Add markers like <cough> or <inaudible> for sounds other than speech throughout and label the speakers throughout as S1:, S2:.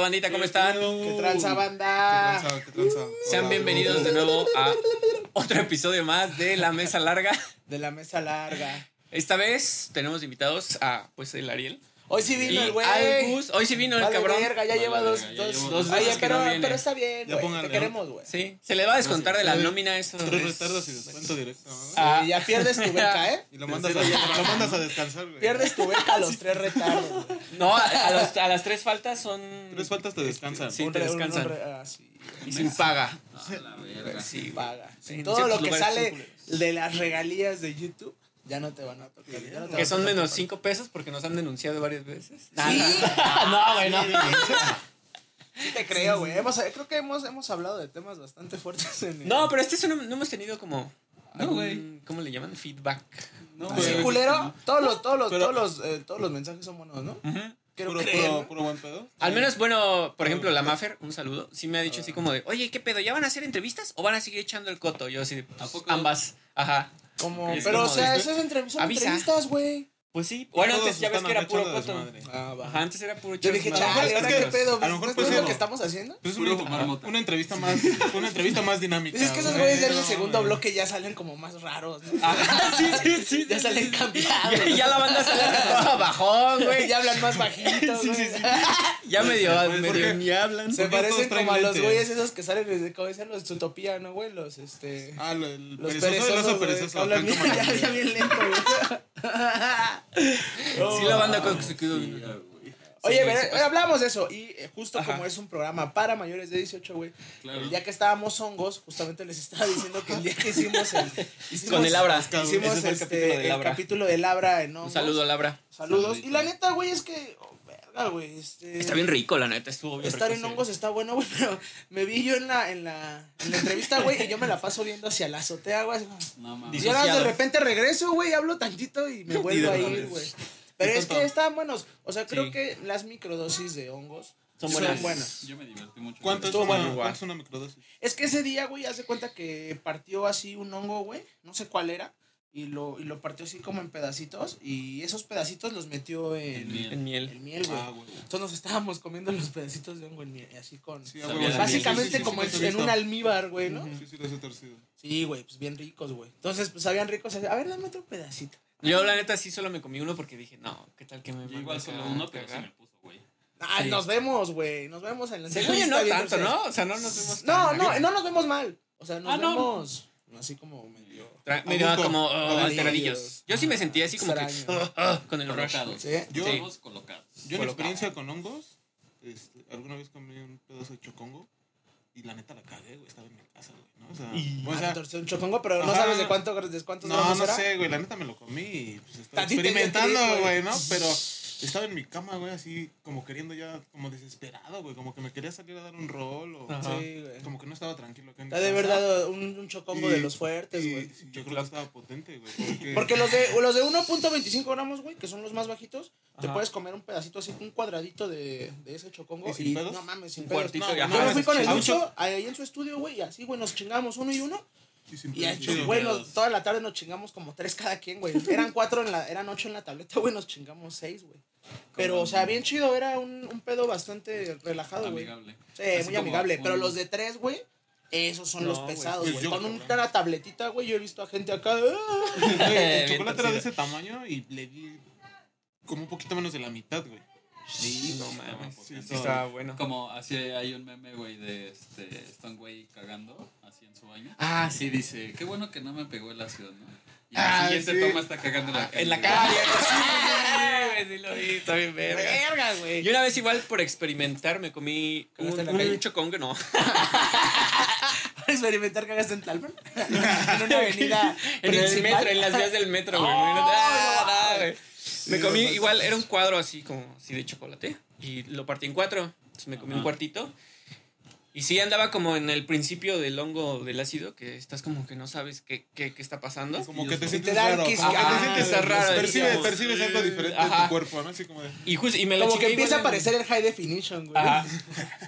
S1: bandita? ¿Cómo están?
S2: ¿Qué
S3: tranza,
S2: banda?
S3: ¿Qué tranza? ¿Qué tranza?
S1: Sean
S3: Hola,
S1: bienvenidos de nuevo
S2: <laughs>
S1: a otro episodio más de La Mesa Larga.
S2: De la mesa larga.
S1: Esta vez tenemos invitados a, pues, el Ariel.
S2: Hoy sí
S1: Y
S2: vino el güey.
S1: al Gus. Hoy sí vino el
S2: Vale,
S1: cabrón.
S2: verga, ya
S3: Vale,
S2: lleva dos,
S3: verga, ya
S2: dos,
S3: llevo
S1: dos
S2: Oye,
S1: veces que
S2: pero,
S1: no viene.
S2: pero está bien,
S3: Ya
S2: güey.
S3: póngale,
S2: Te
S3: ¿no?
S2: queremos, güey.
S1: Sí, se le va a descontar de la nómina eso.
S3: Tres
S1: es-
S3: retardos y descuento directo. ¿no?
S1: Ah.
S2: Y ya pierdes tu
S1: <laughs>
S2: beca, ¿eh?
S3: Y lo mandas, a, lo mandas a descansar, güey.
S2: Pierdes tu beca a los tres retardos. güey.
S1: No, a, a los- a las tres faltas son...
S3: Tres faltas te
S1: <laughs>
S3: descansan.
S1: Sí,
S2: Un
S1: te
S2: re- un-
S1: descansan.
S2: un re- ah, sí,
S1: Y sin paga.
S2: sí, paga.
S1: Sí, en
S2: Todo
S1: ciertos
S2: lo que
S1: lugares
S2: sale
S1: son culeros.
S2: de las regalías de YouTube ya no te van a tocar. ya no te van
S1: Que
S2: a
S1: son
S2: tocar.
S1: menos cinco pesos porque nos han denunciado varias veces.
S2: Sí,
S1: No, güey, no.
S2: sí te creo, güey. Hemos- eh, Creo que hemos, hemos hablado de temas bastante fuertes en el-
S1: No, pero este es uno- no hemos tenido como...
S3: No, güey.
S1: algún- ¿Cómo le llaman? Feedback.
S3: No,
S2: Así
S3: güey.
S2: culero, todos los, todos los,
S3: Pero-
S2: todos los, eh, todos los mensajes son buenos, ¿no? Quiero
S3: Puro,
S2: creer,
S3: puro,
S2: ¿no?
S3: puro buen pedo.
S1: Al menos, bueno, por ejemplo, la Maffer, un saludo, sí me ha dicho así como de, oye, ¿qué pedo? ¿Ya van a hacer entrevistas o van a seguir echando el coto? Yo así, de, pues,
S3: poco?
S1: ambas, ajá.
S2: Como,
S1: Es
S2: pero,
S1: como
S2: o sea,
S1: de-
S2: esas entrev- son
S1: Avisa.
S2: entrevistas, güey.
S1: Pues sí, bueno,
S3: Todos
S1: antes ya ves
S3: están
S1: que era
S3: echando
S1: puro coto.
S3: desmadre.
S2: Ah, va.
S1: Ajá, antes era puro
S2: Yo
S1: echar
S2: dije,
S1: desmadre.
S2: chale,
S3: es
S2: ¿ahora
S3: que
S2: qué pedo?
S3: a lo mejor
S2: ¿No es
S3: pues,
S2: lo
S3: no.
S2: que estamos haciendo?
S3: Pues es
S4: Puro
S3: una,
S4: fumar mota.
S3: una entrevista más, una entrevista más dinámica.
S2: Dices que esos güeyes ya en el segundo bloque ya salen como más raros,
S3: <laughs>
S2: ¿no?
S3: Ah,
S1: Ajá, sí, sí, sí.
S2: Ya salen cambiados.
S1: Ya, ya la banda se la toda bajón,
S2: güey,
S1: güey.
S2: ya hablan más bajito,
S3: Sí,
S2: güey.
S3: sí, sí.
S1: Ya medio,
S3: Pues, ¿por
S1: medio
S3: qué?
S1: ni hablan.
S2: Se
S3: Porque
S2: parecen
S3: todos traen
S2: como a los
S3: lentes.
S2: güeyes esos que salen desde, como dicen los Utopía, ¿no, güey? Los, este...
S3: Ah, lo- el
S2: Los
S3: perezoso, el
S2: perezosos,
S3: oso
S2: güey,
S3: perezoso.
S2: que hablan
S3: acá
S2: bien, <laughs>
S3: en cámara,
S2: ya,
S3: güey.
S2: ya bien lento,
S3: <laughs>
S2: güey.
S1: Sí, la banda con que se quedó.
S2: Oye,
S1: Sí,
S2: pero,
S1: sí
S2: eh, hablamos de eso. Y eh, justo
S1: Ajá.
S2: como es un programa para mayores de 18, güey.
S4: Claro.
S2: El día que estábamos hongos, justamente les estaba diciendo que el día que hicimos
S1: <laughs>
S2: el. hicimos-
S1: Con el Abra.
S2: Hicimos
S3: Ese fue el
S2: este,
S3: capítulo del
S2: el
S3: Abra.
S2: capítulo del Abra en hongos.
S1: Un saludo, Labra.
S2: Saludos. Y la neta, güey, es que. oh, verga, güey. este,
S1: Está bien rico, la neta, estuvo bien
S2: Estar
S1: rico
S2: en
S1: ese-
S2: hongos está bueno, <laughs> güey, pero me vi yo en la, en la, en la entrevista, güey, y yo me la paso viendo hacia la azotea, güey. así como-
S4: No mames.
S2: Y ahora de
S1: Disociado.
S2: repente regreso, güey, hablo tantito
S3: <laughs>
S2: y me vuelvo a
S3: una
S2: ir,
S3: vez.
S2: güey. Pero
S3: Qué
S2: es
S3: tonto.
S2: que están buenos. O sea, creo
S1: Sí.
S2: que las microdosis de hongos
S1: Son
S2: son
S1: buenas.
S2: buenas.
S4: Yo me divertí mucho.
S3: ¿Cuánto es,
S2: Estuvo
S3: una,
S2: bueno,
S1: guau.
S3: ¿Cuánto es una microdosis?
S2: Es que ese día, güey, haz de cuenta que partió así un hongo, güey. No sé cuál era. Y lo, y lo partió así como en pedacitos. Y esos pedacitos los metió en,
S4: En miel.
S1: En miel.
S2: el miel, güey.
S3: Ah, güey.
S2: Entonces nos estábamos comiendo los pedacitos de hongo en miel. Así con.
S3: Sí,
S4: Sabía
S3: ah, güey,
S4: la
S2: básicamente
S3: sí, sí, sí,
S2: como
S3: sí,
S2: en-
S3: sí,
S2: en
S3: sí,
S2: un almíbar, güey, ¿no?
S3: Sí, sí, los he torcido.
S2: Sí, güey, pues bien ricos, güey. Entonces, pues sabían ricos. así, A ver, dame otro pedacito.
S1: Yo, la neta, sí solo me comí uno porque dije, no, ¿qué tal que me
S4: Yo
S1: mande
S4: igual
S1: acá
S4: solo
S1: a
S4: uno, pero se
S1: cagar?
S4: me puso, güey.
S2: Ay,
S1: Sí.
S2: nos vemos, güey. Nos vemos en la
S1: Según yo
S2: entrevista,
S1: no
S2: bien
S1: tanto,
S2: dulces.
S1: ¿no? O sea, no nos vemos
S3: Ah,
S2: No,
S1: tan-
S2: no, no nos vemos mal. O sea, nos
S1: Ah, no.
S2: vemos así como medio.
S1: Tra- medio
S3: Augusto.
S1: como oh,
S2: Amarillos.
S1: alteradillos. Yo sí me sentía así como que
S2: Extraño.
S1: ah, con el rush.
S4: Colocados.
S2: Sí.
S3: Yo-
S4: Todos colocados.
S3: Yo en
S1: Colocado.
S3: experiencia con hongos, este, alguna vez comí un pedazo de chocongo y la neta la cagué, güey, estaba en mi casa, güey, ¿no? O sea, o
S2: Ah,
S3: sea,
S2: te torció un chocongo, pero no
S3: ajá.
S2: sabes de cuánto de cuántos
S3: no,
S2: gramos
S3: no
S2: era.
S3: sé, güey, la neta me lo comí y pues estaba
S2: Tantito yo
S3: experimentando,
S2: te digo, güey.
S3: güey, ¿no? Pero estaba en mi cama, güey, así como queriendo ya, como desesperado, güey, como que me quería salir a dar un rol o
S1: Ajá.
S2: Sí, güey.
S3: como que no estaba tranquilo acá en mi
S2: Te ha de haber
S3: casa.
S2: dado un, un chocongo
S3: Y-
S2: de los fuertes,
S3: y-
S2: güey.
S3: sí, Yo creo que estaba potente, güey, porque,
S2: Porque los de, los de 1.25 gramos, güey, que son los más bajitos, te
S1: Ajá.
S2: puedes comer un pedacito así, un cuadradito de, de ese chocongo.
S3: ¿Y sin pedos?
S2: No mames, sin
S1: Un
S2: pedos.
S1: cuartito
S2: No,
S1: y
S2: yo
S1: ajá,
S2: me fui con el
S3: a un
S2: uso ahí en su estudio, güey, y así, güey, nos chingamos uno y uno.
S3: sí, sin
S2: Y
S3: pedos,
S2: así,
S3: chido.
S2: güey, nos- toda la tarde nos chingamos como tres cada quien, güey. Eran cuatro en la, eran ocho en la tableta, güey, nos chingamos seis, güey. Pero, o sea, bien chido, era un, un pedo bastante relajado, güey.
S4: Amigable.
S2: Sí, muy
S4: Así como
S2: amigable.
S4: un-
S2: Pero los de tres, güey, esos son
S1: No,
S2: los
S1: güey,
S2: pesados,
S3: pues
S2: güey.
S3: yo,
S2: Con
S3: cabrón.
S2: una tabletita, güey, yo he visto a gente acá. ¡ah!
S3: Güey, el
S2: <laughs>
S1: Bien
S3: chocolate era de
S1: torcida.
S3: ese tamaño y le di como un poquito menos de la mitad, güey.
S1: Sí, no mames.
S4: Sí,
S1: Sí,
S4: sí.
S1: estaba bueno.
S4: Como así hay un meme, güey, de este Stoneway cagando, así en su baño.
S1: Ah,
S4: Así
S1: sí.
S4: dice, qué bueno que no me pegó el ácido, ¿no? Y
S3: Ah,
S4: al siguiente
S3: sí.
S4: toma está cagando en la calle.
S1: Ah, En la cara. Sí, güey, sí lo vi, está bien verga.
S2: Verga, güey.
S1: Y una vez igual por experimentar me comí un,
S2: ¿Cagaste en la calle?
S1: un chocongo, no.
S2: Para experimentar cagaste en <laughs> Tlalpan. en una avenida.
S1: en el
S2: principal.
S1: metro, en las vías del metro, güey.
S2: Oh,
S1: Imagínate, ah,
S2: no
S1: ah, güey.
S2: mames.
S1: Me comí igual, era un cuadro así como así de chocolate. Y lo partí en cuatro. Entonces me comí un
S4: Ajá.
S1: cuartito. Y sí, andaba como en el principio del hongo del ácido, que estás como que no sabes qué, qué, qué está pasando.
S3: Como que te
S4: Si
S3: sientes
S2: te dan
S3: raro.
S2: kiss
S3: Como que
S1: cam,
S3: te sientes
S1: está raro,
S3: Percibes,
S1: digamos.
S3: percibes algo diferente en
S1: Ajá.
S3: tu cuerpo, ¿no? Así como de...
S1: Y, justo- y me lo
S2: Como que
S1: chingué
S2: empieza a
S1: igual en-
S2: aparecer el high definition, güey.
S1: Ajá.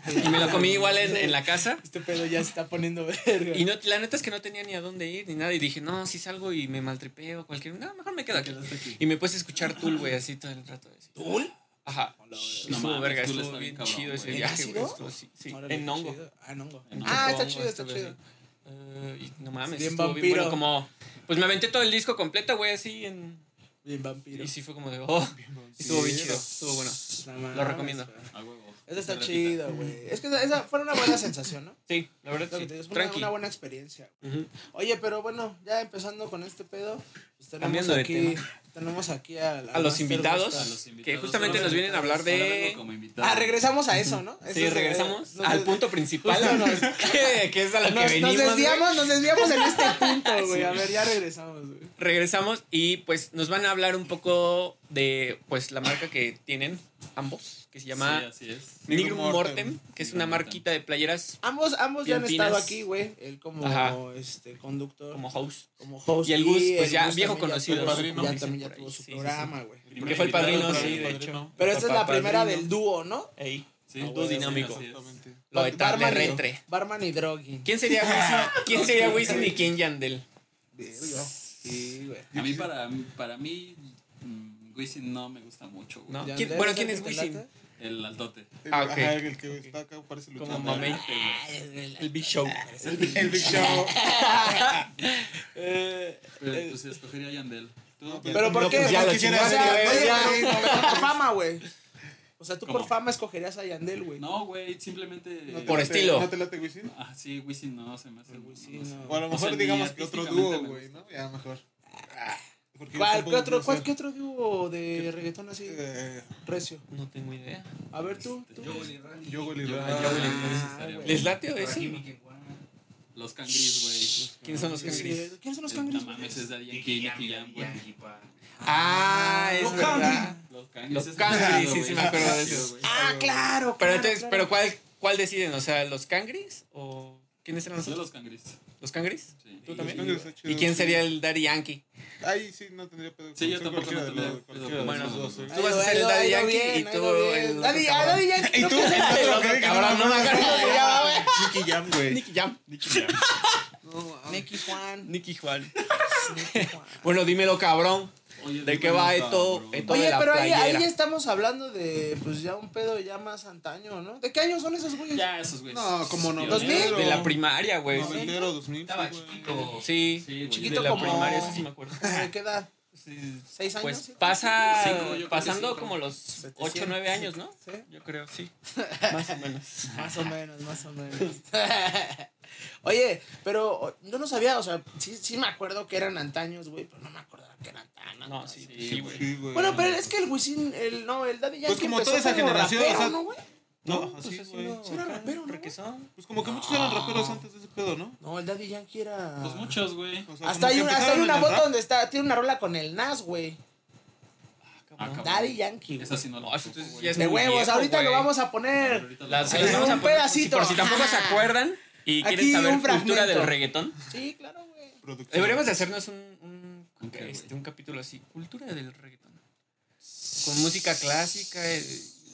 S1: Y me lo comí igual
S2: <laughs>
S1: en, en la casa.
S2: Este pedo ya se está poniendo verga.
S1: Y no, la neta es que no tenía ni a dónde ir ni nada. Y dije, no, si salgo y me maltripeo, cualquier. No, mejor me quedo aquí.
S4: Quedaste aquí.
S1: Y me puse a escuchar Tool, güey, así todo el rato. así.
S2: ¿Tul?
S1: Ajá. No,
S2: Hola, hola.
S4: No
S1: estuvo
S4: mames,
S1: verga,
S4: tú
S1: estuvo
S4: le
S1: bien
S4: estás bien cabrón,
S1: chido ese
S4: güey.
S2: ¿En
S1: viaje, güey.
S2: ácido?
S1: estuvo así, sí,
S2: Órale,
S1: en
S2: qué
S1: hongo.
S2: chido. Ah, en hongo.
S4: En
S2: Ah,
S1: hongo,
S2: está chido, está
S1: estuve
S2: chido.
S1: así. este Eh, y no mames,
S2: Bien
S1: estuvo bien
S2: vampiro.
S1: bueno, como... Pues me aventé todo el disco completo, güey, así en...
S2: Bien vampiro.
S1: Y sí fue como de... Oh, estuvo bien chido, estuvo bueno.
S2: No mames,
S1: Lo recomiendo.
S2: güey.
S4: A huevo.
S2: Eso
S4: Se
S2: está
S4: repita.
S2: chido, güey. Es que esa- esa fue una buena sensación, ¿no?
S1: Sí, la
S2: Lo
S1: verdad
S2: que
S1: sí,
S2: te digo, es una,
S1: tranqui.
S2: una buena experiencia.
S1: Ujú.
S2: Oye, pero bueno, ya empezando con este pedo, pues tenemos
S1: Cambiando de
S2: aquí,
S1: tema.
S2: tenemos aquí a,
S1: A los invitados.
S4: A los invitados,
S1: Que justamente
S4: solo
S1: nos vienen a hablar de-
S4: solo vengo como invitado.
S2: Ah, regresamos a eso, ¿no? Eso
S1: Sí,
S2: es-
S1: regresamos
S2: nos-
S1: al punto principal,
S2: justo nos-
S1: <laughs> que, que es a lo
S2: Nos,
S1: que
S2: nos
S1: venimos. güey.
S2: desviamos, nos desviamos
S1: <laughs>
S2: en este punto, güey. A ver, ya regresamos, güey.
S1: Regresamos y pues nos van a hablar un poco de pues la marca que tienen ambos, que se
S4: Sí,
S1: llama
S4: así es.
S1: Nigrum
S3: Nigrum
S1: Mortem,
S3: Mortem,
S1: que es
S4: Nigrum
S1: una
S4: Mortem.
S1: marquita de playeras
S2: Ambos, ambos ya han
S1: Bien
S2: estado
S1: finas.
S2: aquí, güey. Él como
S1: Ajá.
S2: este conductor,
S1: como
S2: como,
S1: host.
S2: host.
S1: Y el Gus, pues,
S2: el
S1: ya
S2: Gus
S1: viejo
S2: también ya
S1: conocido,
S2: tuvo su-
S3: padrino,
S2: Ya
S1: dicen
S2: también ya
S1: por
S2: tuvo
S1: ahí.
S2: su
S1: Sí, sí,
S2: programa, güey.
S1: Porque fue el padrino, sí, de hecho.
S2: Pero esta es la
S1: Papá,
S2: primera
S1: padrino.
S2: del dúo, ¿no?
S1: Ey,
S4: Sí,
S1: Todo
S4: sí,
S1: dinámico.
S4: así es.
S1: lo de
S2: Bar-
S1: tarde
S2: Barman y-
S1: retre.
S2: Barman y Drogi.
S1: ¿Quién sería Wisin? ¿Quién sería Wisin y quién Yandel?
S2: Verga. Sí, güey.
S1: <laughs>
S4: A mí, para, para mí, mm, Wisin no me gusta mucho, güey.
S1: No.
S2: Ya,
S1: ¿Quién-
S2: ¿ya
S1: bueno,
S2: ves
S1: ¿quién
S2: el
S1: es
S2: que te
S1: Wisin?
S2: late?
S4: El altote.
S1: Ah,
S3: Ah,
S1: ok.
S3: el que está acá parece
S1: Como
S3: luchador.
S1: mamey. El Big Show.
S3: <laughs> El, el Big Show.
S1: Eh,
S4: Pero pues escogería a Yandel.
S3: No,
S2: Pero ¿por
S3: no,
S2: qué?
S3: pues ya
S2: No
S3: lo
S2: quisiera
S3: chingaste,
S2: ser-
S3: güey,
S2: oye,
S3: ya.
S2: pero Por fama, güey. O sea, tú por
S4: ¿Cómo?
S2: fama escogerías a Yandel, güey.
S4: No, güey, simplemente.
S3: ¿No te
S1: Por
S3: late-
S1: estilo.
S3: ¿No te late Wisin?
S4: Ah, sí, Wisin no se me hace.
S2: El
S4: no,
S2: Wisin,
S4: no sé.
S2: no.
S3: O a lo
S4: O
S3: mejor
S4: sea, ni
S3: digamos que otro dúo,
S4: artísticamente
S3: güey, ¿no? Ya mejor. Porque yo
S2: ¿Cuál,
S3: tampoco
S2: qué otro,
S3: quiero
S2: cuál-
S3: ser,
S2: qué otro dúo de reggaetón así
S3: eh,
S2: recio?
S1: No tengo idea.
S2: A ver tú, tú.
S4: Este, Yo,
S3: Yo, güey,
S4: Yo,
S3: Lirán.
S4: yo,
S2: Ah,
S4: Wisin estaría
S2: güey.
S4: bueno.
S1: ¿Les late o ese?
S4: Los cangris, güey.
S1: ¿Quiénes son los
S2: Sí,
S1: cangris?
S2: ¿Quiénes son los
S4: Eh,
S2: cangris?
S4: No mames, es Daddy Yankee, Nicky Jam, güey.
S2: pues,
S1: Ah, es
S3: Los
S1: verdad.
S3: Cangris.
S4: <laughs> Los cangris.
S1: Los
S4: es
S1: Cangris,
S4: pesado,
S1: sí,
S4: güey.
S1: sí me acuerdo de
S4: Sí,
S1: esos.
S4: güey.
S2: Ah, claro.
S1: Pero
S2: claro,
S1: entonces,
S2: claro.
S1: ¿pero cuál, cuál deciden? O sea, ¿los cangris? ¿O quiénes eran los
S4: Yo
S1: otros?
S4: los cangris.
S1: ¿Los cangris?
S4: Sí.
S1: ¿Tú
S3: los
S1: también?
S3: Cangris está chido,
S1: ¿Y quién
S3: sí.
S1: sería el Daddy Yankee?
S3: Ahí sí no tendría pedo.
S4: Sí, yo
S3: con
S4: tampoco
S3: cualquiera
S4: no
S3: de
S4: tendría
S3: los-
S4: pedo
S3: cualquiera de
S4: con
S3: los
S4: eso.
S3: dos, eh. güey.
S1: Tú vas a
S2: Ahí
S1: ser el
S2: lo- ahí
S1: Daddy
S2: lo
S1: Yankee
S2: bien,
S1: y
S2: ahí
S1: tú
S2: lo bien.
S1: el otro
S2: Daddy, ah,
S1: cabrón. <laughs>
S2: Daddy Yankee.
S3: Y tú,
S1: El
S3: el
S1: <laughs>
S3: otro
S1: otro
S3: que dije,
S1: cabrón, no me acuerdo
S2: cómo se llama, güey.
S3: Nicky Jam, güey.
S1: Nicky Jam.
S3: Nicky Jam. No, mames.
S2: Nicky Juan.
S1: <laughs> Nicky Juan.
S2: Nicky Juan.
S1: Bueno, dímelo, cabrón. ¿De
S4: Oye, dime,
S1: qué va
S4: cabrón.
S1: esto? Esto- de
S2: Oye,
S1: la
S2: pero ahí,
S1: playera.
S2: ahí estamos hablando de, pues ya un pedo ya más antaño, ¿no? ¿De qué años son esos güeyes?
S4: Ya, esos güeyes.
S3: No, como no.
S4: Pioneros.
S2: 2000.
S1: De la primaria, güey.
S3: Noventero, 2000, sí, güey.
S1: Sí.
S4: Sí, güey.
S2: Chiquito
S1: de la
S2: como-
S1: primaria, eso sí me acuerdo.
S2: ¿Cómo ¿De qué edad?
S1: Sí.
S2: ¿Seis años?
S1: Pues
S2: ¿Siete?
S1: pasa
S4: Cinco, yo creo que
S1: pasando
S4: cinco.
S1: como los 8 o 9 años, ¿no?
S2: ¿Sí?
S1: Yo creo, sí. Más o menos.
S2: Más o menos, más o menos. <laughs> Oye, pero o- yo no sabía, o sea, sí, sí me acuerdo que eran antaños, güey, pero no me acordaba que eran
S1: <laughs>
S2: tan
S1: No,
S2: antaños.
S1: sí,
S4: Sí,
S1: sí, güey.
S3: Sí, güey.
S2: Bueno, pero es que el Wisin, el, no, el Daddy Yankee
S3: Pues como
S2: empezó
S3: toda esa
S2: como
S3: generación,
S2: rapero,
S3: o sea-
S2: ¿no, güey?
S3: No,
S1: pues,
S3: así,
S1: así
S3: güey.
S1: no,
S2: Sí era
S1: acá,
S2: rapero, ¿no?
S1: requesón.
S3: Pues como que muchos eran raperos antes de ese pedo, ¿no?
S2: No, el Daddy Yankee era...
S4: Pues muchos, güey.
S3: O sea,
S2: Hasta
S3: como
S2: hay,
S3: que
S2: una, hasta hay
S3: empezaron
S2: una
S3: en el
S2: foto
S3: rap.
S2: donde está, tiene una rola con el Nas, güey.
S4: Ah, cabrón.
S2: Daddy Yankee, güey.
S4: Esa sí no la
S1: No, eso entonces
S4: topo,
S1: ya es
S2: De
S1: muy
S2: huevos,
S1: viejo,
S2: ahorita lo
S1: güey.
S2: vamos a poner.
S4: Ahorita
S1: Las,
S4: lo-
S1: las vamos a
S2: Un
S1: poner
S2: pedacito.
S1: por si- por si tampoco se acuerdan y
S2: Aquí
S1: quieren saber
S2: un
S1: cultura
S2: fragmento.
S1: del reggaetón.
S2: Sí, claro, güey.
S3: Producción.
S1: Deberíamos de hacernos un, un,
S4: ¿Un qué,
S1: este,
S4: güey?
S1: un capítulo así, cultura del reggaetón. Con música clásica, eh,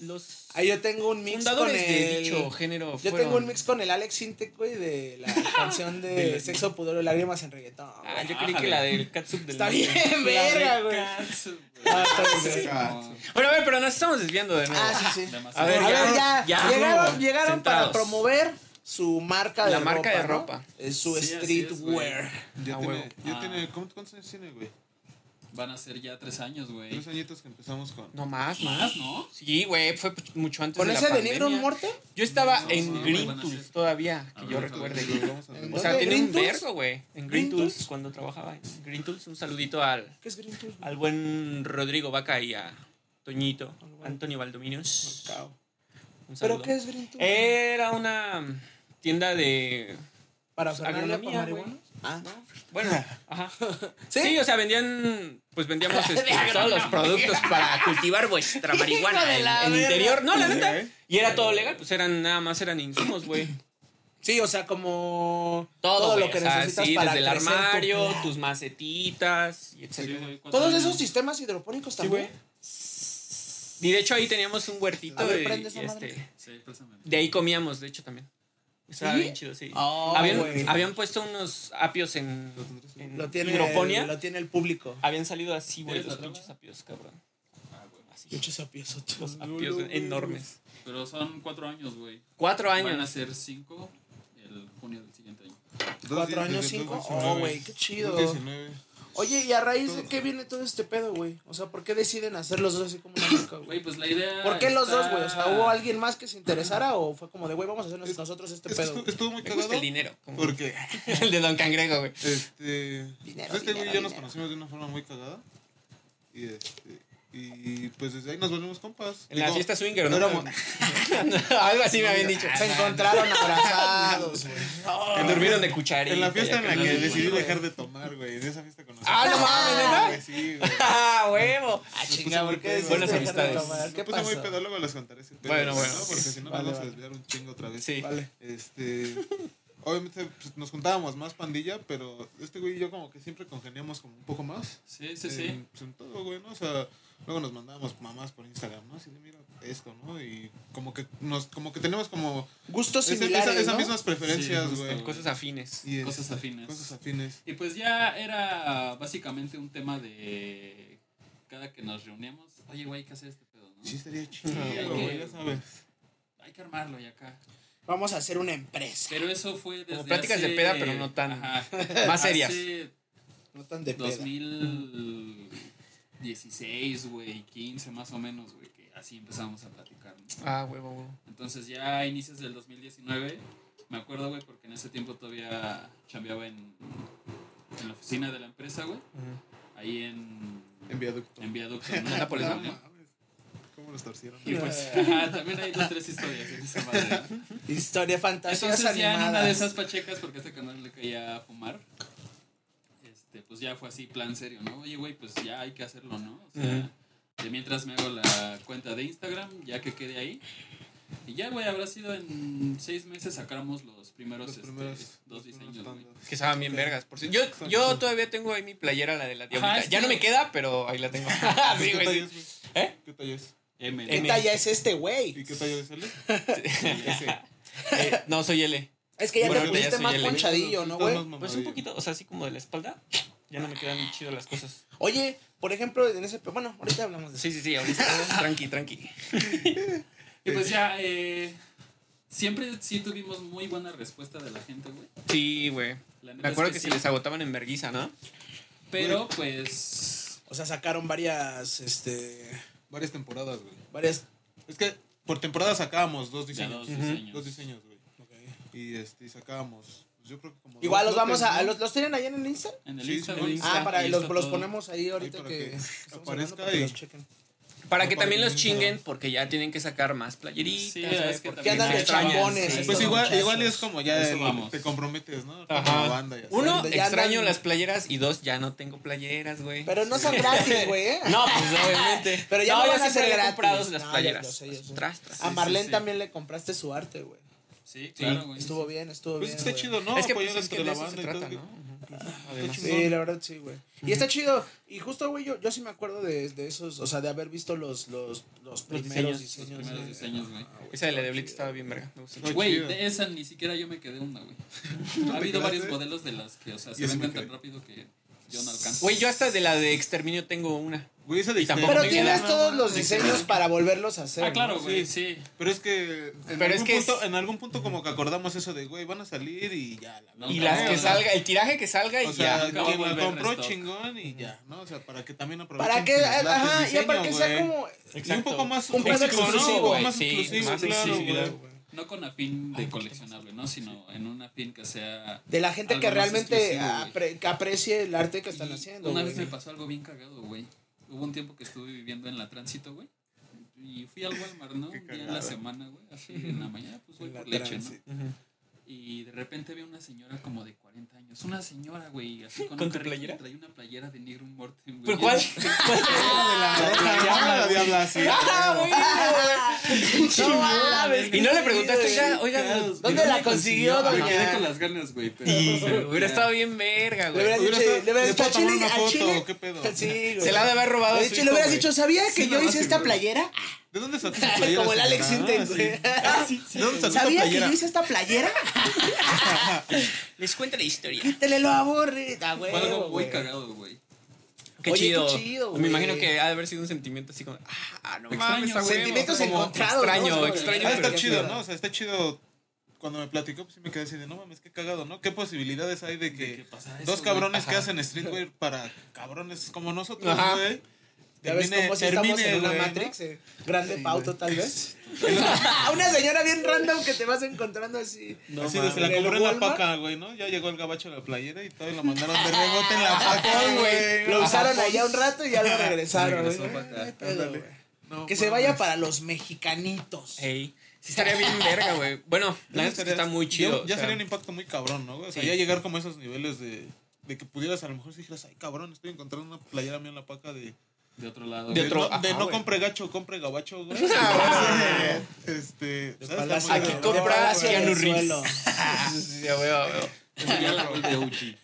S1: los
S2: Ahí yo tengo un mix con
S1: fundadores de
S2: el...
S1: dicho género
S2: Yo
S1: fueron...
S2: tengo un mix con el Alex Sintek, güey, de
S1: <laughs>
S2: la canción de,
S1: De la-
S2: Sexo, Pudor y Lágrimas en Reggaetón.
S1: Ah,
S2: güey.
S1: yo creí que
S4: Ájale.
S1: la del Catsup del
S2: Está
S1: norte.
S2: bien, verga, güey. Ah, está bien, verga.
S1: Bueno, a ver, pero nos estamos desviando de nuevo.
S2: Ah, sí, sí.
S4: Demasiado.
S1: A ver,
S2: A
S1: ya,
S2: ver, ya,
S1: ya,
S2: llegaron,
S1: rumbo,
S2: llegaron para
S1: centrados.
S2: promover su marca de
S1: La
S2: ropa.
S1: marca de
S2: ¿no?
S1: ropa.
S2: Es su
S4: Sí, así es,
S2: streetwear.
S1: Ah,
S3: Ya tiene,
S1: huevo.
S3: ya
S4: Ah.
S3: tiene, ¿cómo- ¿cuántos años tiene, güey?
S4: Van a ser ya tres años, güey.
S3: Tres añitos que empezamos con.
S1: No más,
S4: Más,
S1: más.
S4: ¿no?
S1: Sí, güey, fue pues, mucho antes
S2: ¿Con
S1: de la
S2: ese de
S1: pandemia.
S2: Negro Morte?
S1: Yo estaba
S4: No,
S1: en
S4: no, güey,
S1: Green
S4: van a
S1: Tools
S4: ser-
S1: todavía, que
S4: A
S1: yo
S4: ver,
S1: recuerde.
S3: Lo vamos a-
S2: ¿En
S1: O sea,
S2: ¿Dónde?
S1: tiene un
S2: ¿Green Tools?
S1: vergo, güey. En Green
S2: ¿Green
S1: Tools,
S2: Tools?
S1: cuando trabajaba en Green Tools, un saludito al,
S2: ¿Qué es Green Tour?
S1: al buen Rodrigo Vaca y a Toñito,
S2: Al buen-
S1: Antonio Valdominios. Un
S2: ¿Pero
S1: saludo.
S2: qué es Green Tour?
S1: Era una tienda de...
S2: ¿Para
S1: pues,
S2: Fernanda para
S1: agronomía, güey.
S2: marihuana? Ah, <laughs>
S1: Bueno, ajá.
S2: ¿Sí?
S1: ¿Sí? o sea, vendían, pues
S2: <laughs>
S1: vendíamos este,
S2: De
S1: todos los
S2: agronomía.
S1: productos para cultivar vuestra
S2: Hijo
S1: marihuana
S2: de
S1: en,
S2: la
S1: en
S2: verga.
S1: interior. No, la
S3: Sí,
S1: neta.
S3: ¿eh?
S1: Y era todo legal, pues eran nada más eran insumos, güey.
S2: Sí, o sea, como
S1: <coughs> Todo,
S2: todo,
S1: güey,
S2: lo que
S1: o sea,
S2: necesitas
S1: sí,
S2: para
S1: desde el
S2: crecer tu
S1: armario,
S2: plan.
S1: tus macetitas, y
S4: Sí,
S1: etc.
S4: güey, cuatro
S2: Todos
S4: años.
S2: esos sistemas hidropónicos también.
S1: y de hecho ahí teníamos un huertito
S2: A ver,
S1: y-
S2: prende
S1: y,
S2: esa madre.
S1: este,
S4: Sí, préstame.
S1: de ahí comíamos, de hecho también. Estaba
S2: ¿Sí?
S1: bien chido, sí.
S2: Oh, güey.
S1: habían, habían puesto unos apios en,
S3: Lo tendrás en-
S1: en
S2: lo tiene
S1: hidroponía.
S2: el, lo tiene el público.
S1: Habían salido así, güey,
S4: ¿Tienes
S1: los
S4: la
S1: pinches
S4: tabla?
S1: apios, cabrón.
S4: Ah, güey.
S1: Así.
S2: Pinches sapiesotes.
S1: Sapios enormes.
S4: Pero son cuatro años, güey.
S1: Cuatro
S4: Van a
S1: años.
S4: ser cinco el junio del siguiente año.
S2: Cuatro
S3: Dos-
S2: años,
S3: desde
S2: cinco.
S3: 2019.
S2: Oh, güey, qué chido.
S3: 2019.
S2: Oye, ¿y a raíz de qué viene todo este pedo, güey? O sea, ¿por qué deciden hacer los dos así como
S4: <coughs>
S2: una marca,
S4: Güey,
S2: güey?
S4: pues la idea.
S2: ¿Por qué los
S4: está-
S2: dos, güey? O sea, ¿hubo alguien más que se interesara o fue como de, güey, vamos a hacer
S3: Es-
S2: nosotros este
S3: Es que
S2: pedo?
S3: estuvo,
S2: güey?
S3: estuvo muy
S1: Me gusta
S3: cagado
S1: el dinero. como
S3: porque
S1: <laughs> el de Don Cangrejo, güey.
S3: este,
S2: Dinero,
S3: pues, este güey
S2: dinero,
S3: ya nos
S2: dinero.
S3: conocimos de una forma muy cagada y este y pues desde ahí nos volvimos compas.
S1: En la
S3: Digo,
S1: fiesta swinger, ¿no?
S3: éramos-
S1: <laughs> Algo así me habían dicho.
S2: Se encontraron abrazados, güey.
S3: <laughs>
S1: Que durmieron de cucharita.
S3: en la fiesta en la
S1: ya
S3: que
S1: no-
S3: decidí
S2: güey.
S3: dejar de tomar, güey. En esa fiesta conocí.
S1: Ah,
S3: <laughs>
S1: no mames, ¿neta?
S3: güey, sí, güey.
S1: <laughs> ¡Ah, huevo!
S2: Ah,
S3: puse
S2: chinga,
S3: muy
S2: ¿por qué
S3: pedo.
S2: decís
S1: Buenas
S2: dejar de
S1: amistades.
S2: tomar?
S3: Me
S2: ¿Qué
S3: puse muy
S2: pasó?
S3: pedólogo, les contaré siempre.
S1: Bueno,
S3: ¿no?
S1: bueno.
S3: Porque si no
S2: Vale,
S3: nos vamos
S2: vale.
S3: a desviar un chingo otra vez.
S1: Sí.
S2: Vale.
S3: Este, obviamente pues, nos juntábamos más pandilla, pero este güey y yo como que siempre congeniamos como un poco más.
S4: Sí, sí,
S3: Eh,
S4: sí.
S3: pues, en todo, güey, ¿no? O sea, luego nos mandábamos mamás por Instagram, ¿no? Así de, mira esto, ¿no? Y como que nos como que tenemos como
S2: Gustos
S3: ese-
S2: similares,
S3: esa- esas
S2: ¿no?
S3: mismas preferencias,
S4: Sí, justo,
S3: güey.
S4: güey.
S1: Cosas afines.
S3: Y,
S4: Cosas
S3: este,
S4: afines.
S3: Cosas afines.
S4: Y pues ya era básicamente un tema de. Cada que nos reuníamos, oye, güey, hay que hacer este pedo, ¿no?
S3: Sí, estaría chido,
S1: Ajá.
S3: güey, ya sabes.
S4: Hay que armarlo y acá.
S2: Vamos a hacer una empresa.
S4: Pero eso fue desde.
S1: pláticas de
S4: hace-
S1: peda, pero no tan-
S4: Ajá.
S1: <laughs> Más serias.
S4: Hace
S2: No tan de pedo.
S4: 2016, güey, 15 más o menos, güey, que así empezamos a platicar. ¿no?
S1: Ah, huevo, huevo.
S4: Entonces ya a inicios del 2019, me acuerdo, güey, porque en ese tiempo todavía chambeaba en, en la oficina de la empresa, güey,
S1: Ujú.
S4: ahí en,
S3: En viaducto.
S1: <laughs>
S4: en Viaducto. ¿no?
S1: Nápoles,
S4: Ajá.
S1: ¿no?
S3: ¿Cómo nos torcieron?
S4: Y pues, ajá, también hay dos, tres historias en esa madre. ¿no?
S2: Historia fantástica.
S4: Entonces ya en una de esas pachecas, porque a este canal le caía a fumar, este, pues ya fue así, plan serio, ¿no? Oye, güey, pues ya hay que hacerlo, ¿no? O sea, de mientras me hago la cuenta de Instagram, ya que quede ahí. Y ya, güey, habrá sido en seis meses sacamos los primeros,
S3: Los
S4: este,
S3: primeros los
S4: dos
S3: primeros
S4: diseños, güey.
S3: tandas.
S1: Que estaban bien vergas. Por cierto. Yo, yo todavía tengo ahí mi playera, la de la diablita.
S4: es
S1: ya
S4: que-
S1: no me queda, pero ahí la <laughs> tengo. sí,
S3: ¿Qué
S1: güey.
S3: talla
S1: sí.
S3: es, güey?
S1: ¿Eh?
S3: ¿Qué talla es?
S4: M,
S2: ¿Qué
S1: M.
S2: talla es este, güey?
S3: ¿Y qué talla es él?
S1: Ese. <laughs> Eh, no, soy L.
S2: Es que ya
S1: Bueno,
S2: te
S1: ahorita ya
S2: pusiste
S1: soy
S2: más
S1: el-
S2: ponchadillo, ¿no, güey?
S1: Pues un poquito, o sea, así como de la espalda. Ya no me quedan chido las cosas.
S2: Oye, por ejemplo, en ese... Bueno, ahorita hablamos de eso.
S1: Sí, sí, sí, ahorita. <laughs> tranqui, tranqui.
S4: Y pues ya, eh, siempre sí tuvimos muy buena respuesta de la gente, güey.
S1: Sí, güey.
S4: La neta
S1: Me acuerdo
S4: es
S1: que
S4: que
S1: se
S4: sí,
S1: les agotaban en verguiza, ¿no?
S4: Pero pues...
S2: O sea, sacaron varias, este...
S3: Varias temporadas, güey.
S2: Varias...
S3: Es que por temporada sacábamos dos
S4: Ya
S3: diseños.
S4: dos
S1: Ujú.
S4: diseños.
S3: Dos diseños, güey. Y este, y sacábamos. pues, Yo creo que como.
S2: Igual
S3: dos,
S2: los vamos
S3: tres,
S2: a...
S3: ¿no?
S2: ¿Los, los tienen ahí en el Insta?
S4: En el
S3: Sí,
S4: Insta,
S3: sí,
S4: güey.
S2: Ah,
S4: está-
S2: para
S4: ahí
S2: los,
S4: está
S2: los
S4: todo.
S2: ponemos ahí ahorita
S3: para
S2: que...
S3: que
S2: estamos hablando
S3: aparezca
S2: para que
S3: y-
S2: los chequen.
S1: Para que
S3: Para
S1: también los
S3: que-
S1: chinguen, porque ya tienen que sacar más playeritas.
S4: Sí, es que
S1: porque
S4: también
S2: andan de
S1: ya estaban-
S2: chambones,
S1: sí.
S2: ahí
S3: Pues
S2: Eso,
S3: igual,
S2: muchachos.
S3: igual es como ya
S4: Eso
S3: el-
S4: vamos.
S3: te comprometes, ¿no? Como
S1: Ajá.
S3: banda y así.
S1: Uno,
S2: Ya andan-
S1: extraño las playeras y dos, ya no tengo playeras, güey.
S2: Pero no son gratis, güey,
S3: <laughs>
S2: ¿eh?
S1: No, pues obviamente.
S2: <laughs> Pero ya no
S1: yo
S2: van a
S1: siempre
S2: ser
S1: le he
S2: gratis.
S1: comprado las
S2: No, ya
S1: playeras. Pues,
S2: lo sé, yo sé.
S1: Tras, tras.
S2: A
S4: sí,
S2: Marlene
S4: sí.
S2: también le compraste su arte, güey.
S4: Sí, claro, güey.
S2: Estuvo bien, estuvo
S3: Pues
S2: bien,
S3: está
S2: güey.
S3: chido, ¿no?
S1: es que, pues,
S3: Apoyar
S1: es que
S3: entre
S1: de
S3: la
S1: eso
S3: banda
S1: se
S3: y todo,
S1: trata,
S3: que-
S1: ¿no?
S3: Está
S1: Además.
S3: chingón.
S2: Sí, la verdad sí, güey. Y está chido. Y justo, güey, yo, yo sí me acuerdo de, de esos, o sea, de haber visto los, los, los primeros
S1: diseños,
S2: diseños. Ah,
S4: Los primeros
S2: güey.
S4: diseños, güey.
S1: Esa de la de Blitz estaba bien verga. Me gustó.
S3: Está
S4: Güey,
S3: chido.
S4: de esa ni siquiera yo me quedé
S3: <laughs>
S4: una, güey. Ha
S3: te
S4: habido varios
S3: quedaste?
S4: modelos de las que, o sea, se
S3: Yo sí
S4: venden
S3: me
S4: tan
S3: quedé.
S4: rápido que yo no alcanzo.
S1: Güey, yo hasta de la de Exterminio tengo una.
S3: Güey, esa de
S1: Y tampoco
S2: Pero
S1: me
S2: tienes
S1: queda
S2: todos los
S4: de
S2: diseños
S4: que-
S2: para volverlos a hacer.
S4: Ah, claro,
S2: ¿no?
S4: güey, sí.
S3: Pero es que. En,
S1: Pero es
S3: algún
S1: que es-
S3: punto, en algún punto, como que acordamos eso de, güey, van a salir y ya. La
S4: No,
S1: Y
S4: cabrón,
S1: las que
S4: o sea,
S1: salga, el tiraje que salga y
S3: O sea,
S1: ya.
S4: nunca va a
S3: quien la
S4: volver
S3: compró
S4: restock.
S3: chingón y ya, ¿no? O sea, para que también aprovechen.
S2: Para que,
S3: sus latas
S2: ajá, ya
S3: diseño,
S2: para que sea
S3: güey.
S2: como.
S3: Y un poco más
S2: Un poco
S3: exclusivo, ¿no?
S2: exclusivo,
S3: Un poco
S1: güey,
S3: más
S1: sí,
S3: exclusivo,
S1: más
S3: claro,
S1: exclusividad,
S3: güey.
S4: No con
S3: Ah,
S4: afín de coleccionable, ¿no? Sino en un afín que sea...
S2: De la gente
S4: algo
S2: que
S4: más
S2: realmente
S4: exclusivo, güey.
S2: apre- que aprecie el arte que están
S4: Y
S2: haciendo.
S4: Una vez
S2: güey.
S4: me pasó algo bien cagado, güey. Hubo un tiempo que estuve viviendo en la tránsito, güey. Y fui al Walmart,
S3: <laughs>
S4: ¿no?
S3: Qué
S4: Un día en la
S3: cagada.
S4: semana, güey. Así en la mañana, pues voy
S2: En la
S4: por leche, ¿no?
S2: transi.
S1: Ujú.
S4: Y de repente vi una señora como de 40 años. Una señora, güey,
S1: <laughs>
S4: así con,
S1: ¿Con
S4: un
S1: tu
S4: carrito y
S1: playera?
S4: Traía una playera de negro Mortem, güey.
S1: ¿Pero cuál? <laughs>
S3: Ah, <laughs> de la diabla, la diabla, sí.
S2: No mames,
S1: Ah, Y no le preguntaste,
S2: qué
S1: oiga,
S2: chido,
S1: oiga,
S3: Claro.
S2: ¿Dónde la consiguió,
S4: Me
S2: doña?
S4: quedé con las ganas, güey.
S1: <laughs>
S4: Pero <laughs>
S1: Hubiera estado bien verga,
S2: Le hubieras
S1: güey.
S3: Hubiera
S2: dicho, le
S3: estado-
S2: hubieras
S3: le
S2: dicho a
S3: puedo tomar
S2: Chile,
S3: una
S2: a
S3: foto,
S2: Chile.
S3: ¿qué
S2: <laughs>
S3: pedo?
S2: Sí, güey.
S1: Se la ha de haber robado. a
S2: De
S1: su
S2: hecho, le
S1: hijo,
S2: hubieras
S1: güey.
S2: dicho, ¿sabía que
S3: Sí,
S2: yo
S3: no,
S2: hice
S3: sí,
S2: esta
S3: güey.
S2: playera?
S3: ¿De dónde sacó esa playera?
S2: <laughs> Como el
S3: señora?
S2: Alex
S3: Ah,
S2: Intens,
S3: sí.
S2: güey.
S3: <laughs> ¿De dónde sacó esa
S2: ¿Sabía que
S3: playera?
S2: yo hice esta playera?
S1: Les cuento la historia.
S2: Quítele lo aburrida, güey.
S4: Fue algo muy
S2: güey.
S4: cagado, güey.
S1: Qué
S2: Oye, qué
S1: chido.
S2: chido,
S1: Me
S2: güey.
S1: imagino que ha de haber sido un sentimiento así como. Ah, no
S4: Extraño.
S1: mames, a huevo,
S2: Sentimientos
S1: como
S2: encontrados,
S1: Extraño,
S2: ¿no?
S1: extraño.
S3: Ah,
S2: pero
S3: está
S2: ya
S1: pero-
S3: chido,
S2: queda.
S3: ¿no? O sea, está chido. Cuando me platicó, pues sí me quedé así de, no mames, qué cagado, ¿no? ¿Qué posibilidades hay de que
S4: ¿Qué pasa
S3: dos
S4: eso,
S3: cabrones
S1: Ajá.
S3: que hacen streetwear para cabrones como nosotros,
S1: Ajá.
S3: güey?
S2: Ya ves
S3: termine-
S2: como si estamos
S3: termine,
S2: en una
S3: güey, ¿no?
S2: Matrix, eh, grande
S1: Sí,
S2: pauto
S1: güey.
S2: tal vez. <laughs> una señora bien random que te vas encontrando así.
S1: No
S3: Así de, se la
S2: mames.
S3: compró en la
S2: ¿En el Walmart?
S3: paca, güey, ¿no? Ya llegó el gabacho de la playera y todavía la mandaron de rebote
S2: <laughs>
S3: en la paca, güey.
S2: Lo
S3: Ajá.
S2: usaron allá un rato y ya lo regresaron.
S4: Regresó
S2: güey.
S4: para acá.
S2: Ay, pedo,
S3: Ándale.
S2: güey.
S3: No,
S2: que se
S3: mames.
S2: vaya para los mexicanitos.
S1: Ey, sí estaría bien verga, güey. Bueno, la neta es que está muy chido.
S3: Ya, ya
S1: o sea,
S3: sería un impacto muy cabrón, ¿no? güey? O sea,
S1: Sí.
S3: ya llegar como a esos niveles de, de que pudieras a lo mejor si dijeras, ay, cabrón, estoy encontrando una playera mía en la paca de...
S4: De otro lado.
S1: De
S3: de
S1: otro-
S3: no, de
S1: ajá,
S3: no
S1: güey. Ah,
S3: compre gacho, compre
S1: <laughs>
S3: gabacho, güey. este... ¿sabes?
S2: Palacio-
S3: Está muy
S1: Aquí
S2: de
S3: cabrón.
S1: compra
S2: Palacio
S1: Keanu
S2: del
S1: Reeves.
S2: Suelo. <laughs>
S1: sí, ah, sí, sí, a huevo, a huevo.
S4: Eso ya la voz de
S1: <laughs>
S4: Uchi.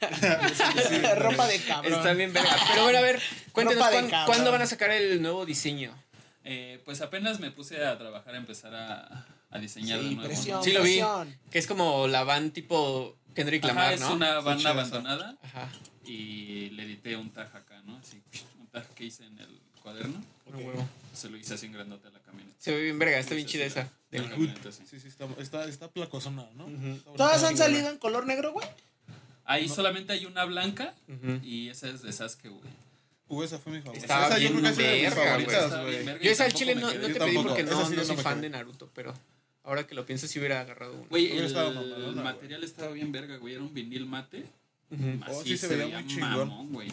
S2: Ropa de cabrón.
S1: Está bien verga. Pero bueno, a ver, cuéntenos,
S2: Ropa de
S1: ¿cuán-
S2: cabrón.
S1: ¿cuándo van a sacar el nuevo diseño?
S4: Eh, pues apenas me puse a trabajar, a empezar a, a diseñar de
S2: Sí,
S4: nuevo.
S2: presión,
S1: Sí, lo vi.
S2: presión.
S1: Que es como la van tipo Kendrick
S4: Ajá,
S1: Lamar,
S4: es
S1: ¿no?
S4: una banda
S3: chido,
S4: abandonada
S1: Ajá.
S4: y le edité un tag acá, ¿no? Así, un tag que hice en el cuaderno.
S1: A huevo.
S4: Se lo hice así en grandote a la camioneta.
S1: Se ve bien verga, está bien chida esa.
S4: De
S1: Del
S4: la
S1: hood.
S4: camioneta, sí.
S3: Sí, sí, está, está, está placozona, ¿no?
S1: Ujú.
S3: Está
S2: Todas
S3: bonita.
S2: han salido en color negro, güey.
S4: Ahí solamente hay una blanca
S1: Ujú.
S4: y esa es de Sasuke, güey.
S3: Uh, esa fue mi favorita.
S1: Estaba
S3: esa
S1: bien
S3: yo creo que es de mis
S1: verga, güey.
S3: favoritas,
S4: Estaba bien
S3: güey.
S4: verga.
S1: Yo esa al
S4: tampoco
S1: chile
S4: me
S1: no,
S4: quedé.
S1: no
S4: Yo
S1: te pedí porque no,
S3: tampoco. Esa sí
S1: no
S3: no
S1: soy
S3: me
S1: fan
S3: quedé.
S1: de Naruto, pero ahora que lo pienso sí hubiera agarrado una.
S4: Güey,
S3: Hubiera
S4: el,
S3: estado mamalona, güey.
S4: material estaba bien verga, güey. Era un vinil mate.
S1: Ujú.
S4: Así
S3: Oh, sí, se
S4: se, veía
S3: veía muy chingón.
S4: mamón, güey.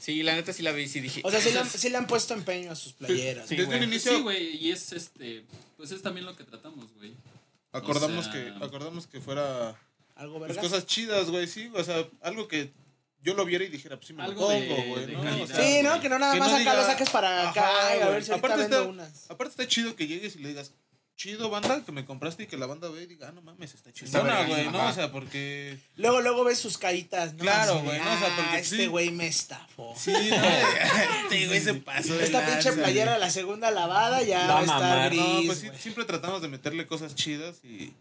S1: Sí, la neta sí la vi y sí dije.
S2: O sea, sí le, han, sí le han puesto empeño a sus playeras.
S1: Sí,
S2: güey.
S3: Desde
S1: güey.
S3: un inicio
S4: Pues Sí, güey, y es este, pues es también lo que tratamos, güey.
S3: acordamos,
S4: O sea-
S3: que, acordamos que fuera
S2: Algo
S3: pues,
S2: verga.
S3: cosas chidas, güey, sí. O sea, algo que yo lo viera y dijera, pues sí me lo
S4: Algo de-
S3: pongo, güey.
S4: de
S3: ¿no? O
S4: calidad.
S3: sea,
S2: Sí, ¿no? Que no nada
S3: que
S2: más
S3: no
S2: acá
S3: diga-
S2: lo saques para acá.
S3: Ajá,
S2: y a
S3: güey.
S2: ver si ahorita
S3: Aparte
S2: vendo
S3: está-
S2: unas.
S3: Aparte está chido que llegues y le digas, chido banda que me compraste y que la banda ve y diga, ah, no mames, está chingona,
S1: verga,
S3: güey, ¿no?
S1: ajá.
S3: O sea, porque...
S2: Luego, luego ves sus caritas. ¿no?
S3: Claro,
S2: Así de,
S3: güey, ¿no? O sea,
S2: "Ah,
S3: porque
S2: este
S3: sí".
S2: güey me estafó.
S3: Sí, ¿no? Este güey se pasó de
S2: Esta pinche
S3: lanza,
S2: playera, la segunda lavada,
S1: Va
S2: ya va a
S1: a mamar,
S2: estar
S1: ¿no?
S2: gris.
S3: No, pues sí,
S2: güey.
S3: siempre tratamos de meterle cosas chidas y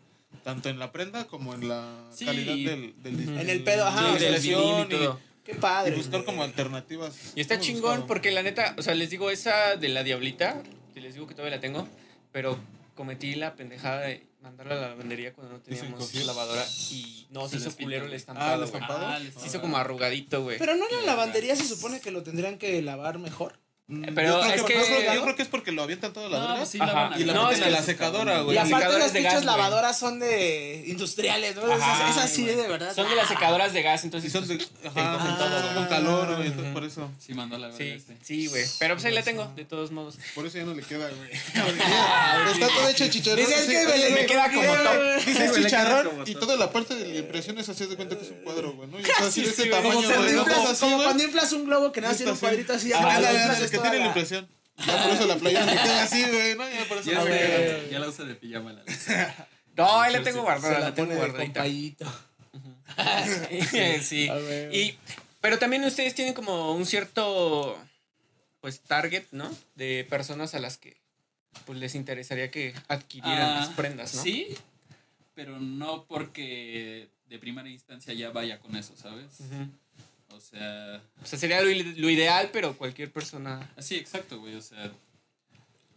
S3: tanto en la prenda como en la
S4: Sí.
S3: calidad del, del diseño.
S2: En el pedo, ajá,
S1: Sí,
S2: o sea,
S1: del
S2: sí,
S1: vinil y
S3: y,
S1: todo.
S2: Qué
S3: y
S2: padre.
S3: buscar
S2: güey.
S3: como alternativas.
S1: Y está
S3: Hemos
S1: chingón
S3: buscado.
S1: porque la neta, o sea, les digo, esa de la diablita, que les digo que todavía la tengo, pero cometí la pendejada de mandarla a la lavandería cuando no
S3: se
S1: teníamos
S3: encogió?
S1: la lavadora y no, se,
S4: Se
S1: hizo
S4: despintó,
S1: culero el
S4: güey.
S3: Ah,
S1: estampado,
S3: ¿la
S1: güey.
S3: estampado?
S4: Ah, les-
S1: se hizo como arrugadito, güey.
S2: Pero no en la lavandería se supone que lo tendrían que lavar mejor.
S3: Mm,
S1: Pero
S3: yo creo
S1: es
S3: que,
S1: que-
S3: yo creo que- yo creo que es porque lo avientan todo a la
S4: No,
S3: verga.
S4: pues sí,
S1: Ajá.
S4: lavan
S3: Y la
S1: No,
S3: meten
S1: es
S3: a
S1: que-
S3: la secadora, güey.
S2: y aparte
S1: secadores
S2: las
S1: de
S2: pinches
S1: gas, güey.
S2: lavadoras son de industriales, ¿no?
S1: Ajá,
S2: Esas, esas sí,
S1: güey.
S2: de verdad.
S1: Son de las secadoras de gas,
S3: Y
S1: entonces.
S3: son de, ajá,
S1: cogen
S2: todo,
S3: son
S2: güey.
S3: con calor, güey, entonces por eso.
S4: Sí, mandó la verga
S1: Sí,
S4: este.
S1: sí, güey. Pero pues ahí la tengo, de todos modos.
S3: Por eso ya no le queda, güey. Está todo hecho chicharrón.
S2: Dice, es
S3: Sí,
S2: que me,
S3: oye,
S2: me queda como top.
S3: Dice, es
S4: güey, le queda
S3: chicharrón
S4: como
S3: y
S4: todo.
S3: toda la parte de la impresión es así, haz de cuenta que es un cuadro, güey,
S1: <laughs>
S3: ¿no? Y está así de
S1: sí,
S3: este
S1: güey.
S3: tamaño,
S2: Como,
S1: Oye,
S2: cuando
S3: güey. ¿no?
S2: inflas,
S3: Estás así,
S2: como
S3: güey.
S2: cuando inflas un globo que nada,
S3: Así
S2: tiene un cuadrito así. ya
S1: Ah,
S2: cuando
S1: la
S2: lo
S1: verdad,
S2: inflas
S3: el
S2: es
S3: que
S2: toda
S3: tiene la
S2: la-
S3: impresión. Ya por eso la playera me queda así, güey, ¿no? Ya por eso la
S4: Ya, está,
S3: playera.
S4: ya la usa de pijama la verga.
S1: No, ahí la tengo
S4: Se
S1: guardada,
S2: Se
S1: la,
S2: la
S1: tengo
S2: pone de
S1: guardadita.
S2: compayito.
S1: <laughs> sí.
S2: A ver.
S1: Y, pero también ustedes tienen como un cierto, pues, target, ¿no? De personas a las que, pues, les interesaría que adquirieran
S4: Ah,
S1: las prendas, ¿no?
S4: Sí, pero no porque de primera instancia ya vaya con eso, ¿sabes?
S1: Ujú. Mm.
S4: O sea,
S1: O sea, sería lo, i- lo ideal, pero cualquier persona...
S4: así exacto, güey, o sea,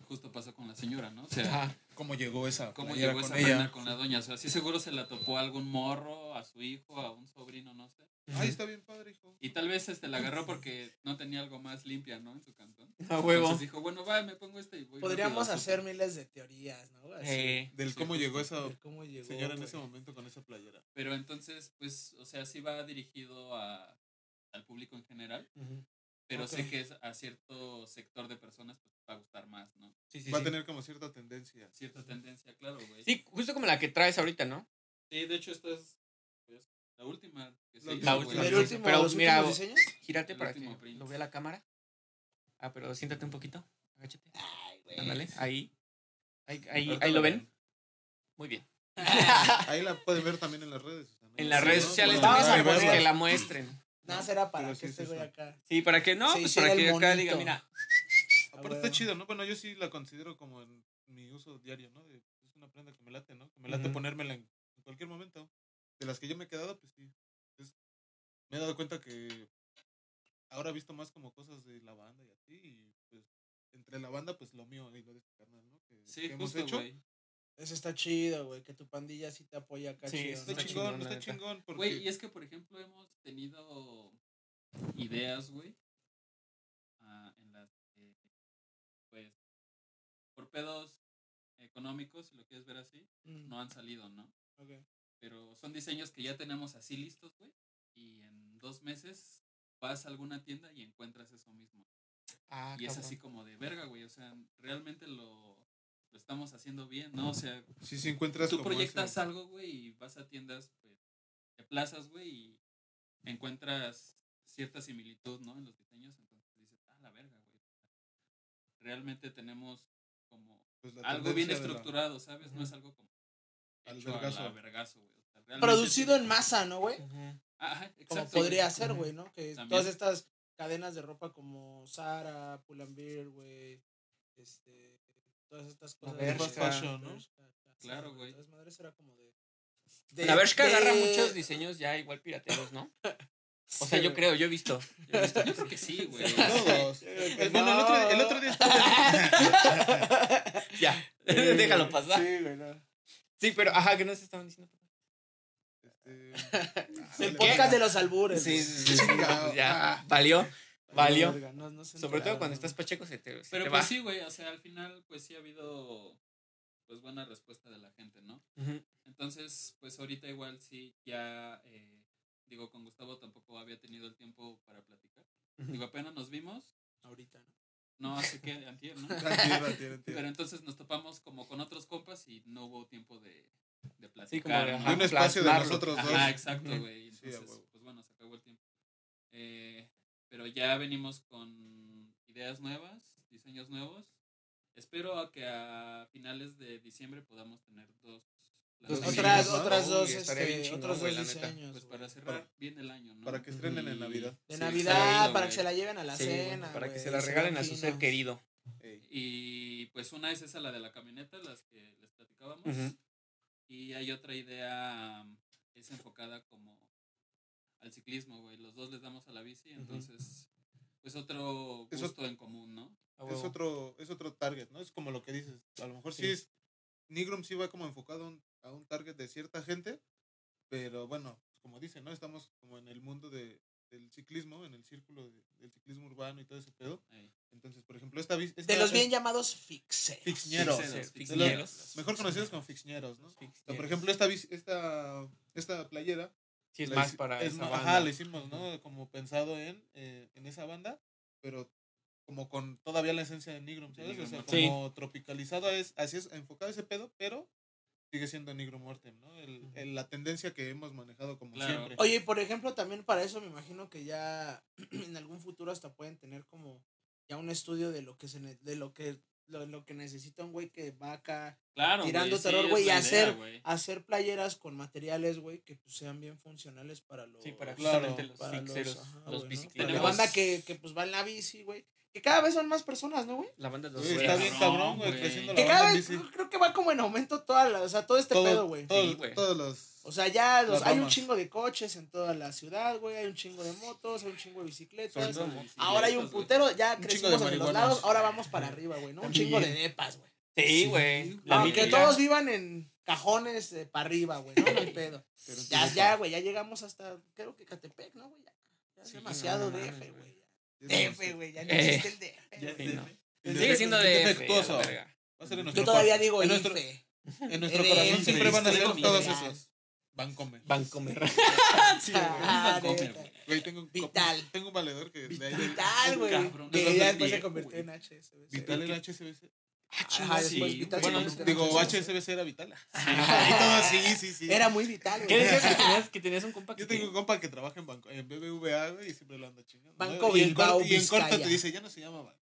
S4: justo pasó con la señora, ¿no? O sea,
S1: Ajá.
S3: ¿Cómo llegó esa
S4: ¿Cómo
S3: playera
S4: llegó esa
S3: con ella?
S4: pena con la doña? O sea, sí seguro se la topó a algún morro, a su hijo, a un sobrino, no sé.
S3: Ay, está bien padre, hijo.
S4: Y tal vez este la agarró porque no tenía algo más limpia, ¿no? En su cantón.
S1: A huevo.
S4: Entonces dijo, bueno, va, me pongo este y voy.
S2: Podríamos
S4: rápido al
S2: hacer miles de teorías, ¿no? Así,
S1: Eh,
S3: Del cómo llegó esa
S2: ver cómo llegó,
S3: señora en
S2: güey.
S3: ese momento con esa playera.
S4: súper. Pero entonces, pues, o sea, sí va dirigido a, al público en general,
S1: ujú.
S4: pero sé
S3: Ok.
S4: que es a cierto sector de personas pues, va a gustar más, ¿no?
S1: Sí, sí,
S3: Va a
S1: sí.
S3: tener como cierta tendencia.
S4: Cierta tendencia, claro, güey.
S1: Sí, justo como la que traes ahorita, ¿no?
S4: Sí, de hecho, esta es pues, la última que se
S3: La
S4: hizo,
S1: La
S4: güey.
S1: última.
S2: Pero,
S1: Sí,
S2: último,
S1: pero
S2: los
S1: mira,
S2: últimos diseños.
S1: Gírate
S4: El
S1: para que
S4: último print.
S1: lo vea la cámara. Ah, pero siéntate un poquito. Agáchate. Ándale, ahí. Ahí, ahí,
S4: Ahorita
S1: ahí lo
S4: la
S1: ven. Muy bien.
S3: Ahí la pueden ver también en las redes. o sea, ¿no?
S1: En las
S3: Sí,
S1: redes
S3: ¿no?
S1: sociales
S3: Para
S1: también
S2: verla.
S1: para
S3: verla.
S1: que la muestren.
S2: Nada, será para
S3: Pero
S2: que
S3: sí,
S2: este
S3: sí,
S2: güey
S3: sí.
S2: acá.
S1: Sí, para que no,
S2: Sí,
S1: pues
S2: sí,
S1: para
S2: era
S1: que
S2: el
S1: acá diga,
S2: monito.
S1: mira,
S3: Aparte
S2: Ah,
S3: está
S2: bueno.
S3: chido, ¿no? Bueno, yo sí la considero como en mi uso diario, ¿no? De- es una prenda que me late, ¿no? Que me late
S1: Ujú.
S3: ponérmela en, en cualquier momento. De las que yo me he quedado, pues sí. Es- me he dado cuenta que ahora he visto más como cosas de la banda y así. Y pues entre la banda, pues lo mío y lo de este carnal, ¿no? Que,
S4: Sí,
S3: que hemos
S4: justo,
S3: hecho.
S4: güey.
S2: Eso está chido, güey. Que tu pandilla sí te apoya acá.
S1: Sí,
S2: chido,
S1: eso
S2: ¿no?
S3: Está,
S1: Está
S3: chingón,
S1: chingón, la
S3: está
S1: neta.
S3: chingón. Porque
S4: Güey, y es que, por ejemplo, hemos tenido ideas, güey, ah, en las que, pues, por pedos económicos, si lo quieres ver así,
S2: Mm,
S4: no han salido, ¿no?
S2: ok.
S4: Pero son diseños que ya tenemos así listos, güey, y en dos meses vas a alguna tienda y encuentras eso mismo.
S1: Ah,
S4: y es
S1: cabrón.
S4: así como de verga, güey, o sea, realmente lo, lo estamos haciendo bien, ¿no? O sea,
S3: si si encuentras
S4: tú
S3: como
S4: proyectas
S3: ese-
S4: algo, güey, y vas a tiendas, pues, de plazas, güey, y encuentras cierta similitud, ¿no? En los diseños, entonces dices, ah, la verga, güey. Realmente tenemos como
S3: pues, la
S4: algo bien
S3: tendencia de la-
S4: estructurado, ¿sabes? No
S1: Ujú.
S4: es algo como
S3: Al
S4: hecho a la
S3: vergazo.
S4: vergazo, güey. O sea, realmente-
S2: Producido en masa, ¿no, güey?
S1: Ujú.
S4: Ajá,
S2: Como
S4: exacto,
S2: podría
S4: güey.
S2: ser,
S1: Ujú.
S2: güey, ¿no? Que
S4: También.
S2: todas estas cadenas de ropa como Zara, Pull&Bear, güey, este, todas estas cosas. de
S1: Bershka.
S2: fast
S3: Bershka,
S4: Claro, güey.
S2: Todas madres era como de...
S1: la Bershka
S2: de-
S1: agarra muchos diseños ya igual pirateados, ¿no? O sea,
S2: Sí,
S1: yo
S2: güey.
S1: creo, yo he visto. Yo he visto.
S4: Yo creo que
S2: <laughs>
S4: sí, güey.
S3: Todos.
S2: Eh,
S3: Bueno, el otro, el <laughs> otro día estuve-
S1: <laughs> Ya, <laughs> déjalo pasar.
S2: Sí, güey, no.
S1: Sí, pero, ajá, que no se estaban diciendo.
S3: Este,
S2: El
S1: ¿Qué?
S2: podcast de los albures.
S1: Sí, sí, <laughs> sí,
S2: güey.
S1: sí, pues ya, valió,
S2: Ay,
S1: valió.
S2: verga, no- no se
S1: Sobre todo
S2: enteraron,
S1: cuando
S2: güey.
S1: estás pacheco se te, se te
S4: Pero
S1: va.
S4: pues sí, güey, o sea, al final, pues sí ha habido, pues, buena respuesta de la gente, ¿no?
S1: Ujú.
S4: Entonces, pues ahorita igual sí, ya, eh, digo, con Gustavo tampoco había tenido el tiempo para platicar.
S1: Ujú.
S4: Digo, apenas nos vimos,
S2: Ahorita, ¿no?
S4: no hace que antier, ¿no?
S3: Antier, antier, antier.
S4: <laughs> Pero entonces nos topamos como con otros compas y no hubo tiempo de, de
S1: Sí, como de,
S4: platicar.
S1: ajá,
S4: ¿no?
S3: un espacio de
S1: plasmarlo.
S3: nosotros dos.
S4: Ajá, exacto,
S1: Ujú.
S4: güey.
S3: Sí, a
S4: Entonces,
S3: huevo.
S4: pues bueno, se acabó el tiempo. Eh, pero ya venimos con ideas nuevas, diseños nuevos. Espero a que a finales de diciembre podamos tener dos.
S3: Dos
S4: lanzamientos,
S2: Otras,
S1: sí,
S4: ¿no?
S2: otras
S1: Uy,
S2: dos,
S1: estaría
S2: este,
S1: bien chingón,
S2: otros
S1: güey,
S2: dos
S1: la neta.
S2: diseños.
S4: Pues
S2: güey.
S4: para cerrar bien el año, ¿no?
S3: Para que estrenen en
S4: Y-
S3: Navidad.
S2: De
S4: sí,
S2: Navidad, para
S4: exacto, güey.
S2: que se la lleven a la
S1: Sí,
S2: cena.
S1: para que
S2: güey,
S1: se la
S2: sean
S1: regalen a su ser
S2: finos.
S1: querido.
S3: Ey.
S4: Y pues una es esa, la de la camioneta, las que les platicábamos.
S1: Ujú.
S4: Y hay otra idea, um, es enfocada como al ciclismo, güey. Los dos les damos a la bici,
S1: Ujú.
S4: entonces, pues otro
S3: Es ot-
S4: gusto en común, ¿no?
S1: A
S3: Es
S1: huevo.
S3: otro, es otro target, ¿no? Es como lo que dices. A lo mejor sí,
S1: Sí.
S3: es. Nigrum sí va como enfocado a un, a un target de cierta gente. Pero bueno, como dicen, ¿no? Estamos como en el mundo de, del ciclismo, en el círculo de- del ciclismo urbano y todo ese pedo.
S4: Ahí.
S3: Entonces, por ejemplo, esta. vis- esta
S2: De los bien llamados fixeros.
S3: Fixñeros.
S4: Fixeros,
S1: Fixñeros.
S4: fixeros.
S3: Mejor conocidos como fixñeros, ¿no? O sea,
S1: Fixñeros.
S3: por ejemplo, esta, vis- esta, esta playera
S1: Sí, es
S3: la
S1: más
S3: hici-
S1: para
S3: es
S1: esa
S3: ma-
S1: banda.
S3: Ajá, lo hicimos, ¿no? Como pensado en, eh, en esa banda, pero como con todavía la esencia de Nigrum,
S4: De
S3: ¿sabes? O sea,
S4: Nigrum
S1: Mortem.
S3: como tropicalizado, es, así es, enfocado ese pedo, pero sigue siendo Nigrum Mortem, ¿no? El-
S1: Ujú.
S3: el- la tendencia que hemos manejado como
S4: Claro.
S3: siempre.
S2: Oye, y por ejemplo, también para eso me imagino que ya <clears throat> en algún futuro hasta pueden tener como ya un estudio de lo que se ne- de lo que lo, lo que necesita un güey que va acá
S4: Claro,
S2: Tirando
S4: sí,
S2: terror,
S4: es
S2: güey, y
S4: la idea,
S2: hacer- Ah,
S4: güey.
S2: a hacer playeras con materiales, güey, que pues, sean bien funcionales para los
S1: Sí, para
S3: Claro,
S1: justamente los
S2: para los,
S1: fixeros.
S2: ajá,
S1: los
S2: güey, ¿no?
S1: bicicleteros.
S2: Para la banda que, que pues va en la bici, güey. Que cada vez son más personas, ¿no, güey?
S1: La banda de los
S3: Güey, está
S1: ruedas.
S3: bien
S4: cabrón,
S3: cabrón, güey,
S4: güey.
S3: creciendo la
S2: Que cada
S3: banda en
S2: vez
S3: bici.
S2: creo que va como en aumento toda la, o sea, todo este
S3: Todo-
S2: pedo, güey.
S3: todo-
S1: Sí, güey.
S3: todos los...
S2: O sea, ya los,
S3: Las
S2: hay un
S3: ramas.
S2: chingo de coches en toda la ciudad, güey. Hay un chingo de motos, hay un chingo
S1: Sobre
S2: de bicicletas.
S1: todo,
S4: Sí,
S2: Ahora hay un
S4: estos, güey.
S2: putero, ya
S3: Un chingo de
S2: crecimos en los
S3: marihuanos.
S2: lados, ahora vamos para arriba, güey, ¿no? Un
S1: También.
S2: chingo de depas, güey.
S1: Sí, güey. La
S4: Aunque
S2: Aunque
S1: mítica.
S2: todos vivan en cajones eh, para arriba, güey, ¿no? No hay pedo.
S3: pero
S2: Ya,
S3: entonces-
S2: ya, güey, ya llegamos hasta, creo que Catepec, ¿no, güey? Ya, ya es
S1: Sí, no,
S2: demasiado
S1: no
S2: DF,
S1: mames,
S2: güey.
S3: ya se nos-
S2: DF, güey, ya no
S1: Eh.
S2: existe el DF.
S3: este ya
S2: güey.
S3: se-
S1: Sí, no.
S3: el
S1: Sigue
S3: DF
S1: siendo
S3: es
S1: de
S3: defectuoso.
S1: defectuoso.
S3: Va a ser en
S2: Yo
S3: nuestro
S2: todavía
S3: corazón.
S2: digo
S3: en
S2: IFE. <laughs>
S3: nuestro, en nuestro
S2: DF,
S3: corazón siempre van a ser
S2: extremo,
S3: todos
S2: mira.
S3: esos. Van comer.
S1: Van a comer.
S3: Sí, güey.
S2: Ah,
S4: Comer,
S2: neta.
S4: güey.
S3: Güey, tengo un
S2: Vital.
S3: copo- Tengo un valedor que de ahí de-
S2: Vital,
S4: Cabrón,
S2: güey.
S4: nos
S2: Que
S3: vamos
S2: ya
S3: a
S2: después se
S3: diez,
S2: convirtió en HSBC.
S3: Vital era HSBC.
S2: Ajá, después
S1: sí,
S2: Vital se
S1: bueno,
S2: convirtió en
S3: Digo,
S2: HSBC.
S3: HSBC era vital. Y todo, sí, sí, sí.
S2: Era muy vital, güey.
S1: ¿Qué decías que tenías, que tenías un compa que
S3: Yo tengo un compa que trabaja en, banco, en BBVA, güey, y siempre lo anda chingando. ¿no?
S2: Banco
S3: y en
S2: Bilbao,
S3: corto- Y en corto
S2: Vizcaya.
S3: te dice, ya no se llama Banco.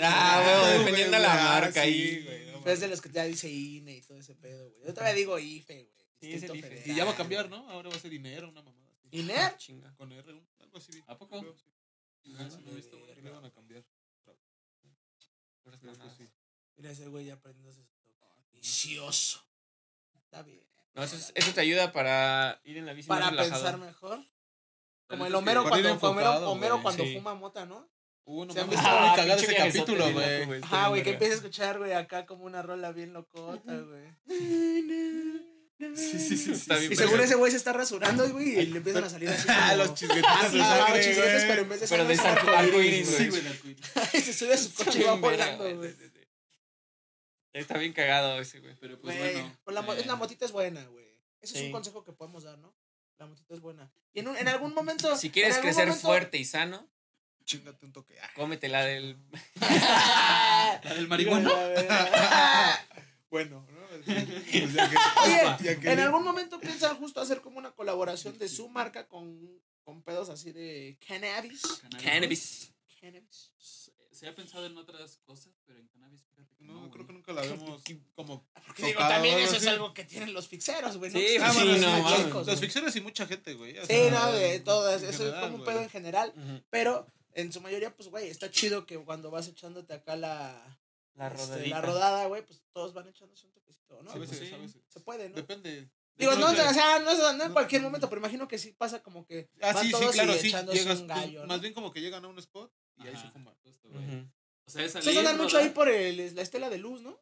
S1: Ah,
S3: güey, <laughs>
S1: güey, defendiendo la
S3: güey,
S1: marca
S3: sí,
S1: ahí.
S3: güey,
S2: Pero <laughs>
S3: no
S2: es
S3: mames.
S2: de los que ya dice INE y todo ese pedo, güey. Yo todavía digo IFE, güey.
S1: Sí, es el
S2: Distrito
S1: IFE.
S2: Federal.
S3: Y ya va a cambiar, ¿no? Ahora va a ser dinero, una mamada así.
S2: ¿INER?
S1: Chinga.
S3: Con R, un- algo así. vi.
S4: ¿A poco?
S3: Creo, sí.
S4: Ajá, sí,
S3: No
S4: lo he visto, güey.
S3: Le van a cambiar. Creo que sí.
S2: Mira ese güey ya aprendiéndose su toque. Vicioso. Está bien.
S1: No, eso, es- eso te ayuda para ir en la bici
S2: Para
S1: más relajado.
S2: pensar mejor. Como el
S4: neta es que
S2: Homero
S3: Por
S2: cuando,
S3: ir enfocado,
S2: Homero, Homero
S3: güey,
S2: cuando
S1: sí.
S2: fuma mota, ¿no?
S3: Uno
S2: ¿Se han
S3: Uh, mames,
S2: visto?
S3: está muy
S1: Ah,
S3: cagado ese
S1: pinche viajezote
S3: capítulo,
S1: bien loco,
S3: güey.
S1: está
S2: Ajá,
S1: bien
S2: güey, que
S1: verga.
S2: empieza a escuchar, güey, acá como una rola bien locota, güey.
S4: Sí, sí, sí.
S1: Está
S4: sí,
S1: bien verga.
S2: Y
S4: sí.
S2: según ese güey se está rasurando, güey, y le empiezan a salir así
S3: Ah,
S2: como...
S3: los
S2: Ah,
S3: chisguetes
S2: sí,
S3: de
S2: ah, los
S3: sangre,
S2: chisguetes, pero
S3: güey.
S2: en vez de
S1: Pero de
S2: sangre,
S1: sangre,
S2: arcoíris,
S1: arco iris,
S4: Sí,
S1: güey.
S4: güey, el arcoíris.
S2: Y <laughs> se sube
S1: <laughs>
S2: a su coche y va volando,
S1: pues
S2: güey.
S1: Está bien cagado ese, güey.
S4: Pero pues
S2: Güey,
S4: bueno.
S2: pues la, mo-
S4: eh,
S2: es- la motita es buena, güey. Ese es
S1: Sí.
S2: un consejo que podemos dar, ¿no? La motita es buena. Y en, un- en algún momento...
S1: Si
S2: en
S1: quieres
S2: algún
S1: crecer
S2: momento- <laughs>
S1: fuerte y sano,
S3: Chingate un toque. Ah,
S1: cómetela del.
S4: La del marihuana.
S3: <laughs> Bueno, ¿no? Pues ya que-
S2: <laughs> Oye,
S3: ya que-
S2: en algún momento piensan justo hacer como una colaboración de su marca con, con pedos así de cannabis.
S1: Cannabis.
S2: Cannabis.
S4: eh, Se ha pensado en otras cosas, pero en cannabis. fíjate que
S3: No,
S4: güey.
S3: creo que nunca la vemos como.
S2: Que digo,
S3: tocada,
S2: también
S3: algo
S2: eso es
S3: así.
S2: algo que tienen los fixeros, güey. ¿no?
S1: Sí,
S2: Que
S1: pues,
S2: son
S1: sí,
S2: los
S1: no,
S2: más
S1: mames.
S2: chicos,
S3: Los
S2: güey.
S3: ficciones y mucha gente, güey. o
S2: Sí,
S3: sea,
S2: no, de todas.
S3: en
S2: Eso es
S3: general,
S2: como un
S3: güey.
S2: pedo en general.
S1: Ujú.
S2: Pero en su mayoría, pues, güey, está chido que cuando vas echándote acá la,
S1: La
S2: este,
S1: rodadita.
S2: la rodada, güey, pues todos van echándose un toquecito, ¿no?
S3: A veces,
S4: Sí.
S3: a veces.
S2: Se puede, ¿no?
S3: pues, Depende.
S2: Digo, no, o
S3: Depende.
S2: sea, no, no, no en
S3: No.
S2: cualquier momento, pero imagino que sí pasa como que
S3: Ah,
S2: van
S3: sí, sí,
S2: todos y
S3: claro, sí.
S2: echándose
S3: Llegas,
S2: un
S3: pues,
S2: gallo, ¿no?
S3: Más bien como que llegan a un spot y ahí
S4: Ajá.
S3: se fuman.
S4: Justo, güey.
S1: Ujú.
S4: O sea, es
S2: Se
S4: salir.
S2: andan mucho
S4: rodar.
S2: ahí por el, la estela de luz, ¿no?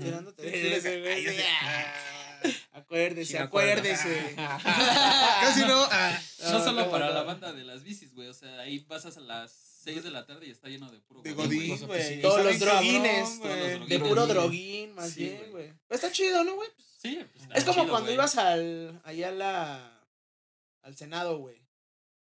S2: Tirándote.
S3: Ay, ya sé.
S2: Acuérdese,
S1: Chino cuerda.
S2: <laughs> acuérdese.
S3: Casi no. ah.
S4: No solo
S2: no,
S4: para
S2: no.
S4: la banda de las bicis, güey. O sea, ahí pasas a las 6 de la tarde y está lleno de puro.
S3: De
S4: godín, güey.
S3: Godín, güey.
S2: Todos los
S3: Está bien cabrón,
S2: droguines.
S3: güey.
S4: Todos los
S2: De
S4: Droguín,
S2: puro
S4: güey.
S2: droguín, más
S4: Sí,
S2: bien,
S4: güey.
S2: güey. Pero Está chido, ¿no, güey?
S4: Sí, pues, está
S2: Es como
S4: chido,
S2: cuando
S4: güey.
S2: ibas al, allá a la, al Senado, güey.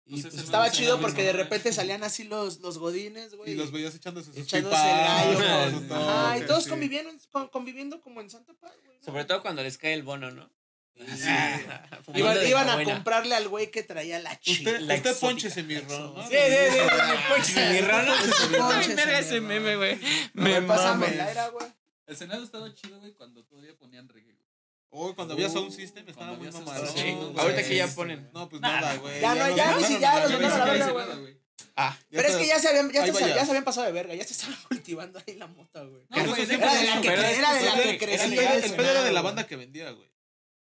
S2: Y
S4: Pues
S2: pues
S4: ese no
S2: estaba
S4: es el
S2: chido
S4: Senado,
S2: porque
S4: ¿no?
S2: de repente salían así los, los godines, güey.
S3: Y los veías echándose sus
S2: echándose el
S3: pipas,
S2: gallo.
S3: sus
S2: con- Ajá, y
S3: toques,
S2: todos
S3: sí.
S2: conviviendo, con- conviviendo como en Santa Paz, güey. ¿no?
S1: Sobre todo cuando les cae el bono, ¿no? Fumando
S2: Iban,
S1: de
S2: iban
S1: la
S2: a
S1: buena.
S2: comprarle al güey que traía la chica.
S3: Usted,
S1: la
S3: usted
S1: exótica,
S3: ponche mi ron, ¿no?
S2: exótica.
S1: Sí, sí, sí, sí, ponches en mi rana. Está
S2: Ponches
S1: bien verga
S2: en mi
S1: ese
S2: rana.
S1: meme, güey.
S2: Me
S1: Me
S2: pásame el
S1: mames.
S2: aire, güey.
S4: El Senado estaba chido, güey, cuando todavía ponían reggae. güey.
S3: Uy, cuando había Sound
S4: Uh,
S3: System estaba
S4: cuando
S3: muy
S4: había
S3: mamalón.
S4: Sound
S1: Sí,
S4: No,
S3: güey.
S1: ahorita que ya
S2: sí,
S1: ponen.
S3: No, pues nada, güey.
S2: Ya no, ya
S3: lo
S2: ni
S3: sacaron,
S2: siquiera los
S3: ya
S2: mandaron a la
S3: sacaron.
S2: verga,
S4: Nada,
S2: güey.
S1: Ah,
S2: Pero es
S3: está.
S2: que ya se, habían, ya,
S3: Ahí
S2: se,
S3: va ya.
S2: ya se habían pasado de verga, ya se estaban <laughs> cultivando ahí la mota, güey.
S4: No,
S3: Pero
S4: güey,
S3: eso
S4: de-
S3: siempre
S2: Era de
S3: lo
S2: la
S3: hizo,
S2: que,
S3: pero
S2: era de la
S3: es-
S2: que
S1: era
S3: El
S2: crecía.
S3: pedo-
S1: legal,
S2: del
S3: el pedo era de la
S2: Senado,
S3: banda que vendía, güey.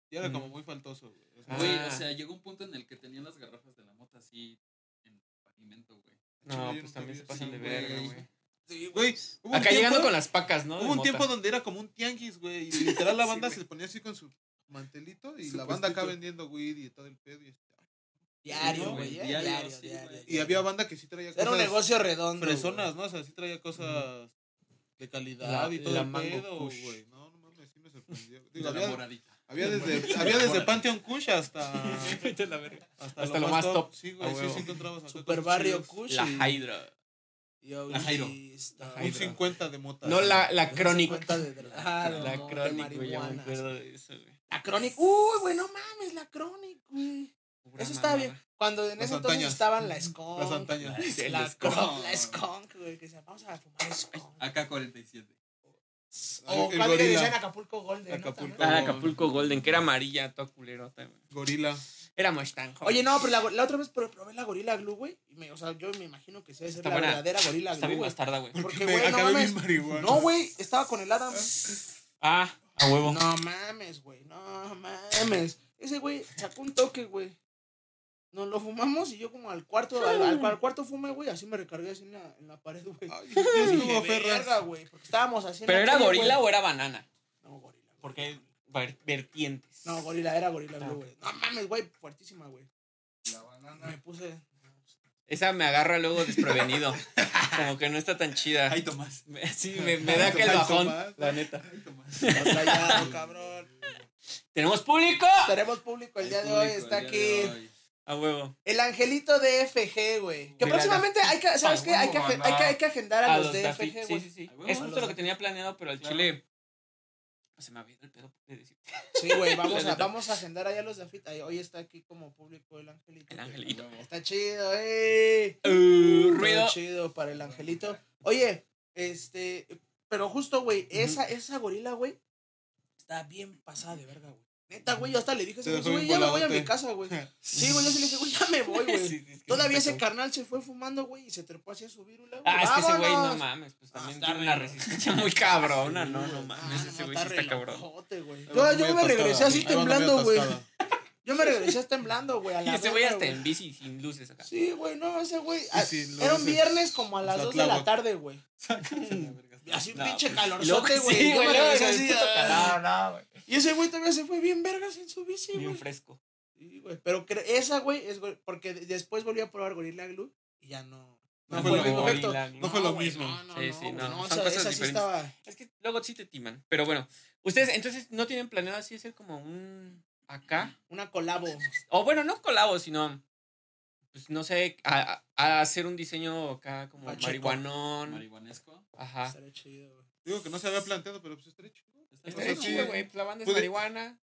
S3: Y era
S1: Mm.
S3: como muy faltoso, güey. O sea,
S4: Güey,
S1: Ah.
S4: o sea, llegó un punto en el que tenían las garrafas de la mota así en pavimento, güey.
S1: no, pues también se pasan de verga, güey.
S2: Sí, güey.
S3: Güey, hubo un
S1: Acá llegando
S3: tiempo-
S1: con las pacas, ¿no? De
S3: Hubo un
S1: mota.
S3: tiempo donde era como un tianguis, güey. Y literal <laughs> la
S1: Sí,
S3: banda
S1: güey.
S3: se ponía así con su mantelito y
S4: Su
S3: la banda acá
S4: puestito.
S3: vendiendo weed y todo el pedo. Y, este,
S2: Diario,
S4: Sí,
S2: güey.
S4: güey,
S2: eh,
S4: diario,
S2: Diario,
S4: sí,
S2: diario.
S4: güey.
S3: y había banda que sí traía
S2: Era un negocio redondo.
S3: fresonas, ¿no? O sea, sí traía cosas de calidad
S1: La-
S3: y todo
S1: la
S3: el
S1: mango
S3: pedo,
S1: kush.
S3: güey. No, no mames, sí me sorprendió. Digo,
S4: De la
S3: había,
S4: moradita.
S3: había desde, había desde Pantheon Kush hasta,
S1: Vete a la verga.
S3: hasta,
S1: Hasta lo más top.
S3: Sí,
S1: A
S3: güey, sí,
S1: huevo.
S3: sí encontrabas acá
S2: Super
S3: cosas
S2: barrio
S3: chidas.
S2: Cush.
S1: La Hydra.
S4: La Jairo.
S3: Un 50 de mota.
S1: No, la, la Chronic.
S2: La
S1: Ah, La Chronic, güey, ya me
S2: marihuana.
S1: acuerdo de eso, güey.
S2: La Chronic. Uy, güey, no mames, la Chronic, güey.
S1: Pura
S2: Eso está bien.
S1: mamada.
S2: Cuando en
S3: Las
S2: ese entonces
S3: antañas.
S2: estaban la Skunk.
S3: Las antañas.
S1: Sí,
S2: La
S1: el
S2: Skunk,
S1: escoba.
S2: la Skunk, güey. Que decían, vamos a fumar Skunk.
S4: Acá 47.
S2: O
S3: Ah, El
S2: cuando le
S3: gorila.
S2: decían Acapulco Golden. ¿no?
S3: Acapulco.
S2: También.
S1: Ah, Acapulco Golden, que era amarilla, toda culerota, güey.
S3: Gorila.
S1: Éramos tan jóvenes.
S2: Oye, no, pero la, la otra vez pro- probé la Gorila Glue, güey. y me- O sea, yo me imagino que sí es
S1: Está
S2: la
S1: buena.
S2: verdadera Gorila
S1: Está
S2: Glue.
S1: bien
S2: güey.
S1: bastarda, güey.
S2: Porque,
S3: Me
S2: güey, no
S3: acabé
S2: mames.
S3: bien marihuana.
S2: No, güey, estaba con el Adam.
S1: Ah, a huevo.
S2: No mames, güey, no mames. Ese güey sacó un toque, güey. Nos lo fumamos y yo como al cuarto, al, al- al cuarto fume, güey, así me recargué así en la, en la pared, güey.
S3: Ay, ya estuvo
S2: Dije, verga,
S3: Ferras.
S2: güey, porque estábamos haciendo...
S1: ¿Pero era gorila o era banana?
S2: No, gorila. güey.
S1: Porque hay ver- vertientes.
S2: No, gorila, era gorila,
S1: Ah,
S2: Blue, güey. No mames, güey, fuertísima, güey.
S3: La
S2: Me
S3: banana.
S2: puse...
S1: Esa me agarra luego desprevenido. <laughs> Como que no está tan chida.
S4: Ay, Tomás.
S1: Me- Sí, me, me da aquel
S3: Ay,
S1: bajón,
S3: Tomás.
S1: la neta.
S4: Ay, Tomás.
S2: "Estás rayado, cabrón.
S1: ¿Tenemos público?
S2: Tenemos público <laughs> el día de hoy, está
S4: El día de
S2: aquí...
S4: hoy.
S1: A huevo.
S2: El angelito de FG, güey. Que
S1: Mira,
S2: próximamente hay que, ¿sabes qué? Hay que, agen- hay que, hay que agendar a, los de
S1: Daffy.
S2: FG,
S1: Sí,
S2: güey.
S1: sí, sí.
S4: A huevo,
S1: Es
S4: a
S1: justo
S4: los
S1: lo que tenía planeado, pero al
S4: Claro.
S1: chile... Se me había ido el pedo de decir.
S2: Sí, güey,
S1: <laughs>
S2: vamos,
S1: La
S2: a,
S1: neta.
S2: vamos a agendar allá los de Afit. Ay, Hoy está aquí como público el angelito.
S1: El angelito.
S2: Está chido, eh.
S1: Uh,
S2: Todo
S1: ruido.
S2: chido para el angelito. Oye, este, pero justo, güey, esa, esa gorila, güey, está bien pasada de verga, güey. Neta, güey, yo hasta le dije, a ese
S3: Te
S2: güey,
S3: dejó
S2: güey, ya
S3: bien
S2: me voy a
S3: voladote.
S2: mi casa, güey.
S1: <laughs>
S2: Sí, güey, yo sí le dije, güey, ya me voy, güey.
S1: ¿eh? Sí, sí, es que
S2: Todavía
S1: está
S2: ese
S1: como-
S2: carnal se fue fumando, güey, y se trepó hacia su vírula, güey.
S1: Ah, es que ese güey, no
S2: ¡Vámonos!
S1: mames, pues también
S2: está
S1: tiene
S2: re
S1: una
S2: loco.
S1: resistencia muy cabrona, <laughs> no, no
S2: Ah,
S1: mames, ese güey sí
S2: está
S1: está
S2: re
S1: cabrón.
S2: locote, güey.
S3: Ahí
S2: Yo,
S3: va
S2: yo
S3: comida
S2: me regresé
S3: tostada.
S2: así
S3: Ahí va comida
S2: temblando, güey.
S3: tostada.
S2: Yo me regresé temblando, güey. a
S1: <laughs> Y
S2: la
S1: <laughs> ese güey
S2: verga,
S1: hasta en bici sin luces
S2: <laughs>
S1: acá. <laughs>
S2: Sí, güey, no, ese güey. ah,
S3: sí, lo
S2: era un
S3: dices.
S2: viernes como a las
S3: Hasta
S2: 2 de la
S3: Tláhuac.
S2: tarde, güey. Así un pinche calorzote,
S1: luego-
S2: güey.
S1: sí,
S2: Yo me
S1: güey, luego
S2: regresé
S1: el
S2: así,
S1: puto
S2: ah.
S1: calor.
S2: Y ese güey todavía se fue bien vergas en su bici,
S1: Bien
S2: güey.
S1: fresco.
S2: Sí, güey. Pero cre- esa, güey, es güey, porque de- después volví a probar Gorilla Glue y ya no.
S3: No fue lo
S2: el
S3: mismo.
S2: efecto.
S1: Gorilla Glue.
S3: No fue lo
S2: güey,
S3: mismo.
S2: No, no,
S1: Sí,
S2: no,
S1: sí,
S2: güey,
S1: no,
S2: no,
S1: son
S2: esa-
S1: cosas
S2: esa sí
S1: diferentes.
S2: estaba-
S1: Es que luego sí te timan. Pero bueno, ustedes entonces no tienen planeado así hacer como un acá.
S2: Una colabo.
S1: O bueno, no colabo, sino. Pues no sé, a, a- a hacer un diseño acá como
S2: Pacheco.
S1: marihuanón.
S4: Marihuanesco.
S1: Ajá.
S2: Estaría chido, güey.
S3: Digo que no se había planteado, pero pues estaría chido.
S4: Está
S1: Estaría
S3: Estaría
S4: bueno,
S1: chido,
S3: sí.
S1: güey. pues La banda es
S3: Pude-
S1: marihuana.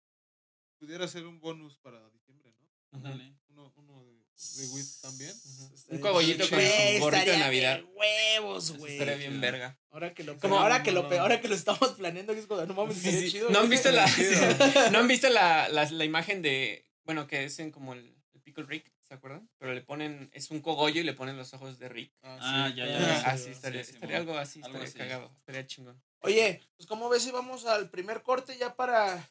S3: Pudiera ser un bonus para diciembre, ¿no?
S4: Ándale.
S3: Uno, uno de,
S2: <laughs>
S3: de weed también.
S2: Estaría
S1: cogollito
S2: chido.
S3: con su
S2: Güey,
S1: gorrito de
S2: estaría
S1: Navidad.
S2: de Huevos,
S4: Eso
S2: güey.
S1: Estaría bien
S4: chido.
S1: verga.
S2: Ahora que lo
S1: Como-
S2: ahora que lo
S3: no.
S2: pe- ahora que lo estamos planeando que es como no mames,
S1: Sí,
S2: estaría
S1: sí.
S2: chido.
S1: ¿No han
S2: güey.
S1: visto la,
S3: Chido.
S1: ¿no han visto la, la, la imagen de. Bueno, que es en como el, el Pickle Rick, ¿se acuerdan? Pero le ponen. Es un cogollo y le ponen los ojos de Rick.
S4: Ah, ya, ya,
S2: Ah,
S4: ya.
S1: así estaría,
S4: sí,
S1: estaría
S4: Simón.
S1: algo así,
S4: Algo
S1: estaría
S4: así.
S1: cagado, estaría chingón.
S2: Oye, pues como ves si vamos al primer corte ya para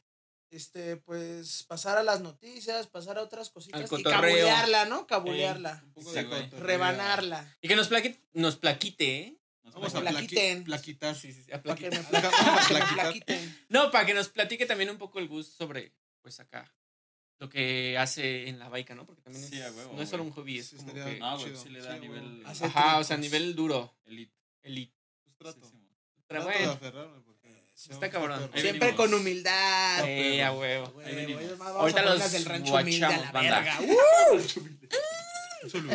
S2: este pues pasar a las noticias, pasar a otras
S1: Al
S2: cositas y
S1: cotorreo.
S2: cabulearla, ¿no? Cabulearla,
S3: Un poco de
S4: Sí, güey.
S3: cotorreo.
S2: rebanarla.
S1: Y que nos, plaque, nos plaquite, ¿eh?
S4: Nos
S3: Vamos a
S4: vemos.
S2: Plaquiten.
S3: plaqui- plaquitar.
S1: Sí, sí, sí, a
S2: Para que
S1: plaquite.
S2: me
S3: Acá <laughs> Vamos a
S2: me
S3: plaquitar.
S2: plaquiten.
S1: No, para que nos platique también un poco el Gus sobre, pues acá, lo que hace en la baica, ¿no? Porque también
S4: Sí,
S1: es-
S4: a huevo,
S1: no es solo
S4: güey.
S1: un hobby, es
S3: Sí,
S1: como
S3: estaría-
S1: que...
S2: Ah,
S4: No, güey,
S3: Chido.
S4: sí le da
S3: Sí,
S4: nivel
S3: güey.
S2: Hace-
S1: Ajá, o sea,
S2: trucos.
S1: nivel duro,
S4: elite.
S1: elite.
S3: Pues trato.
S4: Sí, sí, mo.
S1: Pero
S3: Trato de
S1: bueno,
S3: aferrarme porque
S1: está cabrón.
S3: Ahí
S4: Siempre
S2: Siempre
S4: venimos.
S2: con humildad.
S1: sí, a huevo.
S2: Güey,
S4: Ahí venimos.
S2: güey, es más, vamos
S1: Ahorita
S2: a poner las
S1: los
S2: del rancho humilde a la
S1: guachamos, banda.
S2: verga.
S3: Un saludo.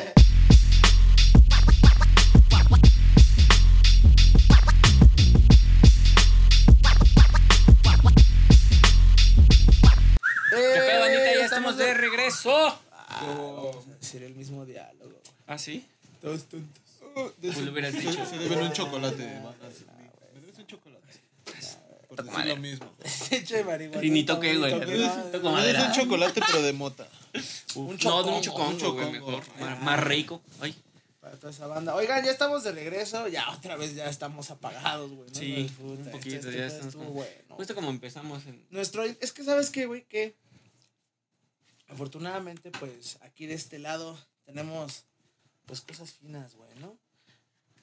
S2: Uh.
S1: ¿Qué pedo, bandita? Ya estamos de regreso.
S2: Ah, Sería el mismo diálogo. güey.
S1: ¿Ah, sí?
S3: Todos
S2: <laughs>
S3: tontos.
S1: Pues lo hubieras
S3: Se-
S1: dicho.
S3: Se deben un chocolate. Ah, Me debes un chocolate. Por decir lo mismo.
S2: Che, marihuana.
S1: Y ni toqué, güey. Toco
S3: Me debes un
S1: madera.
S3: chocolate, pero de mota.
S1: Uf,
S2: chocongo,
S1: no, un
S3: un
S1: chocongo, güey,
S3: chocongo.
S1: mejor. Más, más rico. Ay,
S2: Para toda esa banda. Oigan, ya estamos de regreso. Ya otra vez ya estamos apagados, güey. ¿no?
S1: Sí,
S2: Puta,
S1: un
S2: este-
S1: poquito,
S2: este
S1: ya
S2: pedo
S1: estamos
S2: estuvo
S1: como-
S2: bueno.
S1: justo como empezamos en...
S2: Nuestro, es que sabes qué, güey, que afortunadamente, pues aquí de este lado tenemos, pues cosas finas, güey, ¿no?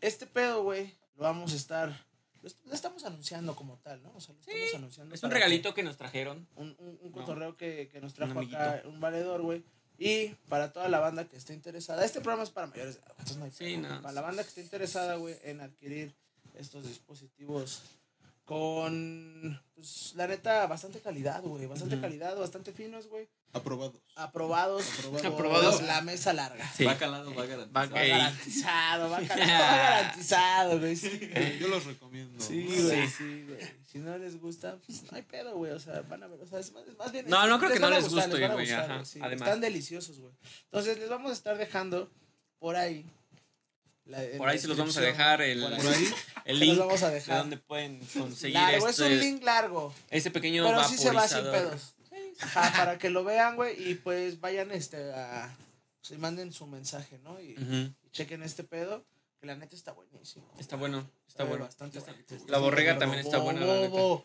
S2: Este pedo, güey, lo vamos a estar, lo, est- lo estamos anunciando como tal, ¿no? O sea, lo estamos anunciando.
S1: Es un
S2: para que-
S1: regalito que nos trajeron.
S2: un, un, un
S1: No.
S2: cotorreo que, que nos
S1: Un
S2: trajo acá un valedor, güey. Y para toda la banda que esté interesada, este programa es para mayores de edad, entonces no hay
S1: Sí,
S2: problema.
S1: no.
S2: Para la banda que esté interesada, güey, en adquirir estos dispositivos con, pues, la neta, bastante calidad, güey. Bastante
S1: Ujú.
S2: calidad, bastante finos, güey.
S3: Aprobados.
S2: Aprobados,
S3: Aprobados.
S2: por
S1: Aprobados.
S2: la mesa larga.
S1: Sí.
S4: Va calado, va garantizado.
S1: Va-
S2: Va
S1: Ey. <laughs>
S2: garantizado, va cal- va garantizado, güey. sí.
S3: Yo los recomiendo.
S2: Sí, güey, sí, güey. Si no les gusta, pues no hay pedo, güey. O sea, van a ver. O sea, es más, es más bien.
S1: No, no creo
S2: les
S1: que no
S2: van a
S1: les
S2: gustar,
S1: guste,
S2: van a
S1: güey,
S2: gustar,
S1: ajá,
S2: sí.
S1: además.
S2: Están deliciosos, güey. Entonces, les vamos a estar dejando por ahí. la- en
S1: Por
S2: la
S1: ahí se los vamos a
S2: descripción,
S1: dejar el,
S2: por ahí.
S3: Por ahí.
S1: el
S2: Se los
S1: link
S2: vamos a
S1: de
S2: dejar.
S1: donde pueden conseguir
S2: Largo, es
S1: este,
S2: un link largo.
S1: ese pequeño
S2: Pero sí se va sin
S1: vaporizador.
S2: pedos. Ajá, para que lo vean, güey. Y pues vayan este, a. Se manden su mensaje, ¿no? Y
S1: Ujú.
S2: chequen este pedo. Que la neta está buenísimo.
S1: Está bueno, está
S2: Sabe
S1: bueno.
S2: Bastante bueno.
S1: La borrega también está buena, la neta.
S2: Bobo,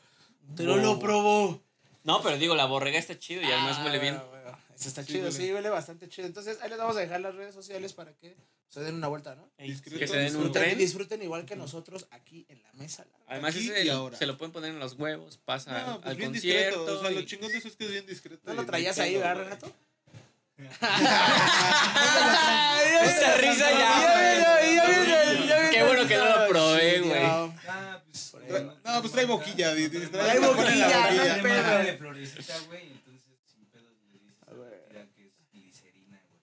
S2: Pero lo probó.
S1: No, pero digo, la borrega está chido y además
S2: Ah,
S1: huele bien.
S2: bueno, bueno. Eso está
S3: Sí,
S2: chido,
S3: huele.
S2: sí, huele bastante chido. Entonces, ahí les vamos a dejar las redes sociales para que se den una vuelta, ¿no?
S1: Ey,
S3: discreto,
S1: que se den un
S3: discreto.
S2: Disfruten,
S1: tren.
S2: disfruten igual que nosotros aquí en la mesa. larga.
S1: Además,
S3: Aquí
S1: ese el-
S3: y ahora.
S1: se lo pueden poner en los huevos, pasa
S3: No,
S1: al-
S3: pues
S1: al
S3: bien
S1: concierto.
S3: discreto. O sea, lo
S1: y-
S3: chingón de eso es que es bien discreto.
S2: ¿No
S3: y
S2: lo
S3: hay
S2: traías ahí,
S3: pedo,
S2: ¿verdad,
S3: güey. <laughs>
S2: Renato?
S1: Esa risa
S2: Ya,
S1: ya.
S2: ya, ya, ya, ya, ya, ya,
S1: Qué bueno que no lo probé,
S2: Sí,
S1: güey.
S2: no.
S5: Ah, pues.
S3: Tra- <laughs> No, pues trae boquilla. di- di-
S2: Trae
S3: ponle la
S2: boquilla, no hay
S5: Tiene
S2: pedo.
S5: manera de florecita, güey. Entonces, sin pedos le dices a
S2: ver.
S5: la tía que es glicerina, güey.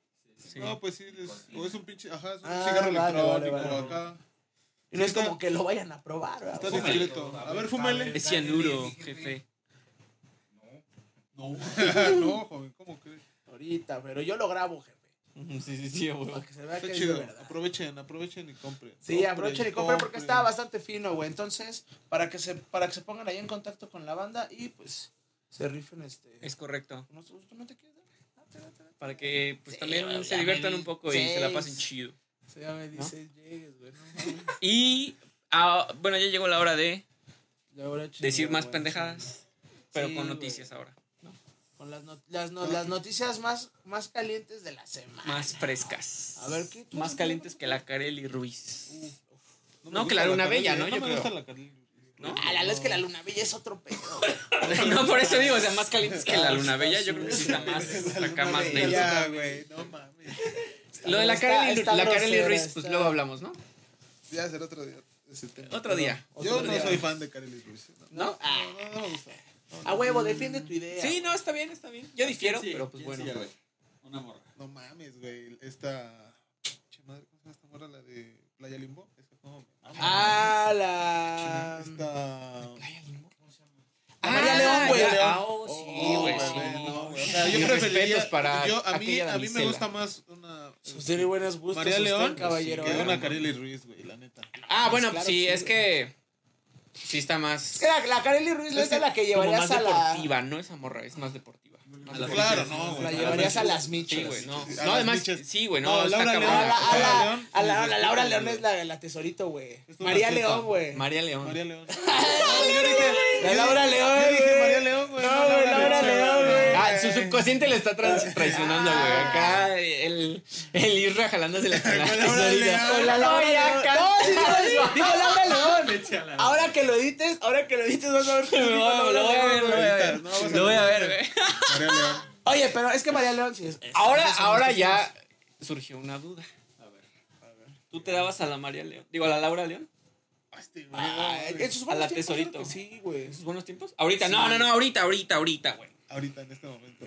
S1: Sí.
S3: No, pues sí, es- o es un pinche, ajá, es un
S2: Ah,
S3: cigarro
S2: vale, vale,
S3: electrónico
S2: vale.
S3: acá.
S2: Y no es como que lo vayan a probar, ¿verdad?
S3: Está discreto. A ver,
S2: pues,
S3: fúmale.
S1: Es cianuro, jefe.
S3: No, no, joven, ¿cómo crees?
S2: Ahorita, pero yo lo grabo, jefe.
S1: Ujú, Sí, sí, sí, a huevo.
S2: Para que se vea que
S3: Está
S2: es de
S3: chido.
S2: verdad.
S3: Aprovechen, aprovechen y compren.
S2: Sí,
S3: Compren,
S2: aprovechen y compren porque
S3: compren.
S2: está bastante fino, güey. Entonces, para que se para que se pongan ahí en contacto con la banda y pues se rifen este.
S1: Es correcto.
S2: No, tú- tú no te quieres dar? Date, date, date.
S1: Para que pues
S2: Sí,
S1: también
S2: güey,
S1: se
S2: ya me
S1: diviertan
S2: di-
S1: un poco y
S2: Sí.
S1: se la pasen chido.
S2: Sí, ya me dices, llegues, güey. no mames.
S1: Y ah, bueno, ya llegó la hora de
S2: Ya ahora chido,
S1: decir más
S2: güey.
S1: pendejadas, pero
S2: Sí,
S1: con
S2: güey.
S1: noticias ahora.
S2: Con las, not- las, no- las noticias más, más calientes de la semana.
S1: Más frescas.
S2: A ver, ¿qué? ¿Tú
S1: Más
S2: qué?
S1: calientes que la Carely Ruiz.
S3: me
S1: No,
S3: gusta
S1: claro,
S3: la
S1: una
S3: Carly,
S1: bella, ¿no?
S3: No
S1: Yo
S3: me
S1: creo.
S3: gusta la Carly.
S1: ¿No?
S2: Ah, la verdad es que la luna bella es otro
S1: <laughs>
S2: pedo.
S1: no, por eso digo, o sea, más calientes que la Luna Bella, yo creo que sí está más,
S3: <laughs>
S1: acá más
S2: Luna
S1: denso.
S2: Bella.
S3: Ya, güey, no mames.
S1: Lo de la
S2: Está-
S1: Carely,
S2: está
S1: la Carely
S2: grosera,
S1: Ruiz, pues
S2: está-
S1: luego hablamos, ¿no?
S3: Ya será otro día. ese tema.
S1: Otro día.
S3: Yo
S2: Otro
S3: no
S2: día.
S3: soy fan de Carly Ruiz. No,
S1: ¿No?
S2: Ah,
S3: no, no me gusta.
S2: a huevo, defiende tu idea.
S1: Sí, no, está bien, está bien. Yo difiero,
S4: ¿Quién sigue?
S1: pero pues
S4: ¿Quién
S1: bueno.
S4: sigue, güey? Una morra.
S3: No mames, güey. Esta. Che madre, ¿cómo se llama esta morra? La de Playa Limbo. Esa, no, me mama.
S2: Ah, la.
S3: Esta.
S2: La María León, güey.
S1: ya,
S2: León.
S1: ah, oh, sí,
S3: Oh,
S1: güey,
S3: güey,
S1: sí.
S3: no, güey. O sea, yo
S1: Mis respetos
S3: preferiría.
S1: para
S3: yo, a, mí,
S1: aquella
S3: a mí me
S1: damisela.
S3: gusta más una.
S2: Usted Pues tiene buenos gustos.
S3: María
S2: usted,
S3: León.
S2: caballero.
S3: Que
S2: ¿eh?
S3: una Carly Ruiz, güey, la neta.
S1: Ah, bueno,
S2: Claro
S1: sí,
S2: que sí,
S1: es que sí está
S2: Es
S1: más
S2: que la, la Kareli Ruiz no es de la que
S1: como
S2: llevarías
S1: más
S2: a la.
S1: deportiva, no esa morra, es más deportiva. Más
S4: A la-
S1: deportiva.
S3: Claro, no, güey.
S2: La
S3: no,
S2: llevarías
S3: no,
S2: a las
S1: Sí,
S2: michas.
S1: güey, no.
S3: A
S1: No,
S3: las
S1: además,
S3: bichas.
S1: sí, güey, no,
S3: No,
S1: está
S3: Laura
S1: cabrón.
S2: A la, a la-
S3: Laura León.
S2: a la- a la Laura León es la, la tesorito, güey.
S3: Es una
S2: María
S3: atleta.
S2: León, güey.
S1: María León.
S3: María León.
S2: La Laura León,
S3: Yo dije
S2: güey.
S3: María León, güey.
S2: No, güey, Laura León, güey.
S1: Ah, su subconsciente le está tra- traicionando, güey. Acá el, el Isra jalándose
S2: <laughs>
S1: la cara.
S3: Con Laura León.
S2: Con la Laura
S1: Oye,
S2: León.
S1: acá-
S2: No, sí, sí, sí, digo Laura León. Ahora que lo edites, ahora que lo edites vas a ver. que
S1: Lo
S2: digo
S1: voy a-
S2: Laura
S1: lo voy a
S2: León,
S1: ver, lo voy
S2: güey.
S1: a ver.
S3: No, vas a
S1: Lo voy a ver, güey.
S3: María León.
S2: Oye, pero es que María León sí es. es-
S1: Ahora,
S2: es-
S1: ahora ya surgió una duda. ¿Tú te dabas a la María León? Digo, a la Laura León.
S3: Este, güey,
S2: Ah,
S3: no,
S2: en
S3: güey.
S2: sus
S1: A
S2: buenos
S1: la
S2: tiempos,
S1: tesorito.
S2: claro que Sí, güey.
S1: ¿Sus buenos tiempos? Ahorita, no, no, no, ahorita, ahorita, ahorita, güey.
S3: Ahorita, en este momento.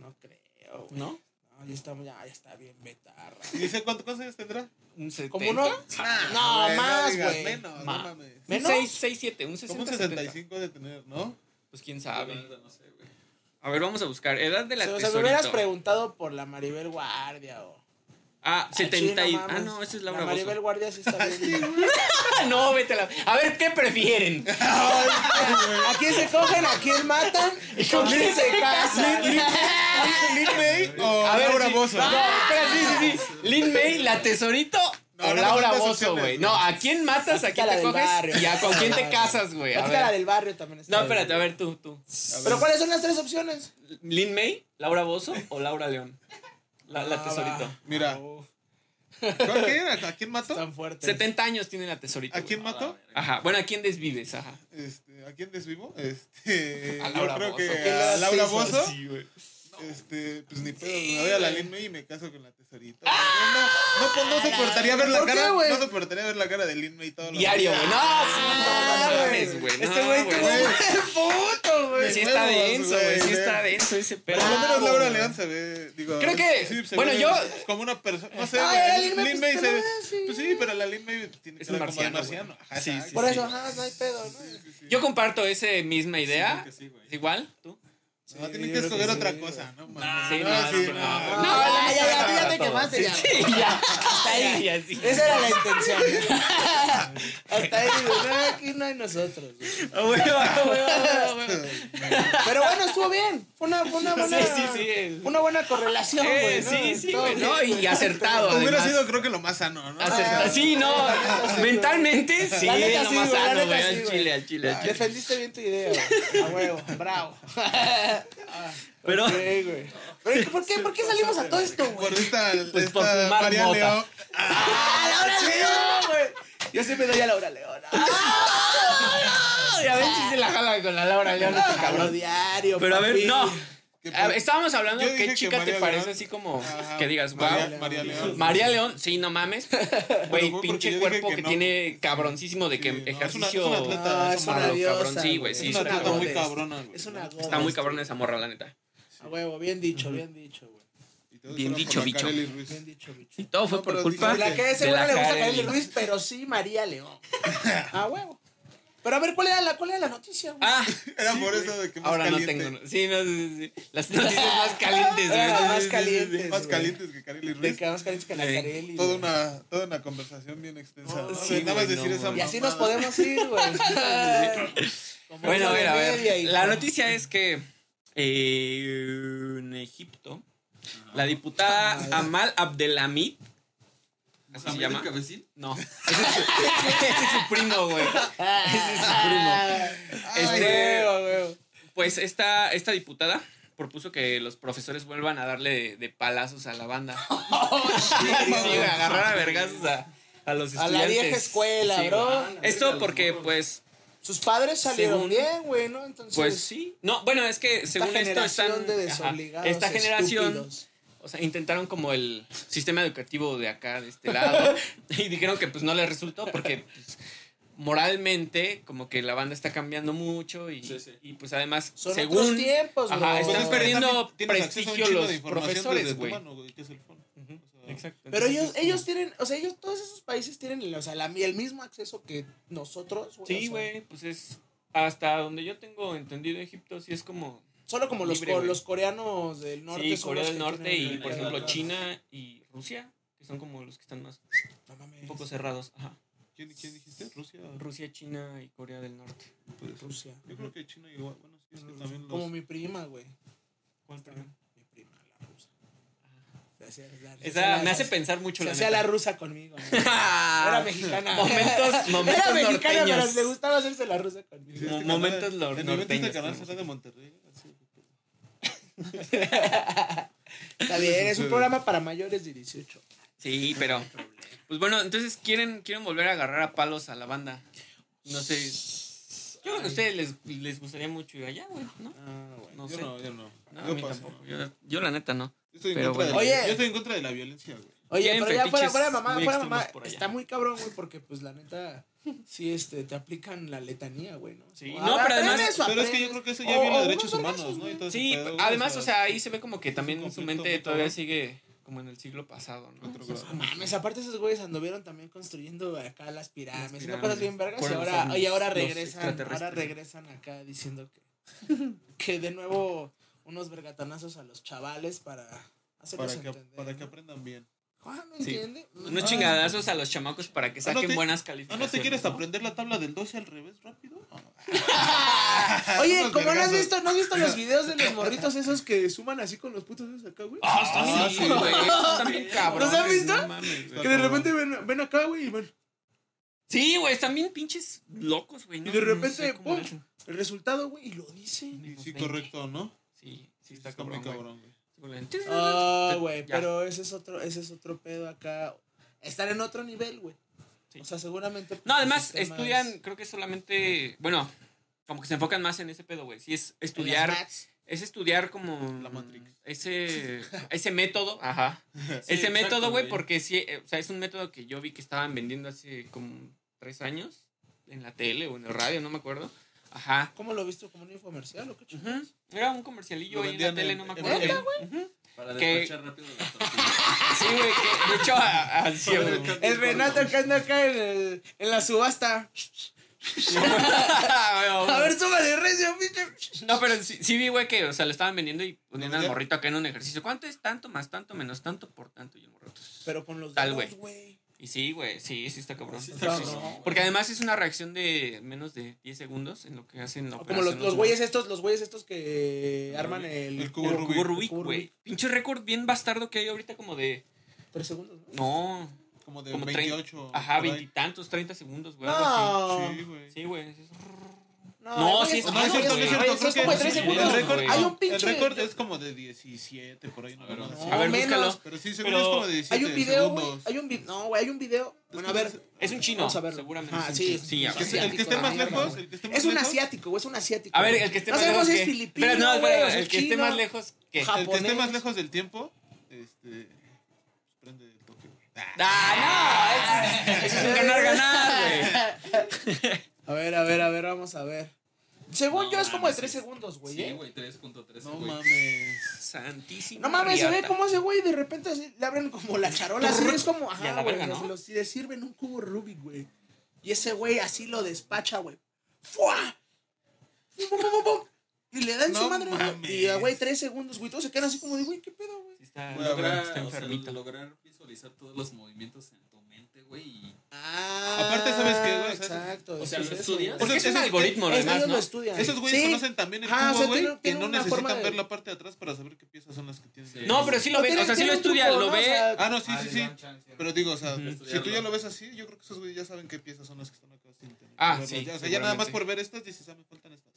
S2: No creo, güey.
S1: ¿No?
S2: No, ya está, ya, ya está bien betarra.
S3: ¿Y dice cuánto- cuántos años tendrá?
S1: ¿Un 70?
S2: Como uno. No,
S3: Ah, güey,
S2: más,
S3: digas
S2: güey.
S3: Menos, no
S1: Ma-
S3: mames.
S1: Un
S2: ¿Menos?
S1: 6, 6, 7, un 60,
S3: Como un 65 de tener, ¿no?
S1: Pues quién
S4: La
S1: sabe.
S4: verdad, no sé, güey.
S1: A ver, vamos a buscar. Edad de la
S2: o sea, me
S1: tesorito.
S2: hubieras preguntado por la Maribel Guardia o.
S1: Ah,
S2: Al
S1: 70
S2: chile,
S1: y...
S2: no
S1: Ah,
S2: mames.
S1: no, esa es
S2: La
S1: Laura Bozo.
S2: Maribel Guardia sí
S1: <laughs>
S2: está bien.
S1: Ah, <laughs> no, vete a la... A ver, ¿qué prefieren?
S2: ¿A quién se cogen? ¿A quién matan? ¿Y con quién se casan?
S3: ¿Lin May o
S1: A ver,
S3: Laura
S1: sí.
S3: Bozo?
S1: No, espera, sí, sí, sí. Lin May, la tesorito
S3: No,
S1: o
S3: no me
S1: Laura
S3: faltas
S1: Bozo,
S3: opciones,
S1: güey.
S3: güey.
S1: No, ¿a quién matas? ¿A
S2: Quita
S1: quién
S2: la
S1: te
S2: del
S1: coges?
S2: barrio.
S1: Y a con quién te casas, güey. A
S2: La chica, la
S1: ver.
S2: del barrio también está.
S1: No,
S2: bien.
S1: espérate, a ver, tú, tú.
S2: ¿Pero cuáles son las tres opciones?
S1: ¿Lin May, Laura Bozo o Laura León? La, la
S2: Ah,
S1: tesorito.
S2: va.
S3: Mira.
S2: Uf,
S3: ¿Cuál que era? ¿A quién mató?
S2: están fuertes.
S1: 70 años tiene la tesorito.
S3: ¿A quién
S1: güey.
S3: mató?
S1: Ajá. Bueno, ¿a quién desvives? Ajá.
S3: Este, ¿A quién desvivo? Este,
S1: <laughs> A
S3: yo
S1: Laura
S3: creo
S1: Bozo.
S3: que
S2: ¿Quién
S3: a
S2: las
S3: Laura
S2: hizo?
S3: Bozo.
S1: Sí, güey.
S3: Este, pues ni pedo, me voy a la Lin May y me caso con la tesorita.
S1: ¡Ah!
S3: No, no, no, soportaría ver la
S2: ¿Por qué,
S3: cara,
S2: güey?
S3: no soportaría ver la cara de Lin May todo lo
S1: Diario, güey. No, sí, no, no
S2: güey.
S1: mames, güey. no,
S2: Este güey,
S3: güey. <laughs>
S2: qué puto, güey.
S1: Sí está
S3: Huevos,
S1: denso, güey.
S3: güey,
S1: Sí
S3: güey.
S1: está denso ese pedo.
S3: Por lo menos
S2: Bravo,
S3: Laura
S2: güey.
S3: León se ve, digo.
S1: Creo que-
S3: se
S1: bueno,
S3: ve
S1: yo-
S3: Como una persona. No sé,
S2: Ay, la Lin
S3: güey,
S2: May, pues,
S3: Lin May
S2: te
S3: se
S2: la
S3: ve.
S2: ves, sí.
S3: Pues sí, pero la Lin May tiene
S1: Es
S3: cara
S1: un
S3: como de
S1: marciano,
S3: marciano.
S1: güey.
S3: Ajá,
S1: Sí,
S3: exacto.
S1: sí,
S2: Por
S1: sí.
S2: eso, ajá, no hay pedo, ¿no?
S1: Yo comparto ese misma idea.
S4: Sí, güey.
S1: Igual, tú.
S3: No, tienen
S2: yo creo
S3: que
S2: que
S3: escoger
S2: sí,
S3: otra
S2: güey.
S3: cosa, ¿no?
S4: Nah,
S3: mames.
S1: sí,
S3: no,
S1: no, es
S3: sí,
S1: que
S3: no.
S1: no.
S2: No, ya, ya, ya, tú ya te
S1: Todo.
S2: quemaste ya.
S1: Sí,
S2: güey.
S1: ya.
S2: Hasta ahí.
S1: Ya, sí.
S2: Esa era la intención. güey. Hasta ahí, güey. No, aquí no hay nosotros, güey.
S1: A huevo, a huevo, a huevo.
S2: Pero bueno, estuvo bien. Fue una, fue una buena.
S1: Sí, sí, sí. el-
S2: Fue una buena correlación,
S1: Eh,
S2: güey. ¿no?
S1: sí, sí,
S2: Todo
S1: güey,
S2: bien,
S1: no, y
S2: güey.
S1: acertado.
S3: <laughs> Hubiera
S1: además.
S3: sido, creo que lo más sano, ¿no?
S1: Acertado.
S2: Ah,
S1: Sí, no. Mentalmente, sí.
S2: La neta
S1: lo
S2: sí,
S1: más
S2: güey, la
S1: sano,
S2: neta
S1: güey.
S2: sí,
S1: Al
S2: güey.
S1: chile, al chile, al chile.
S2: Defendiste bien tu idea, güey. A huevo, bravo.
S1: Pero.
S2: Ok, güey. Pero, ¿por qué, ¿por qué salimos a todo esto, güey?
S3: Por <laughs> esta,
S1: Pues
S3: esta
S1: por fumar
S3: María
S1: mota.
S3: León.
S2: ¡Ah, Laura León, güey! Ah, Yo siempre doy a Laura León.
S1: Ay, a ver si se la jala con la Laura León, este cabrón.
S2: diario,
S1: Pero a ver,
S2: papi.
S1: no.
S3: que-
S1: A ver, Estábamos hablando
S3: Yo
S1: de
S3: dije
S1: qué
S3: que
S1: chica te
S3: María
S1: parece
S3: León.
S1: así como
S3: Ajá,
S1: que digas, wow.
S3: María, María León.
S1: María León, sí, no mames.
S3: Pero fue
S1: Güey,
S3: porque
S1: pinche
S3: yo dije
S1: cuerpo que,
S3: que no.
S1: tiene cabroncísimo de que
S3: Sí, no, es una- es una
S1: ejercicio.
S3: atleta.
S2: Ah,
S3: Esa
S2: es
S1: morra,
S2: una diosa.
S1: cabrón, sí, güey,
S2: Es
S1: sí,
S3: es una
S1: está
S3: puta muy
S2: goddess.
S3: cabrona, güey.
S2: Es una goda.
S1: Está muy cabrona esa morra, la neta.
S2: A huevo, bien dicho, bien dicho, güey.
S3: Y todo
S1: Bien
S3: solo por
S1: dicho,
S3: la
S1: bicho.
S3: Kareli Ruiz.
S2: Bien dicho, bicho.
S1: Y todo fue
S3: No,
S1: por
S3: pero
S1: culpa.
S3: dice-
S2: La que
S1: de
S2: seguro
S1: la
S2: le gusta a
S1: Karen.
S2: Kareli Ruiz, pero sí María León. A huevo. Pero a ver, ¿cuál era la, cuál era la noticia, güey?
S1: Ah,
S3: Era por eso de que más
S1: ahora
S3: caliente.
S1: no tengo. Sí, no, sí, sí. Las noticias más
S3: <laughs>
S1: calientes, güey.
S2: Era
S1: Sí,
S2: más
S1: sí, sí, sí.
S2: calientes,
S3: Más
S2: güey.
S3: calientes que Kareli
S2: De
S3: Ruiz.
S2: que más calientes que la
S1: Sí.
S2: Kareli.
S3: Toda
S2: güey.
S3: una, toda una conversación bien extensa.
S2: Oh,
S3: ¿no?
S1: sí,
S3: Nada más
S1: güey,
S3: decir
S1: no,
S3: esa
S1: güey.
S2: Y así nos
S3: mamada.
S2: podemos
S1: <laughs>
S2: ir, güey. Como
S1: Bueno, a
S2: una
S1: ver, a
S2: media
S1: ver.
S2: y-
S1: La noticia es que eh, en Egipto,
S3: Ah.
S1: la diputada Amal Abdelhamid. ¿Así se
S4: ¿Mohamed
S1: llama?
S4: el cabecín?
S1: No. <laughs> Ese es su, ese es su primo, güey. Ese es su primo.
S2: Ah,
S1: Este,
S2: huevo, huevo.
S1: Pues esta, esta diputada propuso que los profesores vuelvan a darle de palazos a la
S2: <laughs>
S1: banda. <laughs> sí, de agarrar a vergazos a, a los
S2: Oh, A
S1: estudiantes.
S2: la vieja escuela,
S1: Sí,
S2: bro.
S1: güey. Esto porque, pues,
S2: Sus padres salieron
S1: Según-
S2: bien, güey, ¿no? Entonces,
S1: pues sí. No, bueno, es que
S2: esta
S1: según esto
S2: generación
S1: están.
S2: de
S1: ajá,
S2: desobligados
S1: esta generación.
S2: estúpidos.
S1: O sea, intentaron como el sistema educativo de acá, de este
S2: <laughs>
S1: lado, y dijeron que pues no les resultó porque pues, moralmente como que la banda está cambiando mucho y,
S4: Sí, sí.
S1: y, pues además
S2: Son
S1: según...
S2: otros tiempos,
S1: Ajá,
S2: bro.
S1: están
S3: es que
S1: perdiendo
S3: también tienes acceso a un
S1: prestigio
S3: chingo
S1: los
S3: de información
S1: profesores,
S3: desde tu
S1: güey.
S3: mano, que es el phone. O sea,
S1: Exacto.
S2: Pero
S1: Entonces,
S2: ellos, ellos tienen, o sea, ellos, todos esos países tienen, o sea, la- el mismo acceso que nosotros, güey. o
S1: Sí,
S2: sea,
S1: güey, pues es hasta donde yo tengo entendido Egipto, sí es como...
S2: Solo como los,
S1: Libre,
S2: co-
S1: güey.
S2: los coreanos del norte.
S1: sí,
S2: son
S1: Corea
S2: los
S1: del
S2: que
S1: Norte
S2: tienen-
S1: y por
S4: libertad.
S1: ejemplo China y Rusia, que son como los que están más
S2: No mames.
S1: un poco cerrados. Ajá.
S3: ¿Quién, quién dijiste? Rusia.
S1: Rusia, China y Corea del Norte. pues,
S2: Rusia.
S3: Yo creo que China igual. Bueno, sí, es que también
S2: Como
S3: los.
S2: mi prima, güey.
S1: ¿Cuál
S2: Mi prima, la rusa. Se hacía la- se hacía
S1: Esa
S2: la-
S1: me hace pensar mucho
S2: Se
S1: la
S2: hacía
S1: neta. Ah,
S2: la rusa conmigo.
S1: <laughs>
S2: ¿no? Era mexicana.
S1: Momentos, momentos
S2: <laughs> Era mexicana, pero
S1: norteños.
S2: le gustaba hacerse la rusa conmigo.
S3: Sí, este canal-
S1: momentos nor-
S3: El nivel de este
S1: norteños
S3: canal
S1: tenemos.
S3: será de Monterrey. así.
S2: Está bien, es un programa para mayores de 18.
S1: Sí, pero. Pues bueno, entonces quieren, quieren volver a agarrar a palos a la banda. No sé. Yo creo que a ustedes les, les gustaría mucho ir allá, güey, ¿no?
S2: Ah, bueno.
S1: No
S3: yo
S1: sé.
S3: no, yo no.
S1: No, a
S3: yo
S1: mí
S3: paso.
S1: tampoco. Yo, yo la neta no.
S3: Yo estoy, en
S1: Pero
S3: contra de
S2: bueno.
S3: la-
S2: Oye.
S3: yo estoy en contra de la violencia, güey.
S2: Oye,
S1: Tienen
S2: pero ya fuera,
S1: fetiches
S2: fuera de mamá,
S1: muy
S2: fuera de
S1: extremos
S2: mamá,
S1: por allá.
S2: está muy cabrón, güey, porque pues la neta, sí, este, te aplican la letanía, güey, ¿no?
S1: Sí,
S2: O
S1: no, pero
S2: aprendes
S1: además-
S2: o
S3: Pero es que
S2: aprendes.
S3: yo creo que eso ya
S2: O-
S3: viene
S2: o
S3: de derechos
S2: unos
S3: humanos,
S2: vergazos,
S3: ¿no? Y todo ese
S1: Sí,
S3: pedo, güey,
S1: además, o sea, ahí se ve como que también
S3: un
S1: su
S3: conflicto
S1: mente
S3: muy
S1: todavía
S3: cabrón.
S1: sigue como en el siglo pasado, ¿no?
S3: otro grado.
S2: No mames, aparte esos güeyes anduvieron también construyendo acá las pirámides,
S1: Las
S2: haciendo cosas bien vergas y
S1: Fueron los
S2: ahora,
S1: ovnis,
S2: y ahora
S1: los
S2: regresan, ahora
S1: extraterrestres.
S2: regresan acá diciendo que, que <laughs> de nuevo unos vergatanazos a los chavales para hacerlos
S3: para que,
S2: entender.
S3: para que
S2: ¿no?
S3: aprendan bien.
S2: Ah, ¿no
S1: Sí.
S2: entiende?
S1: Unos
S3: Ah.
S1: chingadazos a los chamacos para que
S3: Ah, no
S1: saquen
S3: te-
S1: buenas
S3: Ah,
S1: calificaciones.
S3: ¿no te quieres aprender la tabla del 12 al revés rápido?
S2: Oye,
S3: Unos
S2: como no has
S3: vergazos.
S2: visto, ¿no has visto los videos de <laughs> los morritos esos que suman así con los putos esos acá, güey?
S1: Ah, sí, güey. Estos Están bien cabrones.
S2: ¿Los has visto?
S1: no mames, güey.
S2: Que de repente ven, ven acá, güey, y van.
S1: Sí, güey, están bien pinches locos, güey.
S2: Y
S1: no-
S2: de
S1: no
S2: repente,
S1: sé cómo
S2: ¡pum!
S1: le hacen.
S2: El resultado, güey, y lo dicen.
S3: Sí,
S1: Menos
S3: sí,
S1: 20.
S3: correcto, ¿no?
S1: Sí, sí,
S3: Está,
S1: está
S3: muy
S1: cabrón, güey.
S3: cabrón, güey.
S2: Ah, güey,
S1: Ya.
S2: pero ese es otro, ese es otro pedo acá. Estar en otro nivel, güey.
S1: Sí.
S2: O sea, seguramente. pues,
S1: No, además
S2: el sistema es-
S1: estudian, creo que solamente, bueno, como que se enfocan más en ese pedo, güey. Sí, es
S2: en
S1: estudiar,
S2: las maths.
S1: es estudiar como
S3: La Matrix.
S1: ese, ese método, ajá.
S4: Sí,
S1: ese
S4: exacto,
S1: método, güey, porque sí, eh, o sea, es un método que yo vi que estaban vendiendo hace como tres años en la tele o en el radio, no me acuerdo. Ajá.
S2: ¿Cómo lo viste? ¿Como un infomercial o qué chingón?
S1: Ujú. Era un comercialillo
S3: Lo
S1: ahí en la
S3: vendían
S1: tele,
S3: en-
S1: no me
S3: en-
S1: acuerdo.
S3: en-
S1: Ujú.
S4: Para
S1: Que-
S4: despachar rápido la tortilla.
S1: Sí, güey, que de hecho, a- a- sí, <laughs>
S4: Sobre el
S1: güey.
S4: cambio.
S2: El Renato que anda acá en, el- en la subasta. A ver, suma de recio, pinche.
S1: No, pero sí, sí vi, güey, que, o sea, le estaban vendiendo y ponían
S3: ¿Lo
S1: al
S3: vendían?
S1: morrito acá en un ejercicio. ¿Cuánto es tanto más tanto menos tanto por tanto? Y el morrito.
S2: Pero con los
S1: Tal, güey.
S2: dedos, güey.
S1: Y sí, güey, sí, sí está cabrón.
S4: Sí,
S2: O
S4: está
S2: sea,
S4: cabrón.
S2: no.
S1: Porque además es una reacción de menos de 10 segundos en lo que hacen. la
S2: O Ah, como los,
S1: operación,
S2: los
S1: ¿no?
S2: güeyes estos, los güeyes estos que arman el,
S3: El cubo Rubik.
S1: Cubo Rubik,
S2: El cubo
S1: güey.
S2: Rubik.
S1: Pinche récord bien bastardo que hay ahorita como de.
S2: Tres segundos, ¿no?
S1: No,
S3: Como de
S1: Como trein-
S3: 28.
S1: ajá,
S3: por ahí.
S1: veintitantos, 30 segundos, güey. algo así.
S2: No,
S3: Sí, güey.
S1: Sí, güey. es-
S2: no,
S1: No, sí
S2: güey,
S1: es-
S2: es-
S3: No, es cierto, no
S2: güey,
S3: es cierto.
S2: eso
S3: Creo
S2: es como de
S3: que
S2: tres
S1: el
S2: segundos.
S3: El récord,
S1: güey.
S2: Hay un pinche.
S3: el récord es como de 17, por ahí. No,
S4: A ver,
S3: no,
S2: No,
S1: A ver,
S2: menos.
S1: búscalo.
S3: Pero sí, según
S1: Pero-
S3: yo es como de 17
S2: Hay un video, güey.
S3: segundos.
S2: Hay un video. No, güey, hay un video. Bueno, a ver.
S1: Es un chino,
S2: Vamos a verlo.
S1: seguramente.
S2: Ah,
S1: es un
S2: sí.
S1: chino. Sí, a
S3: El que,
S1: ver.
S3: esté- el que esté más lejos, el que esté más
S2: Es un
S3: lejos,
S2: asiático, güey, es un asiático.
S1: A ver, el que esté
S2: No
S1: más lejos.
S2: sabemos si es
S1: que-
S2: filipino,
S1: Espera, no,
S2: güey, o si
S1: espera,
S2: es
S1: el que esté
S2: chino. <laughs>
S1: más lejos que.
S2: Ja-
S3: El que esté
S2: japonés.
S3: más lejos del tiempo, este. Prende el toque.
S1: Ah, no, eso es
S2: <laughs>
S1: un ganar ganar, güey.
S2: A ver, a ver, a ver, vamos a ver. Según
S4: No
S2: yo es como de
S4: mames,
S2: tres
S4: sí.
S2: segundos, güey.
S4: Sí,
S2: ¿eh?
S4: güey, 3.3.
S3: No
S4: güey.
S3: mames.
S1: Santísimo.
S2: No mames, se ve como ese güey de repente así, le abren como la charola, así, es como,
S1: Y a
S2: ajá,
S1: la
S2: güey,
S1: verga,
S2: los-
S1: ¿no?
S2: los- le sirven un cubo Rubik, güey. Y ese güey así lo despacha, güey. ¡Fua! ¡Pum, pum, pum, pum! Y le dan su
S3: No
S2: madre, güey.
S3: mames.
S2: Y, ah, güey, tres segundos, güey. Todos se quedan así como de, güey, ¿qué pedo, güey?
S1: Sí Está,
S3: Voy a ver,
S1: está
S4: o sea,
S1: enfermito.
S4: lograr visualizar todos los movimientos en tu mente, güey. y-
S2: Ah,
S3: Aparte, ¿sabes qué, güey? O sea,
S2: Exacto.
S4: o
S2: eso
S4: sea, lo
S2: es eso,
S4: estudias.
S2: güey.
S1: Porque es un
S3: Esos-
S1: algoritmo,
S2: Es que
S1: además,
S2: ellos
S1: ¿no?
S2: lo estudian.
S3: Esos güeyes
S2: Sí.
S3: conocen también el
S1: Ah,
S2: Ajá, o
S3: cubo,
S2: sea,
S3: güey,
S2: tienen-
S3: que
S2: tienen
S3: no
S2: una forma
S3: necesitan
S2: de-
S3: ver la parte de atrás para saber qué piezas son las que tienen.
S4: Sí.
S3: que-
S1: No, pero sí lo
S2: No,
S1: ve,
S2: tiene-
S1: o sea, sí
S2: tiene
S1: lo
S2: un
S1: estudia,
S2: truco,
S1: lo
S2: ¿no?
S1: ve.
S2: O sea,
S3: Ah, no, sí, sí, sí. Pero digo, o sea,
S1: Ujú.
S3: si tú ya lo ves así, yo creo que esos güeyes ya saben qué piezas son las que están acá sin tener que
S1: Ah,
S3: verlas
S1: sí,
S3: ya. O sea, ya nada más
S1: seguramente.
S3: por ver estas dices, ah, me faltan estas.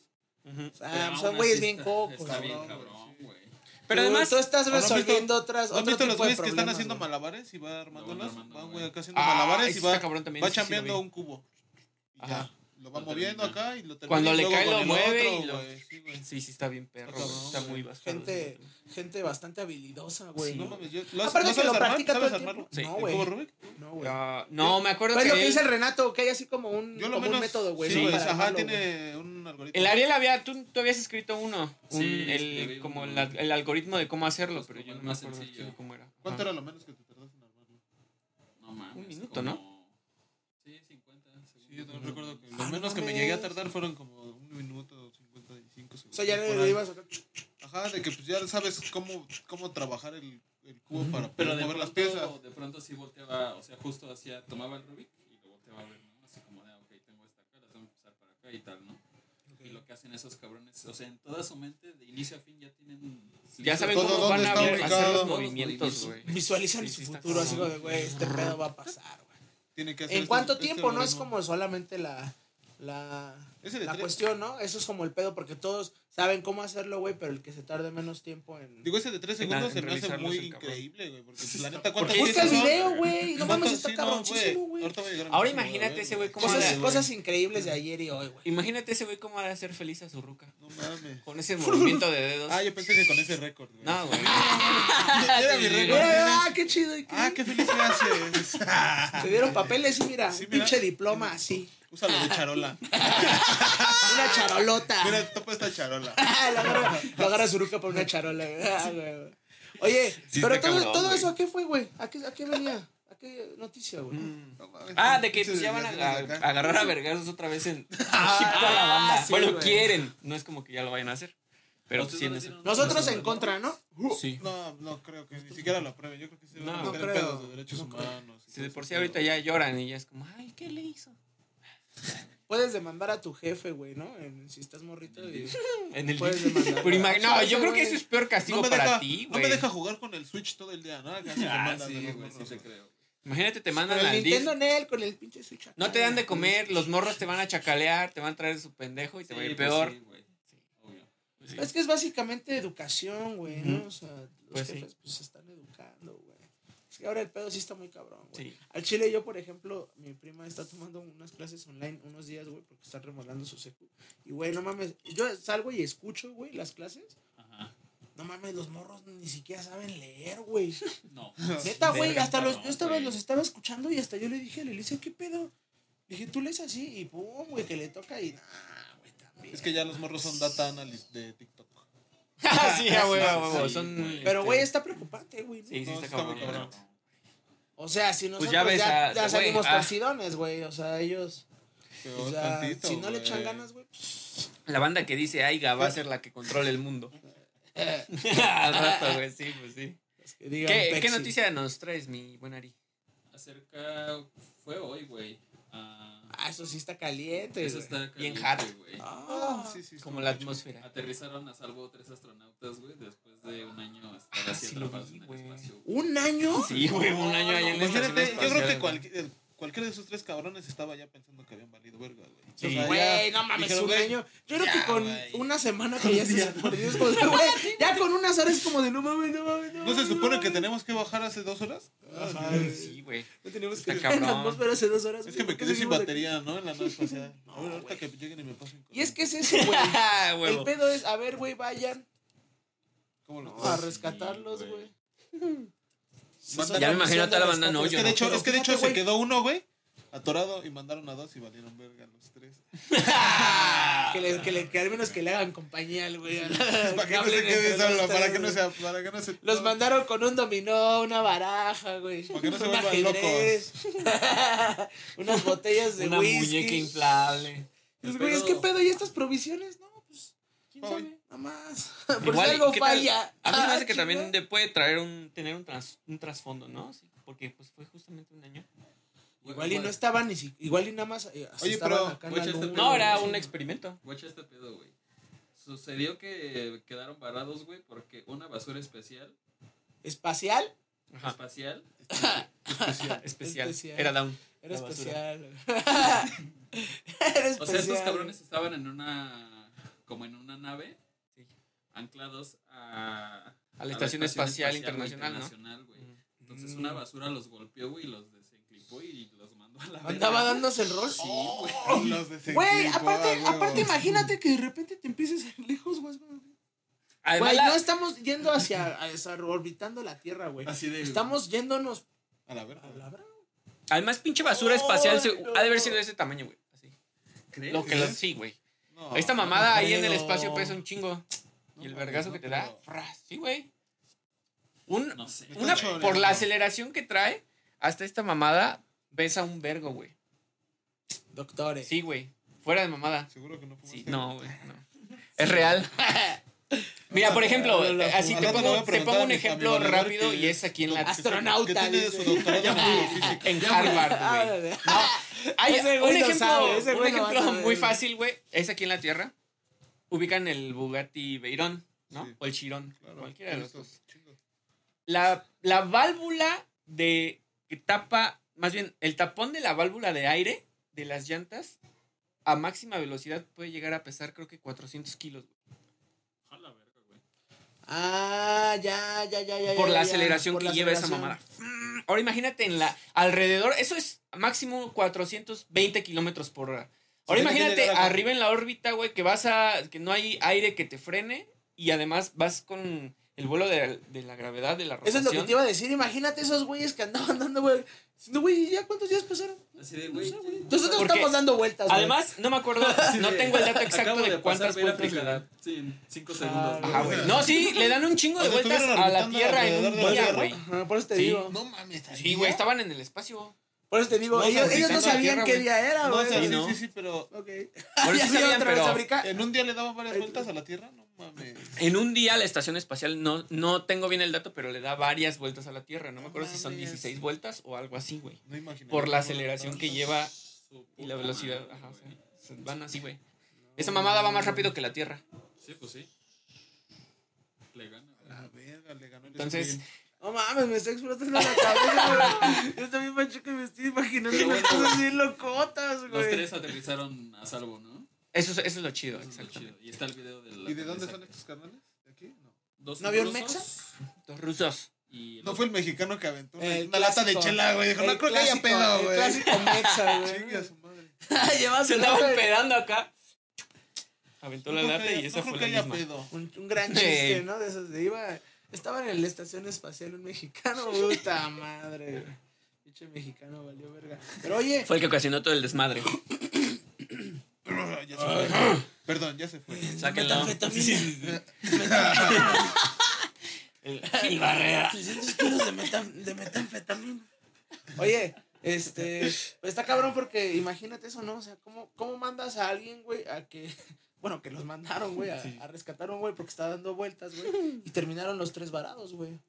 S1: Ujú.
S2: O sea,
S4: Pero
S2: pues,
S4: aún
S2: son
S4: así
S2: güeyes bien
S4: está-
S2: cocos.
S4: Está bien,
S2: ¿no?
S4: cabrón, güey.
S1: Pero
S2: Tú-
S1: además,
S2: Tú estás
S3: ¿o no has visto-
S2: resolviendo otras.
S3: ¿No han
S2: otro
S3: visto los
S2: tipo de
S3: güeyes que están
S2: problemas,
S3: haciendo
S2: güey?
S3: malabares y va
S4: van
S3: armándolas?
S4: armando,
S3: Va,
S4: güey.
S3: güey, acá haciendo
S1: Ah,
S3: malabares y
S1: ese
S3: va,
S1: está cabrón también,
S3: va
S1: ese sí lo
S3: chambeando
S1: vi.
S3: un cubo. Y
S1: Ajá.
S3: ya, lo va
S4: Lo
S3: moviendo
S4: termina.
S3: acá y lo termina.
S1: Cuando
S3: y
S1: le
S3: luego
S1: cae,
S3: con
S1: lo
S3: el
S1: mueve
S3: otro,
S1: y lo-
S3: güey, sí, güey.
S1: sí, sí está bien perro.
S3: Está cabrón,
S1: güey. Está
S3: güey.
S1: muy bastardo.
S2: Gente, gente bastante habilidosa, güey.
S1: Sí.
S3: No mames, yo... ¿lo has-
S2: Aparte
S3: ¿no
S2: que
S3: sabes
S2: lo
S3: armar?
S2: practica todo
S3: ¿Sabes
S2: el tiempo.
S3: armarlo?
S1: Sí.
S2: No,
S3: ¿El
S2: güey.
S3: cubo Rubik?
S2: No, güey.
S1: Ah, no, me acuerdo
S2: Es
S1: que,
S2: lo que dice
S1: él-
S2: Renato, que hay así como un,
S3: Yo lo
S2: como un
S3: menos...
S2: método, güey.
S3: Sí,
S2: ¿no?
S3: güey,
S2: Para
S3: ajá,
S2: armarlo, güey.
S3: tiene un algoritmo.
S1: El Ariel había, tú, tú habías escrito uno,
S4: Sí,
S1: un-
S4: escribí
S1: el, como
S4: uno.
S1: el, al- el algoritmo de cómo hacerlo,
S4: Pues
S1: pero
S4: como
S1: yo
S4: el
S1: no me
S4: más
S1: acuerdo
S4: sencillo.
S1: sí, cómo era.
S3: ¿Cuánto
S1: Ajá.
S3: era lo menos que te tardaste en armarlo?
S4: No mames.
S1: Un minuto, ¿no?
S4: como- Sí, 50 segundos.
S3: Sí, yo también recuerdo que
S2: Ah,
S3: lo
S2: no
S3: menos que me
S2: mames.
S3: llegué a tardar fueron como un minuto, 55 segundos.
S2: O sea, ya
S3: por
S2: le
S3: ahí.
S2: ibas a
S3: Ajá, de que pues ya sabes cómo, cómo trabajar el, el cubo para poder
S4: Pero de
S3: mover
S4: pronto,
S3: las piezas.
S4: de pronto sí volteaba, o sea, justo hacía, tomaba el Rubik y lo volteaba a ver, ¿no? Así como de, ah, ok, tengo esta acá, la tengo que usar para acá y tal, ¿no? Y lo que hacen esos cabrones, o sea, en toda su mente, de inicio a fin, ya tienen...
S1: Ya saben
S3: Todo
S1: cómo
S3: dónde
S1: van a
S3: está
S1: ver- hacer
S3: ubicado.
S1: los
S3: Todos
S4: los
S1: movimientos, güey.
S2: visualizar
S1: Sí,
S2: en
S1: sí
S2: su
S1: está
S2: futuro, así como
S1: cabrón.
S2: de, güey, este pedo va a pasar, güey.
S3: Tiene que hacer
S2: ¿En
S3: este-
S2: cuánto
S3: este
S2: tiempo? No es
S3: algoritmo.
S2: como solamente la, la,
S3: Ese de
S2: la
S3: tres.
S2: cuestión, ¿no? Eso es como el pedo, porque todos saben cómo hacerlo, güey, pero el que se tarde menos tiempo en.
S3: Digo, ese de 3
S1: En- en
S3: segundos se me hace
S1: realizarlo
S3: muy
S1: es el cabrón.
S3: increíble, güey. Porque pues, la neta, ¿cuántas
S1: Porque
S2: Busca el
S1: eso-
S2: video, güey. No mames,
S3: ¿Cuántas-
S2: está
S3: sí, no,
S2: cabroncísimo, güey.
S3: Ahorita voy a llegar a
S1: Ahora
S3: mi celular,
S1: imagínate
S3: güey.
S1: ese güey cómo
S2: Cosas,
S1: le-
S2: cosas increíbles de ayer y hoy, güey.
S1: Imagínate ese güey cómo va a hacer feliz a su ruca.
S3: No mames.
S1: Con
S3: <laughs>
S1: ese movimiento de dedos.
S3: Ah, yo pensé que con ese récord, güey. <laughs>
S1: no, güey.
S3: Era mi
S1: Sí.
S2: Güey,
S3: récord.
S2: Ah, qué chido. y qué-
S3: Ah, qué feliz me haces.
S2: Te dieron papeles y mira,
S3: Sí,
S2: un
S3: mira.
S2: pinche diploma así.
S3: <laughs> Úsalo de charola.
S2: Una charolota.
S3: Mira, topa esta charola.
S2: <laughs> lo agarra, lo agarra Zuruca por una charola. güey. Ah, güey, güey. Oye,
S1: Sí
S2: pero
S1: está
S2: todo,
S1: cabrón,
S2: todo
S1: güey.
S2: eso, ¿a qué fue, güey? ¿A qué, a qué venía? ¿A qué noticia, güey?
S3: No mames,
S1: Ah, de que
S3: pinches
S1: pues, ya van a,
S3: desgraciados
S1: a-
S3: acá.
S1: agarrar a vergazos otra vez en Egipto a la banda.
S2: sí,
S1: bueno,
S2: güey.
S1: quieren. No es como que ya lo vayan a hacer. Pero
S4: ¿Ustedes
S1: sí en
S4: Pues no
S1: ese. Uh,
S4: hicieron
S2: Nosotros
S4: nada, Ah,
S2: en
S4: no?
S2: contra, ¿no?
S1: Sí.
S3: No, no creo que ni siquiera lo aprueben. Yo creo que se van
S1: No,
S3: a
S1: no
S3: meter en
S2: creo.
S3: pedos de derechos
S2: No creo.
S3: humanos. y
S1: Si de
S3: todo
S1: por
S3: ese
S1: sí ahorita
S3: pedo.
S1: ya lloran y ya es como, ay, ¿qué le hizo?
S2: Puedes demandar a tu jefe, güey, ¿no? En- si estás morrito. y-
S1: En el
S2: Puedes demandar.
S1: Pero imag- No,
S2: Chance,
S1: yo creo que
S2: güey.
S1: eso es peor castigo
S3: No me,
S1: para
S3: deja,
S1: ti,
S3: no
S1: güey.
S3: me deja jugar con el Switch todo el día, ¿no?
S1: <laughs>
S3: Acá se
S4: Ah,
S3: mandan de
S4: sí,
S3: los
S4: güey, sí
S3: morros.
S4: te creo.
S1: Imagínate, te mandan
S2: Con el
S1: al DIF.
S2: Nintendo Nel, con el pinche Switch. acá.
S1: No te dan de comer, los morros te van a chacalear, te van a traer su pendejo y te va a
S4: Sí,
S1: ir
S4: pues
S1: peor.
S4: sí, güey. Obvio.
S2: Es que es básicamente educación, güey, ¿no? O sea, los
S1: Pues sí.
S2: jefes pues se están educando, güey. Es que ahora el pedo sí está muy cabrón, güey.
S1: Sí.
S2: Al Chile yo, por ejemplo, mi prima está tomando unas clases online unos días, güey, porque está remolando su secu. Y, güey, no mames, yo salgo y escucho, güey, las clases.
S4: Ajá.
S2: No mames, los morros ni siquiera saben leer, güey.
S1: <laughs>
S4: No.
S2: Neta, güey,
S4: Verga,
S2: hasta los, yo
S4: cabrón,
S2: estaba,
S4: güey.
S2: los estaba escuchando y hasta yo le dije a Lelicia, ¿qué pedo? Le dije, tú lees así y pum, güey, que le toca y nah, güey, también.
S3: Es que ya los morros son data analyst de TikTok.
S1: <laughs> sí, a huevo, a huevo.
S4: Sí,
S1: Son,
S4: güey.
S2: Pero,
S1: este,
S2: güey, está preocupante, güey. ¿no?
S1: Sí, sí,
S3: No,
S1: está
S3: está muy
S1: cabrón.
S3: cabrón.
S2: O sea, si nosotros
S1: ya
S2: ya,
S1: ves a-
S2: ya,
S1: güey,
S2: salimos
S1: ah.
S2: torcidones, güey. O sea, ellos.
S3: Pero
S2: pues, ya,
S3: tantito,
S2: si no le
S3: güey.
S2: echan ganas, güey. pues,
S1: La banda que dice Aiga va a ser la que controle el mundo. <laughs> Al rato, güey, sí, pues sí.
S2: pues, que digan
S1: ¿Qué,
S2: Pepsi.
S1: qué noticia nos traes, mi buen Ari?
S4: Acerca, fue hoy, güey. Ah,
S2: Ah, eso sí está caliente.
S4: eso
S2: güey.
S4: está
S1: Bien
S4: caliente,
S1: hard.
S4: güey.
S2: Ah,
S3: Ah, sí, sí.
S1: Como
S3: estuvo
S1: la
S3: chido.
S1: atmósfera.
S4: Aterrizaron a salvo tres astronautas, güey, después de un año estar
S1: Ah, sí
S4: así
S1: lo
S4: atrapados
S1: vi,
S4: en el
S1: güey.
S4: espacio.
S2: ¿Un año?
S1: Sí, güey, un año allá en la
S3: Imagínate,
S1: estación
S3: yo creo
S1: espacial,
S3: que cualquier, cualquiera de esos tres cabrones estaba ya pensando que habían valido verga, güey.
S1: Sí.
S2: Pues,
S3: ya
S2: Güey, no mames,
S3: dijeron,
S2: un
S3: güey,
S2: año. Yo creo que
S3: ya,
S2: con
S3: güey.
S2: una semana que ya se perdió es como
S3: <laughs>
S2: de, güey, ya con unas horas es como de no mames, no mames, no
S3: ¿No se
S2: mames,
S3: supone que
S2: mames". Ah,
S3: tenemos que bajar hace dos horas?
S2: Ajá,
S1: güey. Sí, <laughs> güey.
S2: No tenemos
S1: Está
S2: que
S1: cabrón.
S2: en la atmósfera hace dos horas.
S3: Es que
S2: güey, ¿por
S3: me
S2: qué
S3: quedé sin
S2: seguimos aquí?
S3: batería, ¿no? En la nave espacial.
S2: <laughs> No,
S3: A ver, ahorita
S2: güey.
S3: que lleguen y me pasen. con-
S2: Y es que es eso,
S1: <laughs>
S2: güey.
S1: Ah,
S2: El
S1: huevo.
S2: pedo es, a ver, güey, vayan
S3: ¿Cómo lo
S2: ¿no?
S3: tomas?
S2: a rescatarlos,
S4: güey.
S2: güey.
S3: Manda-
S1: Ya me imagino a toda la banda, no,
S3: Es
S1: yo
S3: que de hecho,
S2: Pero
S3: es que de hecho
S2: fíjate,
S3: se quedó uno, güey, atorado y mandaron a dos y valieron verga los tres.
S2: Que, le, que, le- que al menos que le hagan compañía al
S3: <laughs>
S2: güey.
S3: Para que no se quede solo, para que no sea, para que no se
S2: Los mandaron con un dominó, una baraja, güey.
S3: Para que
S2: <laughs>
S3: no se
S2: un
S3: vuelvan
S2: ajedrez, Unas botellas
S1: <laughs>
S2: de
S1: Una
S2: whisky.
S1: muñeca inflable.
S2: Pues, güey, es que pedo, ¿y estas provisiones? No, pues, quién
S3: Ay.
S2: sabe, nada más. <laughs> Por
S1: Igual,
S2: si algo
S1: ¿qué tal?
S2: falla.
S1: A mí me
S2: Ah,
S1: parece que también
S2: chinga.
S1: de- puede traer un, tener un, tras- un trasfondo, ¿no? Sí, porque pues fue justamente un año.
S2: Igual y no estaban ni si- igual y nada más eh, así
S3: Oye,
S2: estaban
S3: pero,
S2: acá en
S4: güey,
S2: la
S4: ya está-
S2: luna,
S1: No, era
S2: güey.
S1: un experimento.
S4: Guacha este pedo, güey. Sucedió que quedaron varados, güey, porque una basura especial,
S2: espacial.
S1: Ajá.
S4: espacial,
S1: <laughs> Especial.
S2: Especial.
S1: Era down.
S2: Era
S1: La basura.
S2: <laughs> especial. Era especial.
S4: O sea, estos cabrones estaban en una como en una nave,
S1: Sí.
S4: anclados a,
S1: A la Estación Espacial Internacional, ¿no? Mm.
S4: Internacional, güey. Entonces una basura los golpeó, güey, y los desenclipó y los mandó a la
S2: Andaba
S4: verga.
S2: dándose el rol.
S4: Sí, güey.
S3: Los de
S2: Güey,
S3: Senclipo,
S2: aparte,
S3: ah, huevo.
S2: aparte imagínate que de repente te empieces a ir lejos, güey.
S1: Además,
S2: Güey,
S1: la-
S2: no estamos yendo hacia, hacia orbitando la Tierra, güey.
S4: Así de...
S2: Estamos yéndonos
S3: A la verga.
S2: a la verga.
S1: además, pinche basura espacial se-
S2: no.
S1: ha de haber sido de ese tamaño, güey. Así.
S4: ¿crees?
S1: Lo que lo- sí, güey.
S3: No,
S1: Esta mamada ahí en el
S2: creo.
S1: espacio pesa un chingo.
S3: no
S1: y el
S3: mames,
S1: vergazo
S3: no
S1: que te
S3: creo.
S1: da. fras, Sí, güey. Un,
S4: No sé.
S3: Está
S1: una,
S3: choreando.
S1: por la aceleración que trae, hasta esta mamada pesa un vergo, güey.
S2: Doctores. <laughs>
S1: Sí, güey. Fuera de mamada.
S3: Seguro que no fumaste.
S1: Sí, no, güey. no. Es real. Mira, por ejemplo,
S2: No, no, no,
S1: así te
S3: ahorita le voy
S1: pongo,
S3: a
S1: te
S3: preguntar
S1: pongo
S3: a
S1: un
S3: mi- a mi
S1: ejemplo
S3: valedor
S1: rápido
S3: que-
S1: y es aquí en la
S2: Astronauta,
S3: Que tiene
S2: dice.
S3: su doctorado
S2: <laughs>
S3: en biofísica.
S1: en
S2: Ah,
S1: Harvard, güey. Hay
S2: Ese
S1: un
S2: güey lo
S1: ejemplo,
S2: sabe, ese
S1: un
S2: güey lo va a
S1: ejemplo
S2: saber.
S1: muy fácil, güey. Es aquí en la Tierra. Ubican el Bugatti Veyron, ¿no?
S3: Sí.
S1: O el Chirón,
S3: Claro,
S1: cualquiera de los
S3: listo,
S1: dos.
S3: chingo.
S1: La, la válvula de que tapa, más bien, el tapón de la válvula de aire de las llantas a máxima velocidad puede llegar a pesar creo que 400 kilos güey,
S4: A la verga, güey.
S2: Ah, ya, ya, ya, ya.
S1: por
S2: ya,
S1: la
S2: ya,
S1: aceleración
S2: por
S1: que
S2: la
S1: lleva esa
S2: aceleración.
S1: mamada. Mm, Ahora imagínate en la alrededor, eso es máximo 420 kilómetros por hora. Ahora
S3: tiene que
S1: imagínate
S3: llegar acá.
S1: arriba en la órbita, güey, que vas a. que no hay aire que te frene y además vas con el vuelo de, de la gravedad, de la
S2: Eso
S1: rotación.
S2: es lo que te iba a decir. Imagínate esos güeyes que andaban dando, güey. No, güey, ¿ya cuántos días pasaron?
S4: Así de, güey.
S2: Nosotros
S1: Porque-
S2: estamos dando vueltas, güey.
S1: Además, no me
S2: <laughs>
S1: acuerdo, no tengo
S4: <laughs>
S1: el dato exacto de cuántas vueltas le dan.
S4: Sí, en 5 segundos.
S1: Ajá, güey. No, sí, le dan un chingo
S3: O
S1: de
S3: sea,
S1: vueltas
S3: estuvieron
S1: a la
S3: orbitando
S1: Tierra en
S3: alrededor
S1: un
S3: de la
S1: día,
S3: Tierra.
S1: güey.
S2: Ajá, por eso te
S1: Sí.
S2: digo.
S3: No mames.
S1: Sí, güey, estaban en el espacio.
S2: <laughs> Por eso te digo.
S3: No,
S2: ellos,
S3: sí,
S2: ellos no
S3: tanto la
S2: sabían
S1: tierra,
S2: qué
S1: güey.
S2: día era,
S3: No, o
S2: güey.
S3: sea,
S1: Sí,
S3: sí,
S1: ¿no?
S3: sí, sí, pero
S1: Por
S2: Ok. ya
S1: eso
S2: se iba
S1: sabían,
S2: otra vez
S1: pero-
S2: a brincar.
S3: en un día le daban varias vueltas a la Tierra. No mames.
S1: En un día la estación espacial, no, no tengo bien el dato, pero le da varias vueltas a la Tierra. No me
S3: No
S1: acuerdo si son
S3: mames.
S1: 16 vueltas o algo así, güey.
S3: No imagino.
S1: Por la aceleración que lleva
S4: Su
S1: y la
S4: puta
S1: velocidad.
S4: madre,
S1: Ajá, o sea,
S4: güey.
S1: se van así, güey. Esa mamada va más rápido que la Tierra.
S4: Sí, pues sí. Le gana. güey.
S3: La verga, le ganó el
S1: Entonces,
S3: sprint.
S2: No mames, me está explotando la cabeza, güey. Yo también, machuca, me estoy imaginando
S4: Pero
S2: unas
S4: bueno,
S2: cosas bien locotas,
S4: Los
S2: güey.
S4: tres aterrizaron a salvo, ¿no?
S1: eso es, eso es lo chido,
S4: Eso es lo
S1: exactamente.
S4: chido. Y está el video del.
S3: ¿Y de dónde
S4: aterrizaje.
S3: son estos canales? ¿De aquí? No.
S4: Dos
S2: ¿No había un
S4: rusos
S1: Los rusos.
S4: Y el
S3: No fue el mexicano que aventó una,
S2: El
S3: una lata de
S2: clásico.
S3: chela, güey. Dijo,
S2: El
S3: no creo que haya
S2: clásico,
S3: pedo,
S2: El
S3: güey.
S2: clásico
S3: <laughs>
S2: mexa,
S3: Chingue a su
S2: güey.
S3: madre.
S2: Llevas
S1: Se
S2: el
S1: andaban
S2: nombre.
S1: pedando acá. Aventó la
S3: No creo
S1: lata
S3: que
S1: y
S3: haya-
S1: esa
S3: no creo
S1: fue
S3: que
S1: la
S3: haya
S1: misma.
S3: pedo.
S2: Un, un gran
S1: Sí.
S2: chiste, ¿no? De esos de iba. Estaba en la estación espacial un mexicano, puta madre. güey. Pinche mexicano valió verga. Pero oye,
S1: Fue el que ocasionó todo el desmadre.
S3: Ya se fue. Perdón, ya se fue.
S1: Sáquenlo.
S2: Metanfetamina.
S1: Sí, sí, sí. El, el barrera.
S2: 300 kilos de, metam- de metanfetamina. Oye, este, pues está cabrón porque imagínate eso, ¿no? O sea, ¿cómo, cómo mandas a alguien, güey, a que, <laughs> bueno, que los mandaron, güey, a, a rescatar a un güey porque estaba dando vueltas, güey, y terminaron los tres varados, güey.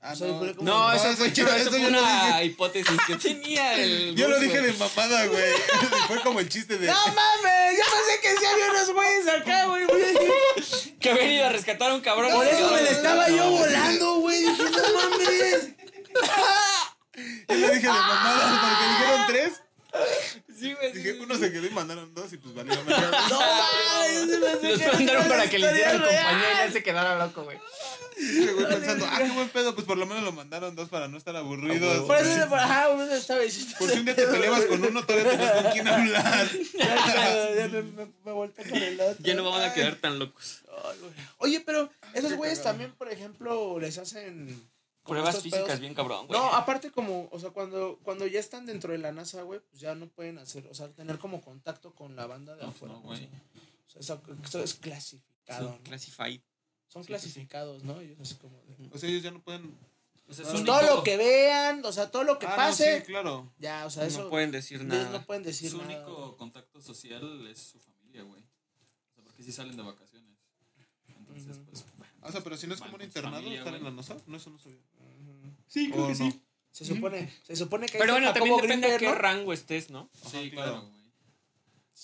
S3: Ah,
S2: O sea, fue como-
S1: No, eso, fue,
S3: yo-
S1: eso
S3: eso
S1: fue
S3: yo lo
S1: una
S3: dije.
S1: hipótesis que tenía el.
S3: Yo lo
S1: ruso.
S3: dije de
S2: <laughs>
S3: mamada, güey. Fue como el chiste de.
S2: ¡No mames! Yo pensé que sí había unos güeyes acá, güey, güey.
S1: Que habían ido a rescatar a un cabrón.
S2: Por eso me la estaba yo
S1: No.
S2: volando, güey. Dije, no mames.
S3: Yo lo dije de mamada porque dijeron
S1: Sí, güey.
S3: tres.
S1: sí,
S3: Dije,
S1: sí.
S3: uno se quedó y mandaron dos y pues valió verga.
S2: No mames. se me hace
S1: Los
S2: que
S1: mandaron
S2: es
S1: para
S2: una
S1: que le hicieran
S2: historia
S1: compañía y
S2: real.
S1: ya se quedara loco, güey.
S3: Y güey pensando, ah, qué buen pedo. Pues por lo menos lo mandaron dos para no estar aburridos.
S2: Por eso, ah, por, ajá, uno estaba
S3: Por si un día te peleabas con uno, todavía tenés con quién hablar.
S1: <laughs>
S2: Ya, ya, ya me, me, me volteé con el otro.
S1: Ya no vamos a quedar tan locos.
S2: Ay, güey. Oye, pero esos güeyes también, por ejemplo, les hacen. como
S1: Pruebas
S2: estos
S1: físicas
S2: pedos.
S1: bien cabrón, güey.
S2: No, aparte como, o sea, cuando, cuando ya están dentro de la NASA, güey, pues ya no pueden hacer, o sea, tener como contacto con la banda de
S4: No,
S2: afuera.
S4: no,
S2: ¿no?
S4: güey.
S2: O sea, eso, eso es clasificado,
S1: Son
S2: ¿no?
S1: classified.
S2: Son
S1: sí.
S2: clasificados, ¿no? Ellos así como de-
S3: O sea, ellos ya no pueden.
S4: Pues es
S2: Pues
S4: un
S2: todo
S4: todo.
S2: lo que vean, o sea, todo lo que
S3: Ah, no,
S2: pase,
S3: sí, claro.
S2: ya, o sea, eso,
S1: No pueden decir
S2: ellos
S1: nada.
S2: no pueden decir
S4: Su
S2: nada. güey.
S4: único contacto social es su familia, güey. O sea, porque si salen de vacaciones. Entonces,
S2: Ujú.
S4: pues.
S3: Ah, O sea, pero si no es como un
S4: Vale,
S3: internado
S4: familia,
S3: estar en la
S4: güey.
S3: NASA, no, eso no sabía.
S2: Ujú.
S1: Sí,
S3: ¿O no?
S2: Se supone, se supone que ahí
S1: Pero
S2: está
S1: bueno, también
S2: Jacobo
S1: depende de qué
S2: Greenberg, ¿no?
S1: rango estés, ¿no?
S4: Sí,
S3: claro.
S4: claro, güey.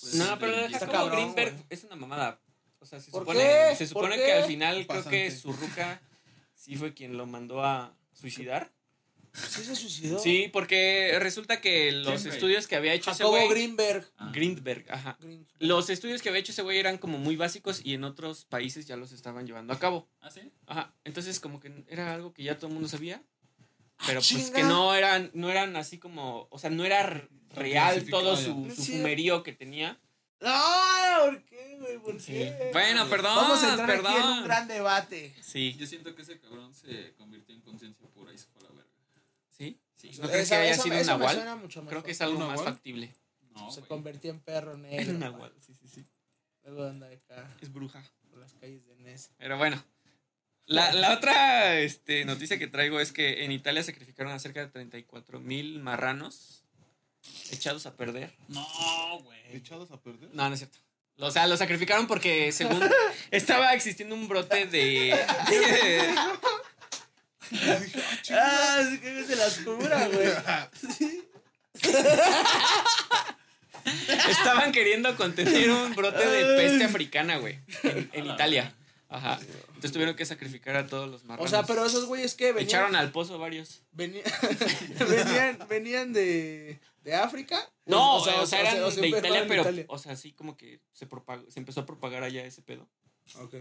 S4: Pues,
S1: No, pero
S4: de-
S1: lo de
S4: está
S1: Jacobo
S2: cabrón,
S1: Greenberg
S2: güey.
S1: es una mamada. O sea, se
S2: ¿Por
S1: supone,
S2: qué?
S1: se
S2: ¿Por
S1: supone
S2: qué?
S1: que al final creo
S3: Pasante.
S1: que su ruca sí fue quien lo mandó a suicidar.
S2: Pues ¿Sí se suicidó?
S1: Sí, porque resulta que los
S4: Siempre.
S1: estudios que había hecho
S2: Jacobo
S1: ese güey.
S2: Greenberg.
S4: Ah.
S1: Greenberg, ajá.
S2: Green-
S1: Los estudios que había hecho ese güey eran como muy básicos y en otros países ya los estaban llevando a cabo.
S4: ¿Ah, sí?
S1: Ajá. Entonces, como que era algo que ya todo el mundo sabía. Pero pues
S2: Ah, chinga.
S1: que no eran, no eran así como. O sea, no era r- real
S4: clasificado,
S1: todo
S4: ya.
S1: su,
S2: es
S1: su
S2: cierto.
S1: fumerío que tenía.
S2: No, ¿por qué, güey? ¿Por qué?
S1: Bueno, perdón,
S2: Vamos a entrar
S1: perdón.
S2: aquí en un gran debate.
S1: Sí,
S4: Yo siento que ese cabrón se convirtió en conciencia pura y se fue a la verga.
S1: sí.
S4: Sí,
S1: ¿No crees que haya sido un
S2: eso me
S1: nahual?
S2: suena mucho mejor.
S1: Creo que es algo
S4: ¿Un
S1: más
S4: nahual?
S1: factible.
S4: no,
S2: Se
S4: güey.
S2: convirtió en perro negro.
S1: <laughs> Un
S2: pa.
S1: nahual, sí, sí, sí.
S2: Luego anda acá
S1: Es bruja.
S2: por las calles de Nesa.
S1: Pero bueno. La, la otra este, noticia que traigo es que en Italia sacrificaron a cerca de 34 mil marranos echados a perder.
S4: No, güey.
S3: ¿Echados a perder?
S1: No, no es cierto. O sea, lo sacrificaron porque según estaba existiendo un brote de... <laughs>
S3: Dije, "Ah, chinga".
S2: Ah, sí que se las cura, güey.
S1: estaban queriendo contener un brote de peste africana, güey. En, en Italia. Ajá. Entonces tuvieron que sacrificar a todos los
S2: O
S1: marranos.
S2: sea, pero esos güeyes que venían.
S1: Echaron al pozo varios.
S2: veni- <laughs> venían, venían de, de África.
S1: No, o sea, eran
S2: o sea,
S1: de
S2: empezaron
S1: Italia,
S2: en
S1: pero... O sea, sí como que se, propagó, se empezó a propagar allá ese pedo.
S2: Ok.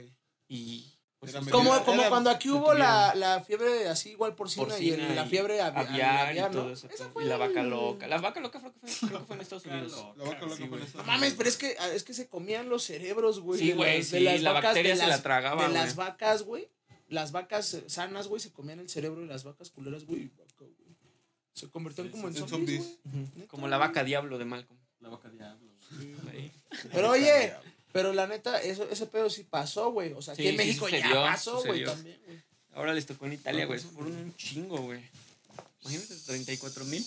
S1: Y. pues,
S3: Era
S1: sus-
S3: medio-
S2: Como,
S3: Era-
S2: como
S3: era-
S2: cuando aquí
S1: lo
S2: hubo la,
S1: tuvieron.
S2: la fiebre así igual porcina, y
S1: Porcina
S2: el- la
S1: y
S2: fiebre avi-
S1: aviar y
S2: aviar, ¿no?
S1: todo ese
S2: Esa
S1: pedo.
S2: fue
S1: Y la vaca
S2: el-
S1: loca. La vaca loca creo que fue, creo que fue en Estados Unidos.
S4: Loca,
S3: <laughs> La vaca loca
S4: sí,
S3: con
S4: güey.
S3: eso.
S2: No mames, pero es que, ah, es que se comían los cerebros, güey.
S1: Sí,
S2: de
S1: güey,
S2: las- de
S1: sí,
S2: las
S1: la
S2: vacas,
S1: bacteria
S2: de
S1: se
S2: las-
S1: la tragaba,
S2: De las
S1: güey.
S2: vacas, güey. Las vacas eh, sanas, güey, se comían el cerebro y las vacas culeras, güey. vaca, güey. Se convirtieron
S4: Sí,
S2: como en
S4: sí,
S3: en
S2: zombies,
S3: zombies.
S2: güey.
S1: Ujú. Como la vaca diablo de Malcolm.
S4: La vaca diablo.
S1: Ahí.
S2: Pero oye, pero la neta, eso, ese pedo sí pasó, güey. O sea, aquí
S1: Sí,
S2: en
S1: sí
S2: México
S1: sucedió,
S2: ya pasó, güey,
S1: sucedió.
S2: también, güey.
S1: Ahora les tocó en Italia, güey. Eso fueron un chingo, güey. Imagínate, 34
S2: <laughs>
S1: mil.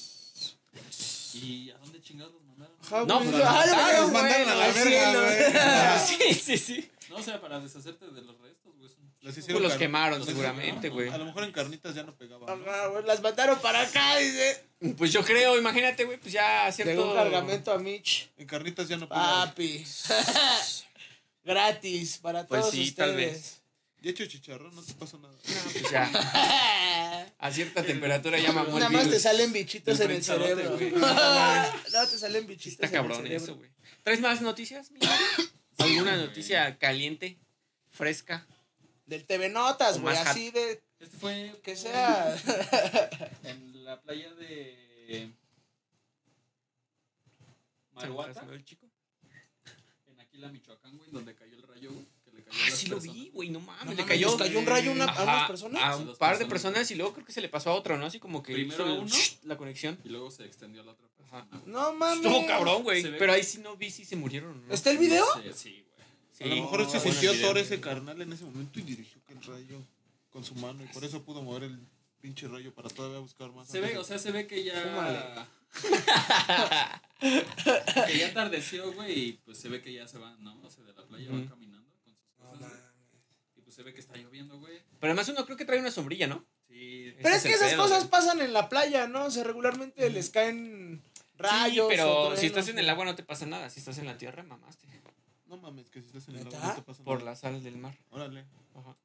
S4: ¿Y a dónde chingados los mandaron?
S2: Ajá,
S1: No,
S2: güey.
S1: pues,
S2: Ah, la
S1: ah,
S2: verga,
S1: los
S2: güey,
S3: mandaron a la
S2: al
S3: verga,
S2: cielo.
S1: Sí,
S3: güey.
S1: sí, sí.
S4: No, o sea, para deshacerte de los restos, güey. son-
S3: Las
S1: Pues
S3: hicieron
S1: los
S3: car-
S1: quemaron
S4: los
S1: seguramente, güey.
S3: A lo mejor en carnitas ya no pegaba.
S2: <laughs>
S3: ¿no?
S2: Ajá, güey, Las mandaron para acá, dice.
S1: Pues yo creo, imagínate, güey, pues ya
S2: Llegó
S1: cierto.
S2: un cargamento a Mitch.
S3: En carnitas ya no pegaba.
S2: Papi. <laughs> Gratis para
S1: Pues
S2: todos
S1: sí,
S2: ustedes.
S1: tal
S2: <laughs>
S1: vez.
S3: Y hecho chicharrón, no te pasó nada.
S1: Pues ya, a
S2: <laughs>
S1: cierta temperatura ya mamó
S2: Nada
S1: el
S2: más te
S1: virus.
S2: salen bichitos en el
S4: prensalote,
S2: cerebro. <laughs>
S4: güey.
S2: no, te salen bichitos
S1: Está
S2: en el
S1: cabrón
S2: cerebro.
S1: eso, güey. ¿Traes más noticias? mi madre? ¿Alguna
S4: güey.
S1: noticia caliente, fresca?
S2: Del TV Notas,
S1: O
S2: güey.
S1: más
S2: Así de
S4: Este fue.
S2: que sea. <laughs>
S4: En la playa de.
S1: ¿Se me
S4: Maruata,
S1: fraccionó el chico?
S4: en Aquila, Michoacán, güey, donde cayó el rayo, güey, que le cayó a
S1: Ah,
S4: las
S1: sí lo
S4: personas.
S1: vi, güey, no mames.
S2: No
S1: le
S2: mames,
S1: cayó,
S2: ¿les cayó un rayo a una- a
S1: Ajá,
S2: unas personas?
S1: A
S4: A
S1: un
S4: dos
S1: par de
S4: personas.
S1: personas y luego creo que se le pasó a otro, ¿no? Así como que
S4: Primero
S1: hizo
S4: a uno.
S1: la conexión.
S4: Y luego se extendió a la otra persona.
S1: Ajá.
S4: güey.
S2: No mames.
S1: Estuvo cabrón, güey.
S4: Se ve-
S1: Pero ahí sí no vi si se murieron o no.
S2: ¿Está el video?
S4: Sí, sí, güey.
S1: Sí.
S3: a lo mejor
S1: No,
S3: se
S1: bueno,
S3: sintió
S1: el video.
S3: Thor ese carnal en ese momento y dirigió el rayo con su mano. Y por eso pudo mover el pinche rayo para todavía buscar más.
S4: Se ve, o sea, se ve que ya.
S2: Fúmale.
S4: <laughs> que ya atardeció, güey, y pues se ve que ya se van, ¿no? O sea, de la playa van
S1: Ujú.
S4: caminando con sus cosas. güey. y pues se ve que está lloviendo, güey.
S1: Pero además uno creo que trae una sombrilla, ¿no?
S4: Sí.
S1: Ese
S2: Pero es
S1: es
S2: que
S1: el
S2: esas
S1: pedo,
S2: cosas
S1: güey.
S2: pasan en la playa, ¿no? O sea, regularmente les caen rayos.
S1: Sí,
S2: o
S1: pero
S2: truenos.
S1: si estás en el agua no te pasa nada. Si estás en la tierra, mamaste.
S3: No mames, que si estás en el
S2: ¿Neta?
S3: agua no te pasa
S1: Por
S3: nada.
S1: la sal del mar.
S3: Órale.
S1: Ajá.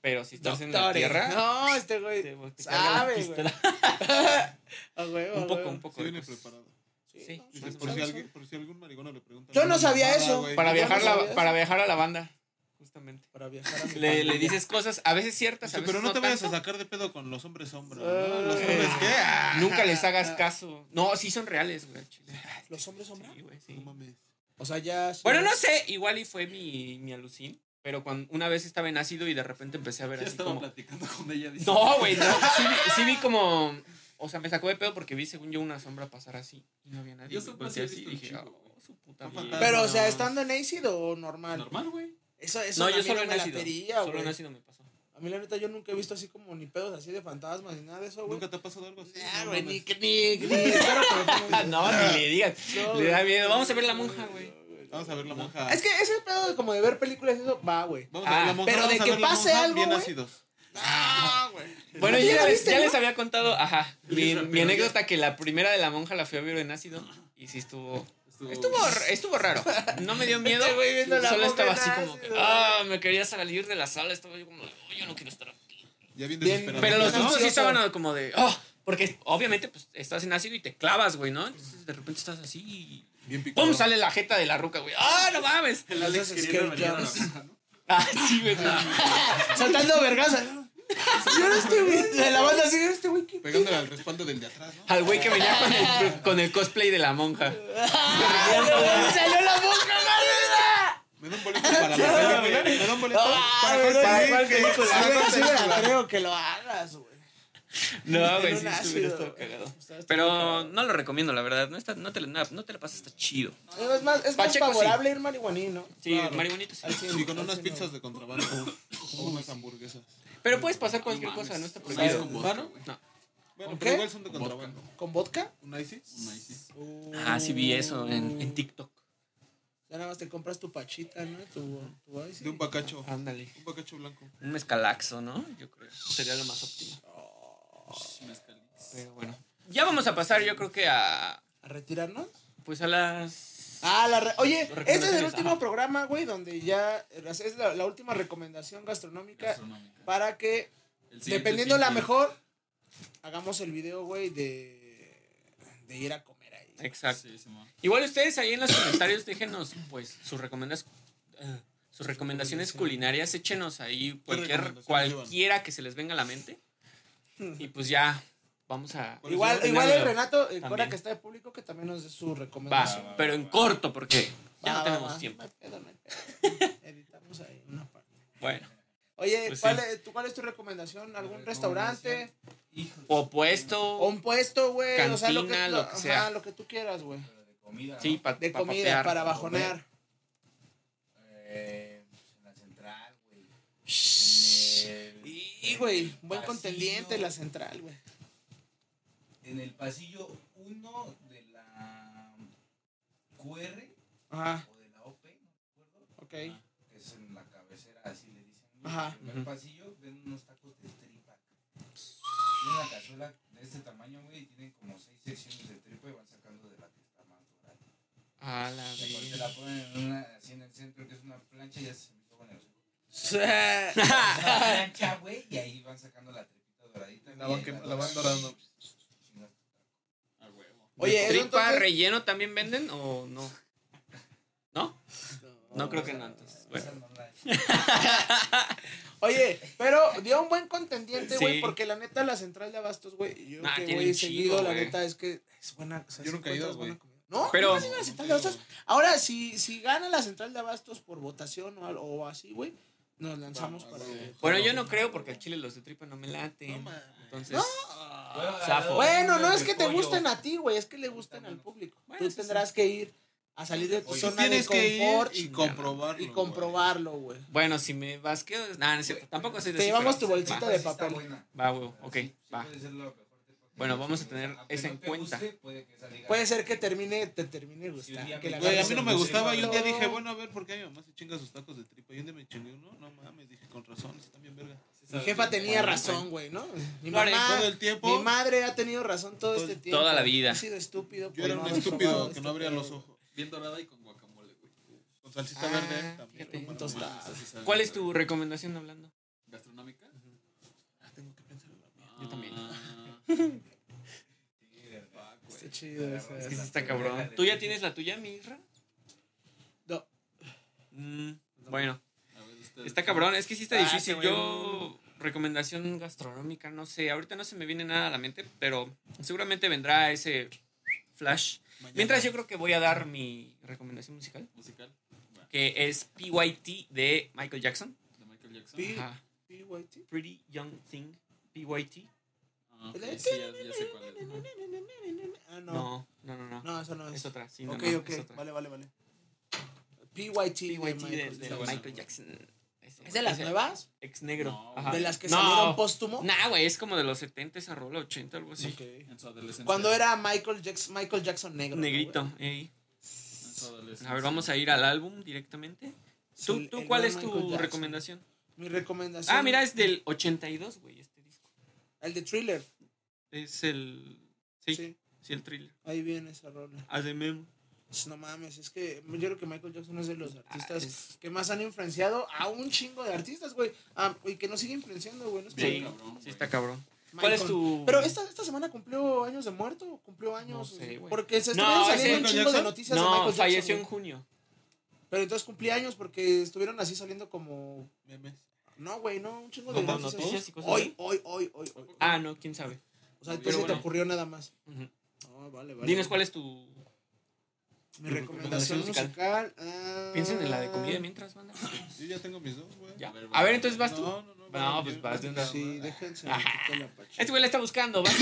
S1: Pero si estás en la
S2: Doctores.
S1: tierra...
S2: No, este
S1: te-
S2: güey.
S1: te carga
S2: sabe,
S1: la
S2: güey.
S1: pistola.
S2: <laughs> A huevo, a
S1: Un poco,
S2: huevo.
S1: un poco.
S3: Se
S1: de
S3: viene
S1: cosas.
S3: preparado.
S1: Sí,
S2: no,
S1: sí,
S3: Dice,
S2: sí,
S3: por,
S2: sí, sí.
S3: si alguien, por si algún marigón le pregunta.
S2: Yo no
S3: "Ah,
S2: sabía
S3: nada,
S2: eso".
S3: güey".
S1: Para
S2: Yo no
S1: viajar, la-
S2: sabía
S1: para
S2: eso.
S1: viajar a la banda, justamente.
S2: Para viajar <laughs> a mi
S1: Le, le
S2: pandilla.
S1: dices cosas, a veces ciertas,
S3: Dice,
S1: a veces
S3: pero no te vayas a
S1: tanto.
S3: sacar de pedo con los hombres sombra. ¿no?
S2: Ah,
S3: ¿Los hombres qué? Ah,
S1: Nunca les hagas caso. No, sí son reales, güey. al chile.
S2: ¿Los hombres sombra?
S1: Sí, güey, sí.
S3: No mames.
S2: O sea, ya. sí.
S1: Bueno, no sé, igual y fue mi, mi alucín, pero cuando una vez estaba en ácido y de repente empecé a ver
S4: Ya
S1: así
S4: estaba
S1: como...
S4: platicando con ella. Dice,
S1: No, güey, no. Sí, vi- sí vi como... O sea, me sacó de pedo porque vi, según yo, una sombra pasar así y no había nadie.
S4: Yo
S1: güey.
S4: supongo
S1: Volteé
S4: que Pues sí he
S1: así y
S4: visto
S1: dije,
S4: un chingo,
S1: "Oh, su puta
S3: Un
S1: madre".
S3: fantasma.
S2: Pero, o sea,
S3: No.
S2: ¿estando en ácido o normal?
S4: Normal, güey.
S2: Eso, eso
S1: No,
S2: a
S1: yo
S2: mí
S1: solo
S2: no
S1: en
S2: me la
S1: ácido.
S2: Pedía,
S1: Solo
S2: güey.
S1: en ácido me pasó.
S2: A mí, la neta, yo nunca he visto así como ni pedos así de fantasmas ni nada de eso, güey.
S3: ¿Nunca te ha pasado algo así?
S2: Nah,
S3: No
S2: güey,
S3: mames.
S2: ni que <laughs> ni. ni- espero que me pongan-
S1: Ah, <laughs> no, ni le digas.
S2: No,
S1: Le da
S2: güey.
S1: miedo. Vamos a ver la monja, güey.
S3: Vamos a ver la monja.
S2: Es que ese pedo de como de ver películas, eso va, güey.
S3: Vamos a ver
S1: Ah,
S3: la monja.
S2: pero
S3: vamos
S2: de
S3: a
S2: que
S3: ver la
S2: pase
S3: monja
S2: algo,
S3: Bien
S2: güey.
S3: ácidos.
S2: No, güey.
S1: Bueno,
S2: ¿Tú
S1: ya,
S2: ya la
S1: les,
S2: viste,
S1: ya
S2: no?
S1: les había contado, ajá, mi,
S4: rápido,
S1: mi
S4: ya.
S1: anécdota que la primera de la monja la fui a ver en ácido y sí estuvo...
S4: Estuvo,
S1: Estuvo, estuvo raro. No me dio miedo.
S2: Este güey viendo la
S1: Solo
S2: monja
S1: estaba
S2: en
S1: así como que,
S2: ácido.
S1: ah, me quería salir de la sala. Estaba yo como, "Oh, yo no quiero estar aquí.
S3: Ya bien
S2: Bien,
S3: desesperado.
S1: Pero los
S2: Ansioso.
S1: sustos sí estaban como de, oh, porque obviamente pues, estás en ácido y te clavas, güey, ¿no? Entonces de repente estás así y
S3: Bien picado.
S1: ¡pum! sale la jeta de la ruca, güey. ¡Ah, no mames!
S4: El Alex
S2: Entonces,
S4: quería ir
S2: ¿qué
S4: al bañero a la
S2: haces?
S4: verga, ¿no?
S1: Ah, sí, <laughs> güey.
S2: Saltando vergaza. <laughs> Yo era <laughs> este güey. De la banda así, este güey. ¿qué?
S3: Pegándole al respaldo del de atrás, ¿no?
S1: Al güey que venía con el, con el cosplay de la monja.
S2: ¡Ah, no, güey! ¡Salió la boca, madre!
S3: Me da un
S2: <laughs>
S3: boleto para la
S2: Ya,
S3: película. Me da un boleto
S2: No,
S3: para
S2: Ah, güey, no,
S3: para-
S2: igual que Nicolás.
S3: para-
S2: Güey, sí me la
S3: para-
S2: creo que lo hagas, güey.
S1: No,
S2: En
S1: güey,
S2: un
S1: sí,
S2: ácido,
S1: sí, hubiera estado
S2: güey.
S1: cagado.
S2: Está- está
S1: Pero
S2: cagado.
S1: no lo recomiendo, la verdad. No, está, no, te, la- no, no te la pasas, está chido.
S2: Es más, es más
S1: Pacheco, sí.
S2: favorable ir marihuanín, ¿no?
S1: Sí,
S3: Claro.
S1: marihuanito sí.
S2: Al cien,
S3: Sí, con
S2: al
S3: unas
S2: cien,
S3: pizzas de contrabando. O unas hamburguesas.
S1: Pero puedes pasar cualquier
S4: No
S1: cosa, este
S4: mames.
S1: no está
S4: Sabes
S1: prohibido.
S4: con
S3: ¿Varo?
S4: vodka, güey.
S1: No.
S3: Bueno,
S2: ¿Con
S3: pero
S2: qué?
S3: igual son de
S4: Con vodka.
S3: contrabando.
S2: ¿Con vodka?
S3: ¿Un ICI?
S4: Una ISIS.
S1: Ah, sí vi eso en, en TikTok.
S2: Ya nada más te compras tu pachita, ¿no? Tu, tu ay, sí.
S3: De un bacacho.
S2: Ah.
S1: Ándale.
S3: Un bacacho blanco.
S1: Un mezcalaxo, ¿no? Yo creo. Sería lo más óptimo.
S4: Mezcalix.
S1: Pero bueno. Ya vamos a pasar, yo creo que a.
S2: ¿A retirarnos?
S1: Pues a las.
S2: Ah, la re- Oye, este es el
S1: Recomendaciones,
S2: último
S1: ajá.
S2: programa, güey, donde ya es la, la última recomendación gastronómica
S4: Gastronómica.
S2: para que,
S4: El siguiente
S2: dependiendo la
S4: sitio.
S2: mejor, hagamos el video, güey, de, de ir a comer ahí.
S1: Exacto.
S4: Sí, Simón.
S1: Igual ustedes ahí en los comentarios déjenos, pues, sus recomendas- eh, Sus recomendaciones culinarias, échenos ahí cualquier,
S3: recomendaciones
S1: cualquiera que se les venga a la mente. Y pues ya, vamos a.
S3: Bueno,
S2: Igual,
S1: Pues,
S2: igual el
S1: nada,
S2: Renato, el
S1: también.
S2: Cora que está de público, que también nos dé su recomendación.
S1: Va, pero en corto, porque ya
S2: Va,
S1: no
S2: va,
S1: tenemos
S2: va.
S1: tiempo.
S2: No hay pedo, no hay pedo. Editamos ahí una parte.
S1: Bueno.
S2: Oye,
S1: Pues
S2: ¿cuál,
S1: sí.
S2: es, tú, ¿cuál es tu recomendación? ¿Algún
S4: Mi
S2: restaurante?
S5: Hijo
S1: O puesto.
S2: ¿O un puesto, güey? o sea, lo que,
S1: Cantina,
S2: tú-
S1: lo que
S2: ajá,
S1: sea.
S2: lo que tú quieras, güey.
S5: pero de comida.
S1: Sí, pa-
S2: De
S1: pa
S2: comida,
S1: papear.
S2: para bajonear.
S5: ¿no? Eh, pues, en la central, güey. En el-
S2: Y, güey, buen
S5: Pasillo.
S2: contendiente la central, güey.
S5: En el pasillo 1 de la QR
S2: Ajá,
S5: o de la OP, no recuerdo.
S2: ok.
S5: que es en la cabecera, así le dicen.
S2: Ajá.
S5: En
S1: Ujú.
S5: el pasillo ven unos tacos de tripa. Tienen una cazuela de este tamaño, güey, y tienen como seis secciones de tripa y van sacando de la que está más dorada.
S1: A la
S5: Y aparte
S1: verga.
S5: la ponen en una, así en el centro, que es una plancha, y ya se me hizo con el
S1: Ah.
S5: Una plancha, güey, y ahí van sacando la tripita doradita.
S3: La
S5: güey,
S3: van
S5: y
S3: que-
S5: ahí
S3: la van dorando.
S5: Chingas tu taco.
S4: A huevo.
S2: <laughs> Oye, eso
S1: ¿Tripa
S2: entonces-
S1: relleno también venden o no? ¿No? No creo que no, entonces. Bueno.
S5: Esa no la-
S2: Oye, pero dio un buen contendiente, güey,
S1: Sí.
S2: porque la neta la central de Abastos, güey, yo
S1: Ah,
S2: que
S1: tiene
S2: voy
S1: un chingo,
S2: seguido, la
S1: güey.
S2: neta es que es buena, o sea,
S3: Yo
S2: sí
S3: nunca he ido,
S2: encuentras buena
S3: güey.
S2: comida. No,
S1: Pero-
S2: pero la central de Abastos. Ahora si si gana la central de Abastos por votación o, al- o así, güey, nos lanzamos
S3: Vamos,
S2: para
S3: güey.
S1: Bueno, yo no creo porque al chile los de tripa no me laten. Entonces, Ah, Zafo.
S2: Bueno, no es
S5: de
S2: que te
S5: pollo.
S2: gusten a ti, güey, es que le gusten al público.
S1: Bueno,
S2: Tú
S1: sí,
S2: tendrás que ir a salir de tu
S5: Tú
S2: zona de
S3: Tienes que ir
S2: confort
S3: y
S2: y,
S3: comprobarlo.
S2: comprobarlo, güey.
S1: bueno, si me vas, ¿qué? Nah, no es cierto. Tampoco soy de
S2: Te
S1: así,
S2: llevamos
S1: pero-
S2: tu bolsita
S1: Va,
S2: de
S5: Sí está
S2: papel.
S5: buena.
S1: Va, huevo, ok,
S5: Sí, sí
S1: va.
S5: puede ser lo mejor que puede
S1: Bueno,
S5: ser.
S1: vamos a tener
S5: Aunque
S1: eso
S5: no
S1: en
S5: te
S1: cuenta.
S5: guste, puede que esa liga-
S2: Puede ser que termine, te termine
S5: Sí, un
S2: gustando.
S5: día
S2: que
S5: me-
S2: la
S3: Güey, a
S2: agarres
S3: mí no
S2: en
S3: me
S2: el
S3: gustaba. Y un día
S2: centro.
S3: dije, bueno, a ver, ¿por qué mi mamá se chinga sus tacos de tripa? Y un día me chingué uno. No mames, dije, con razón, están bien verga.
S2: Mi jefa tenía razón, güey, ¿no? Mi
S1: Lo haré
S2: mamá,
S3: todo el tiempo.
S2: Ah, mi madre ha tenido razón todo
S3: Todo-
S2: este tiempo.
S1: toda la vida.
S2: He sido estúpido.
S3: Yo
S2: por
S3: era
S2: no
S3: un
S2: haber probado
S3: estúpido que
S2: este
S3: no abría
S2: pedo.
S3: los ojos.
S4: Bien dorada y con guacamole, güey.
S3: Con salsita
S2: Ah,
S3: verde también.
S1: fíjate,
S3: No
S2: un tostado.
S3: mames.
S4: Esa sí sabe
S1: ¿Cuál
S4: bien
S1: es tu
S4: verga.
S1: recomendación hablando?
S4: gastronómica?
S3: Tengo que pensar en la mía.
S1: Yo también.
S4: Ah,
S1: <laughs>
S5: Sí, ¿verdad? güey.
S2: Está chido. esa-
S1: Es que sí está cabrón. ¿Tú ya tienes la tuya, Mirra?
S2: No.
S1: Mm, bueno,
S4: a ver, usted-
S1: está cabrón. Es que sí está
S2: Ah,
S1: difícil.
S2: sí, güey.
S1: Yo, recomendación gastronómica, no sé. Ahorita no se me viene nada a la mente, pero seguramente vendrá ese flash.
S3: Mañana.
S1: Mientras yo creo que voy a dar mi recomendación musical,
S4: Musical Va,
S1: que es PYT de Michael Jackson.
S4: de Michael Jackson.
S2: Sí.
S1: Ajá.
S2: PYT.
S1: Pretty Young Thing, PYT.
S4: Ah, ok, sí, ya, ya sé cuál es.
S2: Ah, no.
S1: No, no, no, no.
S2: No, eso no
S1: Es
S2: es.
S1: otra, sí, no,
S2: Ok,
S1: no,
S2: ok.
S1: es otra.
S2: Vale, vale, vale. PYT.
S1: PYT de,
S2: de Michael
S1: de
S2: Jackson.
S4: buena.
S1: Michael Jackson.
S2: ¿Es de las nuevas?
S1: Ex negro.
S4: No,
S1: Ajá.
S2: ¿De las que
S1: No.
S2: salieron póstumo?
S1: Nah, güey, es como de los 70 esa rola, 80, algo así.
S2: Ok.
S4: En su adolescencia.
S2: Cuando era Michael Jackson, Michael Jackson negro. ¿no,
S1: Negrito,
S2: güey?
S1: ey.
S4: En su adolescencia.
S1: A ver, vamos a ir al álbum directamente. ¿Tú,
S2: El-
S1: tú
S2: el
S1: cuál
S2: buen
S1: es tu
S2: Michael Jackson.
S1: recomendación?
S2: Mi recomendación.
S1: Ah, mira, es del 82, güey, este disco.
S2: El de Thriller.
S1: Es el. Sí, sí,
S2: Sí.
S1: el thriller.
S2: Ahí viene esa rola.
S1: As the Memo.
S2: Pues, No mames, es que yo creo que Michael Jackson es de los artistas
S1: Ah, es-
S2: que más han influenciado a un chingo de artistas, güey. Ah, y que nos sigue influenciando, güey. No es
S1: Sí.
S2: como-
S4: cabrón,
S1: Sí,
S4: güey.
S1: está cabrón. ¿Cuál es
S2: Michael.
S1: tu...?
S2: Pero esta, esta semana cumplió años de muerto, o cumplió años. eh,
S1: No sé, güey.
S2: porque se
S1: No,
S2: estuvieron saliendo
S1: ese-
S2: un chingo de
S3: Jackson?
S2: noticias de Michael
S1: No,
S2: Jackson.
S1: falleció en
S2: güey.
S1: junio.
S2: Pero entonces cumplía años porque estuvieron así saliendo como.
S3: Memes.
S2: No, güey, no, un chingo
S1: No, pues,
S2: de
S1: no,
S2: noticias.
S1: noticias y cosas
S2: hoy,
S1: así.
S2: hoy, hoy, hoy, hoy.
S1: Ah, no, quién sabe.
S2: O sea,
S4: Pero
S2: entonces te
S1: bueno.
S2: ocurrió nada más.
S1: Ujú.
S2: No, vale, vale.
S1: Dinos cuál es tu...
S2: Mi
S1: tu
S2: recomendación
S1: recomendación
S2: musical. ah,
S1: Piensen en la de comida mientras, banda.
S3: Yo ya tengo mis dos, güey.
S1: Ya.
S4: A ver,
S1: A ver,
S4: vas.
S1: entonces vas tú.
S3: No, no, no.
S1: No,
S3: vale,
S1: pues
S3: yo-
S1: vas de una.
S2: Sí, déjense.
S1: Ah.
S2: me quito la pacha.
S1: Este güey la está buscando, ¿vas?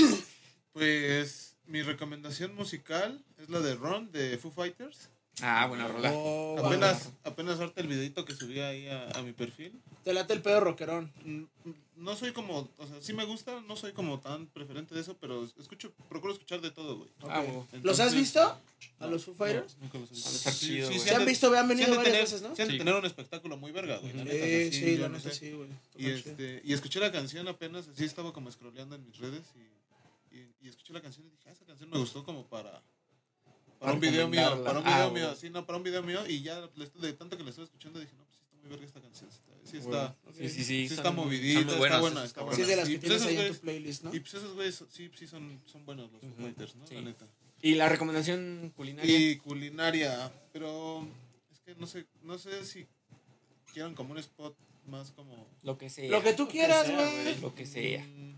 S3: Pues mi recomendación musical es la de Ron de Foo Fighters.
S1: Ah, buena rola.
S2: Oh, va.
S3: Apenas, apenas ahorita el videito que subí ahí a, a mi perfil.
S2: Te late el pedo rockerón.
S3: Mm, mm, No soy como, o sea, sí me gusta, no soy como tan preferente de eso, pero escucho, procuro escuchar de todo, güey.
S2: Ok.
S1: Ah, huevo.
S2: ¿Los has
S3: Entonces-
S2: visto? ¿A los Foo
S3: No,
S2: Fighters?
S3: nunca los he visto.
S1: Han de estar Ah, chido, güey.
S2: Se
S1: Sí,
S2: han
S3: de-
S2: visto, vean
S3: sí han
S2: venido
S3: de
S2: varias
S3: tener,
S2: veces, ¿no?
S3: sí han de
S1: Sí.
S3: tener un espectáculo muy verga, güey. la
S1: Sí,
S3: neta, o
S2: Sí,
S3: sea,
S2: sí,
S3: yo
S2: la
S3: no
S2: neta
S3: sé.
S2: sí, güey.
S3: Y,
S2: Está chido.
S3: este, y escuché la canción apenas, así estaba como scrolleando en mis redes y, y, y escuché la canción y dije, ah, esa canción me gustó como para, para,
S1: Para
S3: un video mío,
S1: recomendarla.
S3: para un
S1: Ah,
S3: video
S1: güey.
S3: mío, sí, no, para un video mío y ya le estu- de tanto que la estuve escuchando dije, no, pues sí está muy verga esta canción, sí está, sí está,
S1: Sí, sí, sí.
S3: sí
S1: son-
S3: está movidita,
S1: son muy
S3: está
S1: buenas
S3: buena,
S1: esas
S3: está
S1: cabronas.
S2: Sí, es de las
S3: Sí,
S2: que
S3: pues
S2: tienes
S3: esos
S2: ahí en tu
S3: güeyes-
S2: playlist, ¿no?
S3: Y pues esos güeyes sí, sí son, son buenos los Foo
S1: Ujú.
S3: Fighters, ¿no?
S1: Sí.
S3: La neta.
S1: Y la recomendación culinaria.
S3: Y culinaria, pero es que no sé, no sé si quieran como un spot más como...
S1: Lo que sea.
S2: Lo que tú quieras,
S3: sea,
S2: güey.
S3: güey.
S1: Lo que sea.
S3: Mm.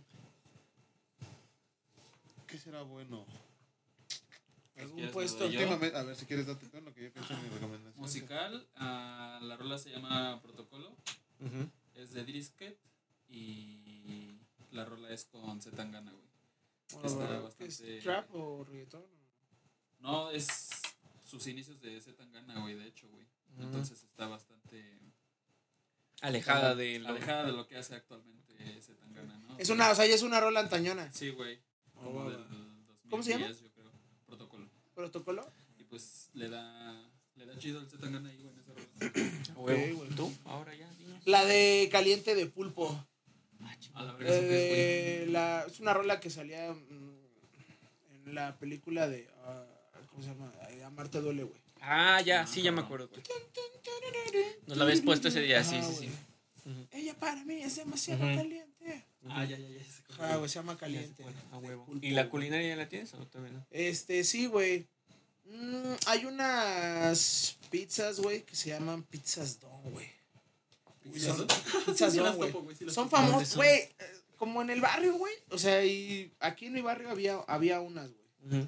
S3: ¿Qué será bueno?
S2: Algún
S4: quieres,
S2: puesto.
S4: me doy yo.
S3: Últimamente, a ver si quieres date tú en lo que yo pienso en mi recomendación.
S4: Musical, ah, la rola se llama Protocolo,
S1: Ujú.
S4: es de Drisket y la rola es con Zetangana, güey.
S2: Bueno,
S4: Está
S2: bueno,
S4: bastante-
S2: ¿es ¿Trap o reggaetón?
S4: No, es sus inicios de Zetangana, güey, de hecho, güey.
S1: Ujú.
S4: Entonces está bastante
S1: Alejada de lo-
S4: alejada de lo que hace actualmente Zetangana, ¿no?
S2: Es una, o sea, ya es una rola antañona.
S4: Sí, güey.
S2: Oh,
S4: Como del
S2: ¿Cómo se llama?
S4: 2010, yo creo. Protocolo.
S2: ¿Protocolo?
S4: Y pues le da, le da chido el Zetangana ahí, güey, en esa rola.
S1: Huevo.
S2: güey.
S1: ¿Tú? Ahora ya, dinos.
S2: La de Caliente de Pulpo. Ah,
S4: A la verga, ¿eso qué es,
S2: Eh, la, es una rola que salía mm, en la película de. ah, ¿Cómo se llama? Ay, Amarte duele, güey.
S1: Ah, ya,
S4: Ah,
S1: sí, ya me
S4: cabrón.
S1: acuerdo. güey. Nos la habías puesto ese día, sí,
S2: Ajá,
S1: sí, sí.
S2: güey. Ella para mí es demasiado
S1: Ujú.
S2: caliente.
S4: güey? Ah, ya, ya, ya. sé cuál
S2: Ah,
S4: es.
S2: güey, se llama Caliente.
S1: A
S2: de
S1: huevo.
S2: Pulpo,
S1: ¿Y la
S2: güey.
S1: culinaria ya la tienes o todavía no?
S2: Este, sí, güey. Mm, hay unas pizzas, güey, que se llaman pizzas don, güey.
S4: Uy, ya
S2: Son-
S4: sé.
S2: pizzas
S4: Sí,
S2: don,
S4: las
S2: güey.
S4: topo, güey, sí las
S2: Son
S4: topo.
S1: ¿Dónde
S2: famosas,
S1: son?
S2: güey. eh, Como en el barrio, güey. O sea, y aquí en mi barrio había, había unas, güey.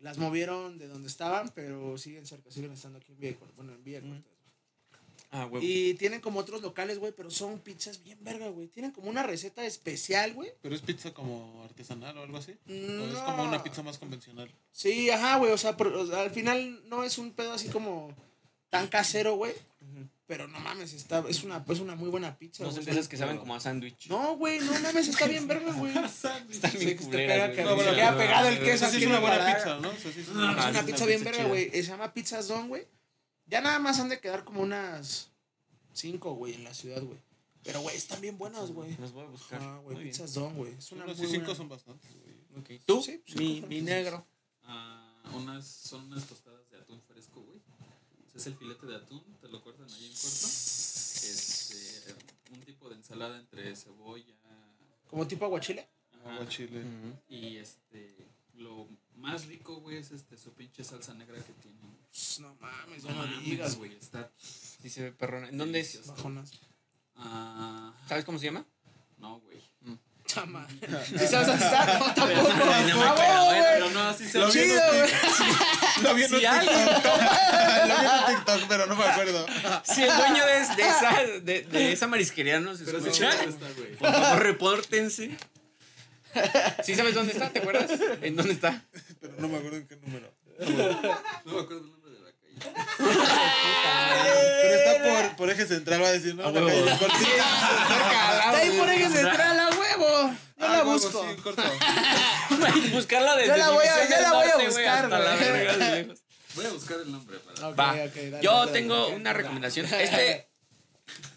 S2: Las movieron de donde estaban, pero siguen cerca, siguen estando aquí en Villa Cortés. Bueno, en Villa
S1: Mm.
S2: Cortés.
S1: Ah, huevo.
S2: Y tienen como otros locales, güey, pero son pizzas bien verga, güey. Tienen como una receta especial, güey.
S3: Pero es pizza como artesanal o algo así.
S2: No.
S3: O es como una pizza más convencional.
S2: Sí, ajá, güey. O sea, pero, o sea, al final no es un pedo así como tan casero, güey.
S1: Ujú.
S2: Pero no mames, está, es, una, es una muy buena pizza.
S1: No
S2: güey.
S1: son de esas que saben como a sándwich.
S2: No, güey, no mames, está bien verga, güey.
S1: <laughs> Están
S2: Sí,
S1: bien
S2: que te
S1: culeras,
S2: pega que-
S1: güey.
S3: se
S1: Sí,
S3: queda
S1: no,
S2: pegado el
S1: güey.
S2: queso
S3: Esa
S1: Sí,
S3: sí
S2: aquí
S3: es
S1: sí,
S3: una
S2: en
S3: buena
S2: la-
S3: pizza, ¿no? O sea, sí es
S2: Es
S3: una
S1: Ah,
S2: una
S1: es
S2: pizza
S1: una pizza
S2: bien verga,
S1: chida.
S2: güey. Se llama Pizzas Don, güey. Ya nada más han de quedar como unas cinco, güey, en la ciudad, güey. Pero, güey, están bien buenas, güey.
S1: Los voy a buscar.
S2: Ah, güey,
S1: Muy bien.
S2: Pizzas Don, güey. Es una
S3: Unos
S2: muy
S3: y cinco
S2: buena-
S3: son bastantes, güey.
S1: Ok. ¿Tú?
S2: Sí, pues,
S1: mi,
S2: cinco
S1: mi
S2: franceses.
S1: negro.
S4: Ah, unas, son unas tostadas de atún fresco, güey. O sea, es el filete de atún, te lo cortan ahí en corto. Este, un tipo de ensalada entre cebolla
S2: Como tipo aguachile.
S4: ajá,
S1: Ah.
S3: Agua chile.
S4: y este, lo más rico, güey, es este, su pinche salsa negra que tiene.
S2: Pss, pues, No mames,
S4: No
S2: no me
S4: mames,
S2: digas, güey.
S4: Está,
S1: Sí se ve perrona. ¿En dónde es?
S4: Delicioso.
S2: Bajonas.
S4: ah,
S1: ¿Sabes cómo
S2: <laughs>
S1: se llama?
S4: no, güey.
S2: Chama. <laughs> ¿Sí sabes dónde está? No, tampoco. Ah, güey.
S4: Pero no, así se
S3: Lo vi en
S2: Chido,
S3: un
S2: güey.
S3: tic- sí, Lo vi en un TikTok. Lo vi en un TikTok, pero no me acuerdo.
S1: Si el dueño de, de esa, de, de esa marisquería nos
S4: Pero sí,
S1: escucha,
S4: está, güey.
S1: por favor, repórtense. ¿Sí sabes dónde está? ¿Te acuerdas? ¿En dónde está?
S3: Pero no me acuerdo en qué número.
S4: No me acuerdo el nombre de la calle.
S3: Pero está por, por eje central, va a decir, ¿no?
S1: A
S3: La
S1: huevo.
S3: calle Cortés.
S2: Está ahí por eje central, a huevo. Yo la
S3: Ah, huevo,
S2: busco.
S3: sí, en corto.
S1: <laughs> Buscarla desde
S2: Yo la voy a-
S1: División
S2: yo
S1: del
S2: la voy a
S1: Norte, güey,
S2: buscar,
S1: hasta la
S2: güey.
S1: verga de lejos.
S4: Voy a buscar el nombre para.
S2: Ok,
S1: Va.
S2: ok, dale,
S1: <laughs> Yo
S2: dale,
S1: tengo
S2: dale.
S1: una recomendación.
S2: <laughs>
S1: Este,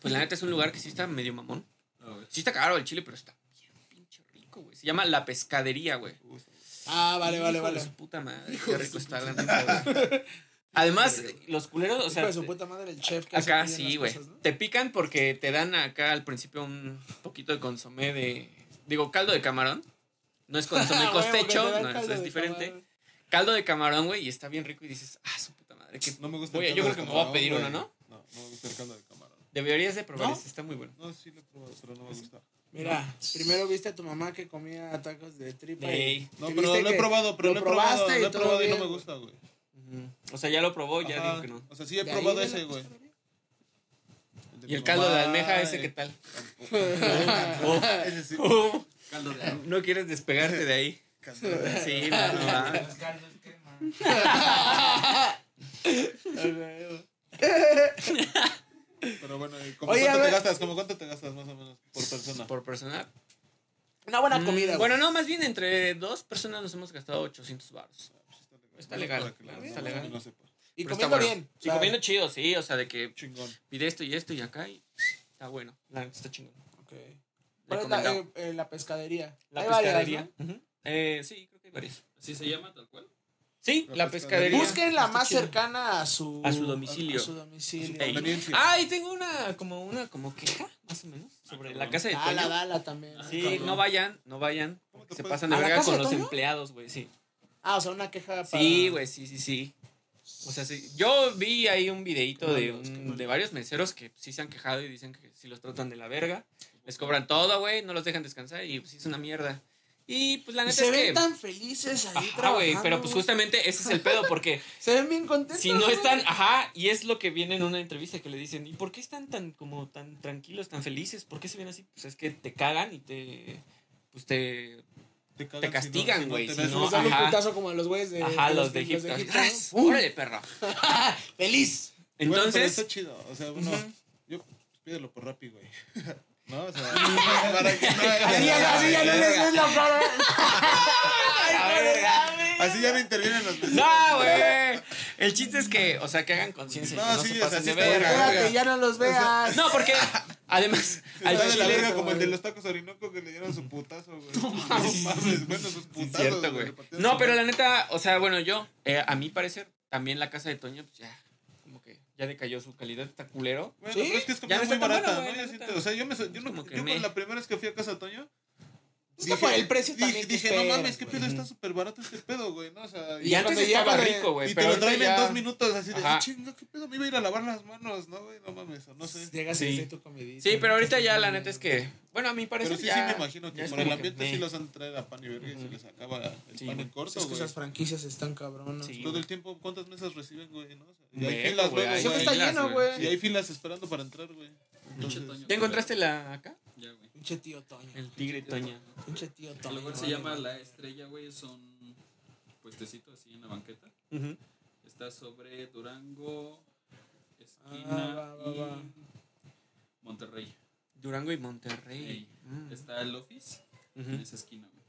S1: pues la neta es un lugar que sí está medio mamón.
S4: A ver.
S1: Sí está caro el chile, pero está bien pinche rico, güey. Se llama La Pescadería, güey.
S2: Ah, vale, vale,
S1: Hijo de
S2: vale.
S1: su puta madre. Qué rico está la neta, güey. Además, los culeros, o
S2: Hijo
S1: sea,
S2: de su puta madre, el chef que hace
S1: acá
S2: bien
S1: sí,
S2: las
S1: güey.
S2: cosas, ¿no?
S1: Te pican porque te dan acá al principio un poquito de consomé de. Digo, caldo de camarón. No es consomé
S2: <laughs> Ah, huevo, que te
S1: costecho,
S2: dan
S1: no,
S2: caldo
S1: eso es
S2: de
S1: diferente.
S2: camarón.
S1: Caldo de camarón, güey, y está bien rico y dices, ah, su puta madre, que
S3: No me gusta
S1: Oye,
S3: el
S1: yo
S3: caldo
S1: creo que me
S3: de
S1: voy a
S3: camarón,
S1: pedir uno,
S3: güey.
S1: ¿no?
S3: No, no me gusta el caldo de camarón.
S1: deberías de probar,
S2: ¿No?
S1: ese, está muy bueno.
S3: No, sí lo he probado, pero no me gusta.
S2: Mira, primero viste a tu mamá que comía tacos de tripa. y-
S1: Ey.
S3: No,
S2: ¿Te
S3: pero
S2: viste
S3: lo he
S2: que
S3: probado, pero
S2: lo
S3: lo he probado,
S2: probaste y
S3: lo he
S2: todo
S3: probado y no
S2: bien?
S3: me gusta, güey.
S1: Ujú. O sea, ya lo probó, Oh, ya
S3: Ajá.
S1: dijo que no.
S3: O sea, sí he
S2: de ahí
S3: probado
S2: de la
S3: ese, güey.
S2: puta madre?
S3: de
S1: Y
S3: mi
S1: el caldo de
S3: mamá,
S1: almeja, ese,
S3: eh,
S1: ¿qué tal?
S3: tampoco.
S1: <laughs>
S3: Ese sí.
S1: Uh,
S4: Caldo de agua.
S1: no quieres despegarte de ahí.
S3: caldo de-
S1: Sí, no, no, va.
S5: Los caldos queman.
S3: Pero bueno, ¿y como
S2: Oye, a
S3: cuánto
S2: ver.
S3: te gastas? ¿Cómo cuánto te gastas más o menos por persona?
S1: Por persona.
S2: <laughs> Una buena
S1: Mm,
S2: comida, güey.
S1: Bueno, no, más bien entre dos personas nos hemos gastado 800 baros. Está legal,
S3: Para que la
S1: está
S3: raza
S1: legal.
S3: No sepa.
S2: y
S1: Pero está
S2: comiendo
S1: bueno.
S2: bien.
S1: Y comiendo chido, sí, o sea, de que
S3: Chingón.
S1: pide esto y esto y acá y está bueno. La neta está chingón.
S2: ¿Cuál es la,
S1: Recomendado.
S2: eh, eh, la pescadería?
S1: La
S2: Hay varias,
S1: pescadería.
S2: ¿no?
S1: Ujú. Eh, sí, creo que hay varias.
S4: ¿Así se llama tal cual?
S1: Sí,
S3: La
S1: la,
S3: pescadería.
S1: pescadería.
S2: Busquen la
S1: Está
S2: más
S1: chida.
S2: cercana a su...
S1: A su domicilio.
S2: A su domicilio.
S1: Ey.
S3: Conveniencia.
S1: Ah, y tengo una como una como queja, más o menos, sobre Ah, la casa de
S2: Dala,
S1: Toño.
S2: dala también. ¿no?
S1: Sí, no vayan, no vayan.
S3: ¿Cómo te
S1: Se
S3: puedes-
S1: pasan de
S2: ¿A la
S1: verga
S2: casa
S1: con
S2: de
S1: los
S2: Toño?
S1: empleados, güey, sí.
S2: Ah, o sea, una queja para...
S1: Sí, güey, sí, sí, sí. O sea, sí. yo vi ahí un videito
S2: Qué
S1: de,
S2: malos,
S1: un-
S2: qué malos.
S1: de varios meseros que sí se han quejado y dicen que sí los tratan de la verga. Les cobran todo, güey, no los dejan descansar y pues sí es una mierda. Y pues la
S2: Y
S1: neta
S2: se
S1: es
S2: ven
S1: que...
S2: tan felices ahí
S1: Ajá,
S2: trabajando.
S1: güey, pero pues
S2: güey.
S1: justamente ese es el pedo porque
S2: Se ven bien contentos.
S1: si no
S2: güey.
S1: están, ajá, y es lo que viene en una entrevista que le dicen, ¿y por qué están tan como tan tranquilos, tan felices? ¿Por qué se ven así? Pues es que te cagan y te pues te
S3: Te, cagan
S1: Te
S3: si no-
S1: castigan,
S3: si no pues,
S1: güey,
S3: te
S1: si
S3: ves-
S1: no, ah,
S2: Les dan un
S1: ajá.
S2: putazo como a los güeyes de...
S1: ajá,
S2: de
S1: los de
S2: los
S1: Egipto.
S2: ¿no?
S1: ¡Ras!
S2: ¡Uh!
S1: Órale, perro.
S2: ¡Feliz!
S3: Bueno, pero
S1: Entonces,
S3: está chido. O sea, bueno,
S1: Ujú.
S3: yo pídelo por
S1: <laughs>
S3: Rappi, güey. <laughs> No, o sea, para que <laughs> no haga-
S2: Así ya, así ya no les ves la cara.
S1: A ver, a ver.
S3: Así ya no intervienen los meseros.
S1: No, güey. El chiste es que, o sea, que hagan conciencia. y
S3: No,
S1: que No,
S3: sí,
S1: se
S3: o sea,
S1: pasen
S3: sí
S1: de
S3: está de la
S1: verga.
S2: Espérate, ya no los veas.
S1: No, porque además,
S3: Está
S1: al
S3: de la
S1: chile-
S3: verga como el de los tacos Orinoco que le dieron su putazo, güey. No mames, bueno, sus
S1: Sí,
S3: putazos.
S1: cierto, güey.
S3: le partieron
S1: No,
S3: su
S1: pero
S3: madre.
S1: la neta, o sea, bueno, yo, eh, a mi parecer, también la casa de Toño, pues ya, como que ya decayó su calidad, está culero.
S3: Bueno,
S2: ¿Sí?
S3: pero es que es comida
S1: Ya no
S3: muy
S1: está tan
S3: barata,
S1: bueno,
S3: ¿no?
S1: güey,
S3: Yo
S1: la
S3: siento-
S1: neta.
S3: o sea, yo, me, so- yo, no-
S1: Como que
S3: yo
S1: me-
S3: con la primera vez que fui a casa de Toño.
S2: Es que por el precio
S3: dije,
S2: también que
S3: dije, no
S2: esperas,
S3: mames, qué
S2: güey.
S3: pedo, está súper barato este pedo, güey, ¿no? O sea,
S1: Y,
S2: ya
S1: antes
S2: cuando
S1: estaba
S2: llega de-
S1: rico, güey.
S3: y te
S1: pero
S3: lo
S1: ahorita
S3: traen en
S1: ya-
S3: dos minutos así de,
S1: Ajá.
S3: "Ah, chinga, qué pedo, me iba a ir a lavar las manos, ¿no, güey? No mames, o no sé.
S2: Llegas
S1: Sí.
S2: y haces tu comidita.
S1: Sí, pero ahorita ya, la neta es que, bueno, a mi parecer
S3: Pero sí,
S1: ya.
S3: sí me imagino
S1: ya
S3: que
S1: es
S3: por el
S1: como que
S3: ambiente
S1: me-
S3: sí los han traer a pan y verga y se
S1: Ujú.
S3: les acaba el
S1: Sí,
S3: pan
S1: güey.
S3: en corto,
S2: Es que
S3: güey.
S2: esas franquicias están cabronas.
S1: Sí,
S3: Todo
S1: güey.
S3: el tiempo, ¿cuántas mesas reciben, güey? No? O sea, y hay
S1: Verga,
S3: filas,
S1: güey,
S3: luego,
S1: ahí
S2: Siempre
S3: güey.
S2: está
S1: bailas,
S2: lleno,
S1: güey.
S2: lleno.
S3: Y hay filas esperando para entrar, güey.
S4: Pinche
S3: Entonces,
S4: Toño.
S1: ¿Ya encontraste la acá?
S4: Ya, güey.
S2: Pinche tío Toño.
S1: El tigre Toño.
S2: Pinche tío
S4: El
S2: Toño.
S4: lugar se llama La Estrella, güey. Son puestecitos así en la banqueta.
S1: Ujú.
S4: Está sobre Durango,
S2: Ah,
S3: Ah,
S4: esquina
S2: va, va,
S4: y
S2: va.
S4: Monterrey.
S1: Durango y Monterrey.
S4: Ey,
S1: Mm.
S4: Está el office en
S1: Ujú.
S4: esa esquina, güey.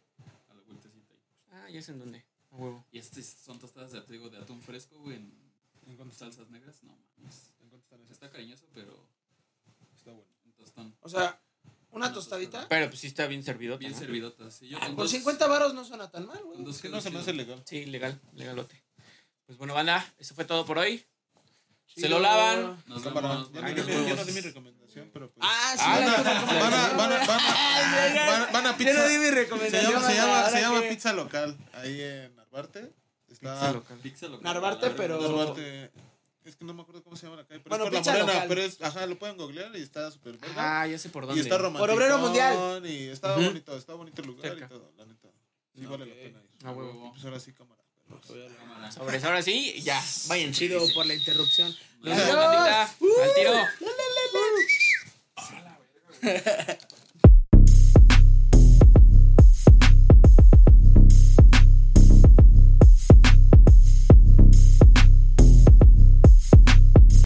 S4: A la vueltecita ahí.
S1: Ah, ya sé en dónde. A huevo.
S4: Y estas son tostadas de trigo de atún fresco, güey. En
S3: ¿En cuánto están? Pues
S4: salsas negras, no mames.
S3: ¿En cuánto están esas?
S4: Está cariñoso, pero
S3: Está bueno.
S4: un tostón.
S2: O sea, una tostadita.
S1: Pero pues sí está bien servido.
S4: Bien servidotas. sí, yo
S1: Ah,
S4: con
S2: Por
S1: pues
S4: dos-
S2: 50 varos no suena tan mal,
S4: con
S2: güey.
S4: dos
S3: Es que no se me
S4: quedo
S3: hace
S4: chido.
S3: legal.
S1: Sí, legal, legalote. Pues bueno, banda, eso fue todo por hoy. Se lo
S2: Chido.
S1: lavan.
S4: Nos
S3: Cámara,
S4: vemos.
S3: ya
S1: Ahí nos
S3: no di mi-
S1: vemos.
S3: Yo no di mi recomendación, pero pues.
S2: Ah, sí.
S1: Ah,
S2: la
S1: no, no,
S2: tuve que
S3: Van a,
S2: comprar.
S3: van a, van
S2: Ay, ay,
S3: a,
S2: ay.
S3: van a- van a
S2: Yo no di
S3: pizza.
S2: mi
S3: Se
S2: recomendación.
S3: llama, se llama,
S2: ahora
S3: se llama
S2: que-
S3: pizza local. Ahí en Narvarte.
S1: Pizza
S3: Está.
S1: local.
S4: Pizza local.
S2: Narvarte,
S4: A la
S2: pero-
S4: verga.
S3: Narvarte. Es que no me acuerdo cómo se llama la calle. Pero
S2: Bueno,
S3: es por la
S2: pizza
S3: morena.
S2: local.
S3: Pero es, ajá, lo pueden googlear y está súper verga.
S1: Ah, ya sé por dónde.
S3: y está romántico.
S2: Obrero Mundial.
S3: Y está
S1: Ujú.
S3: bonito, está bonito el lugar
S1: Cerca.
S3: y todo, la neta. Sí vale la
S2: Ok.
S3: pena ir.
S1: A huevo.
S3: Y pues ahora sí, cámara. perros.
S4: Cámara.
S1: Sobre, ahora sí, ya. Vayan
S2: Chido por la interrupción.
S1: Nos vemos, bandita. Al tiro.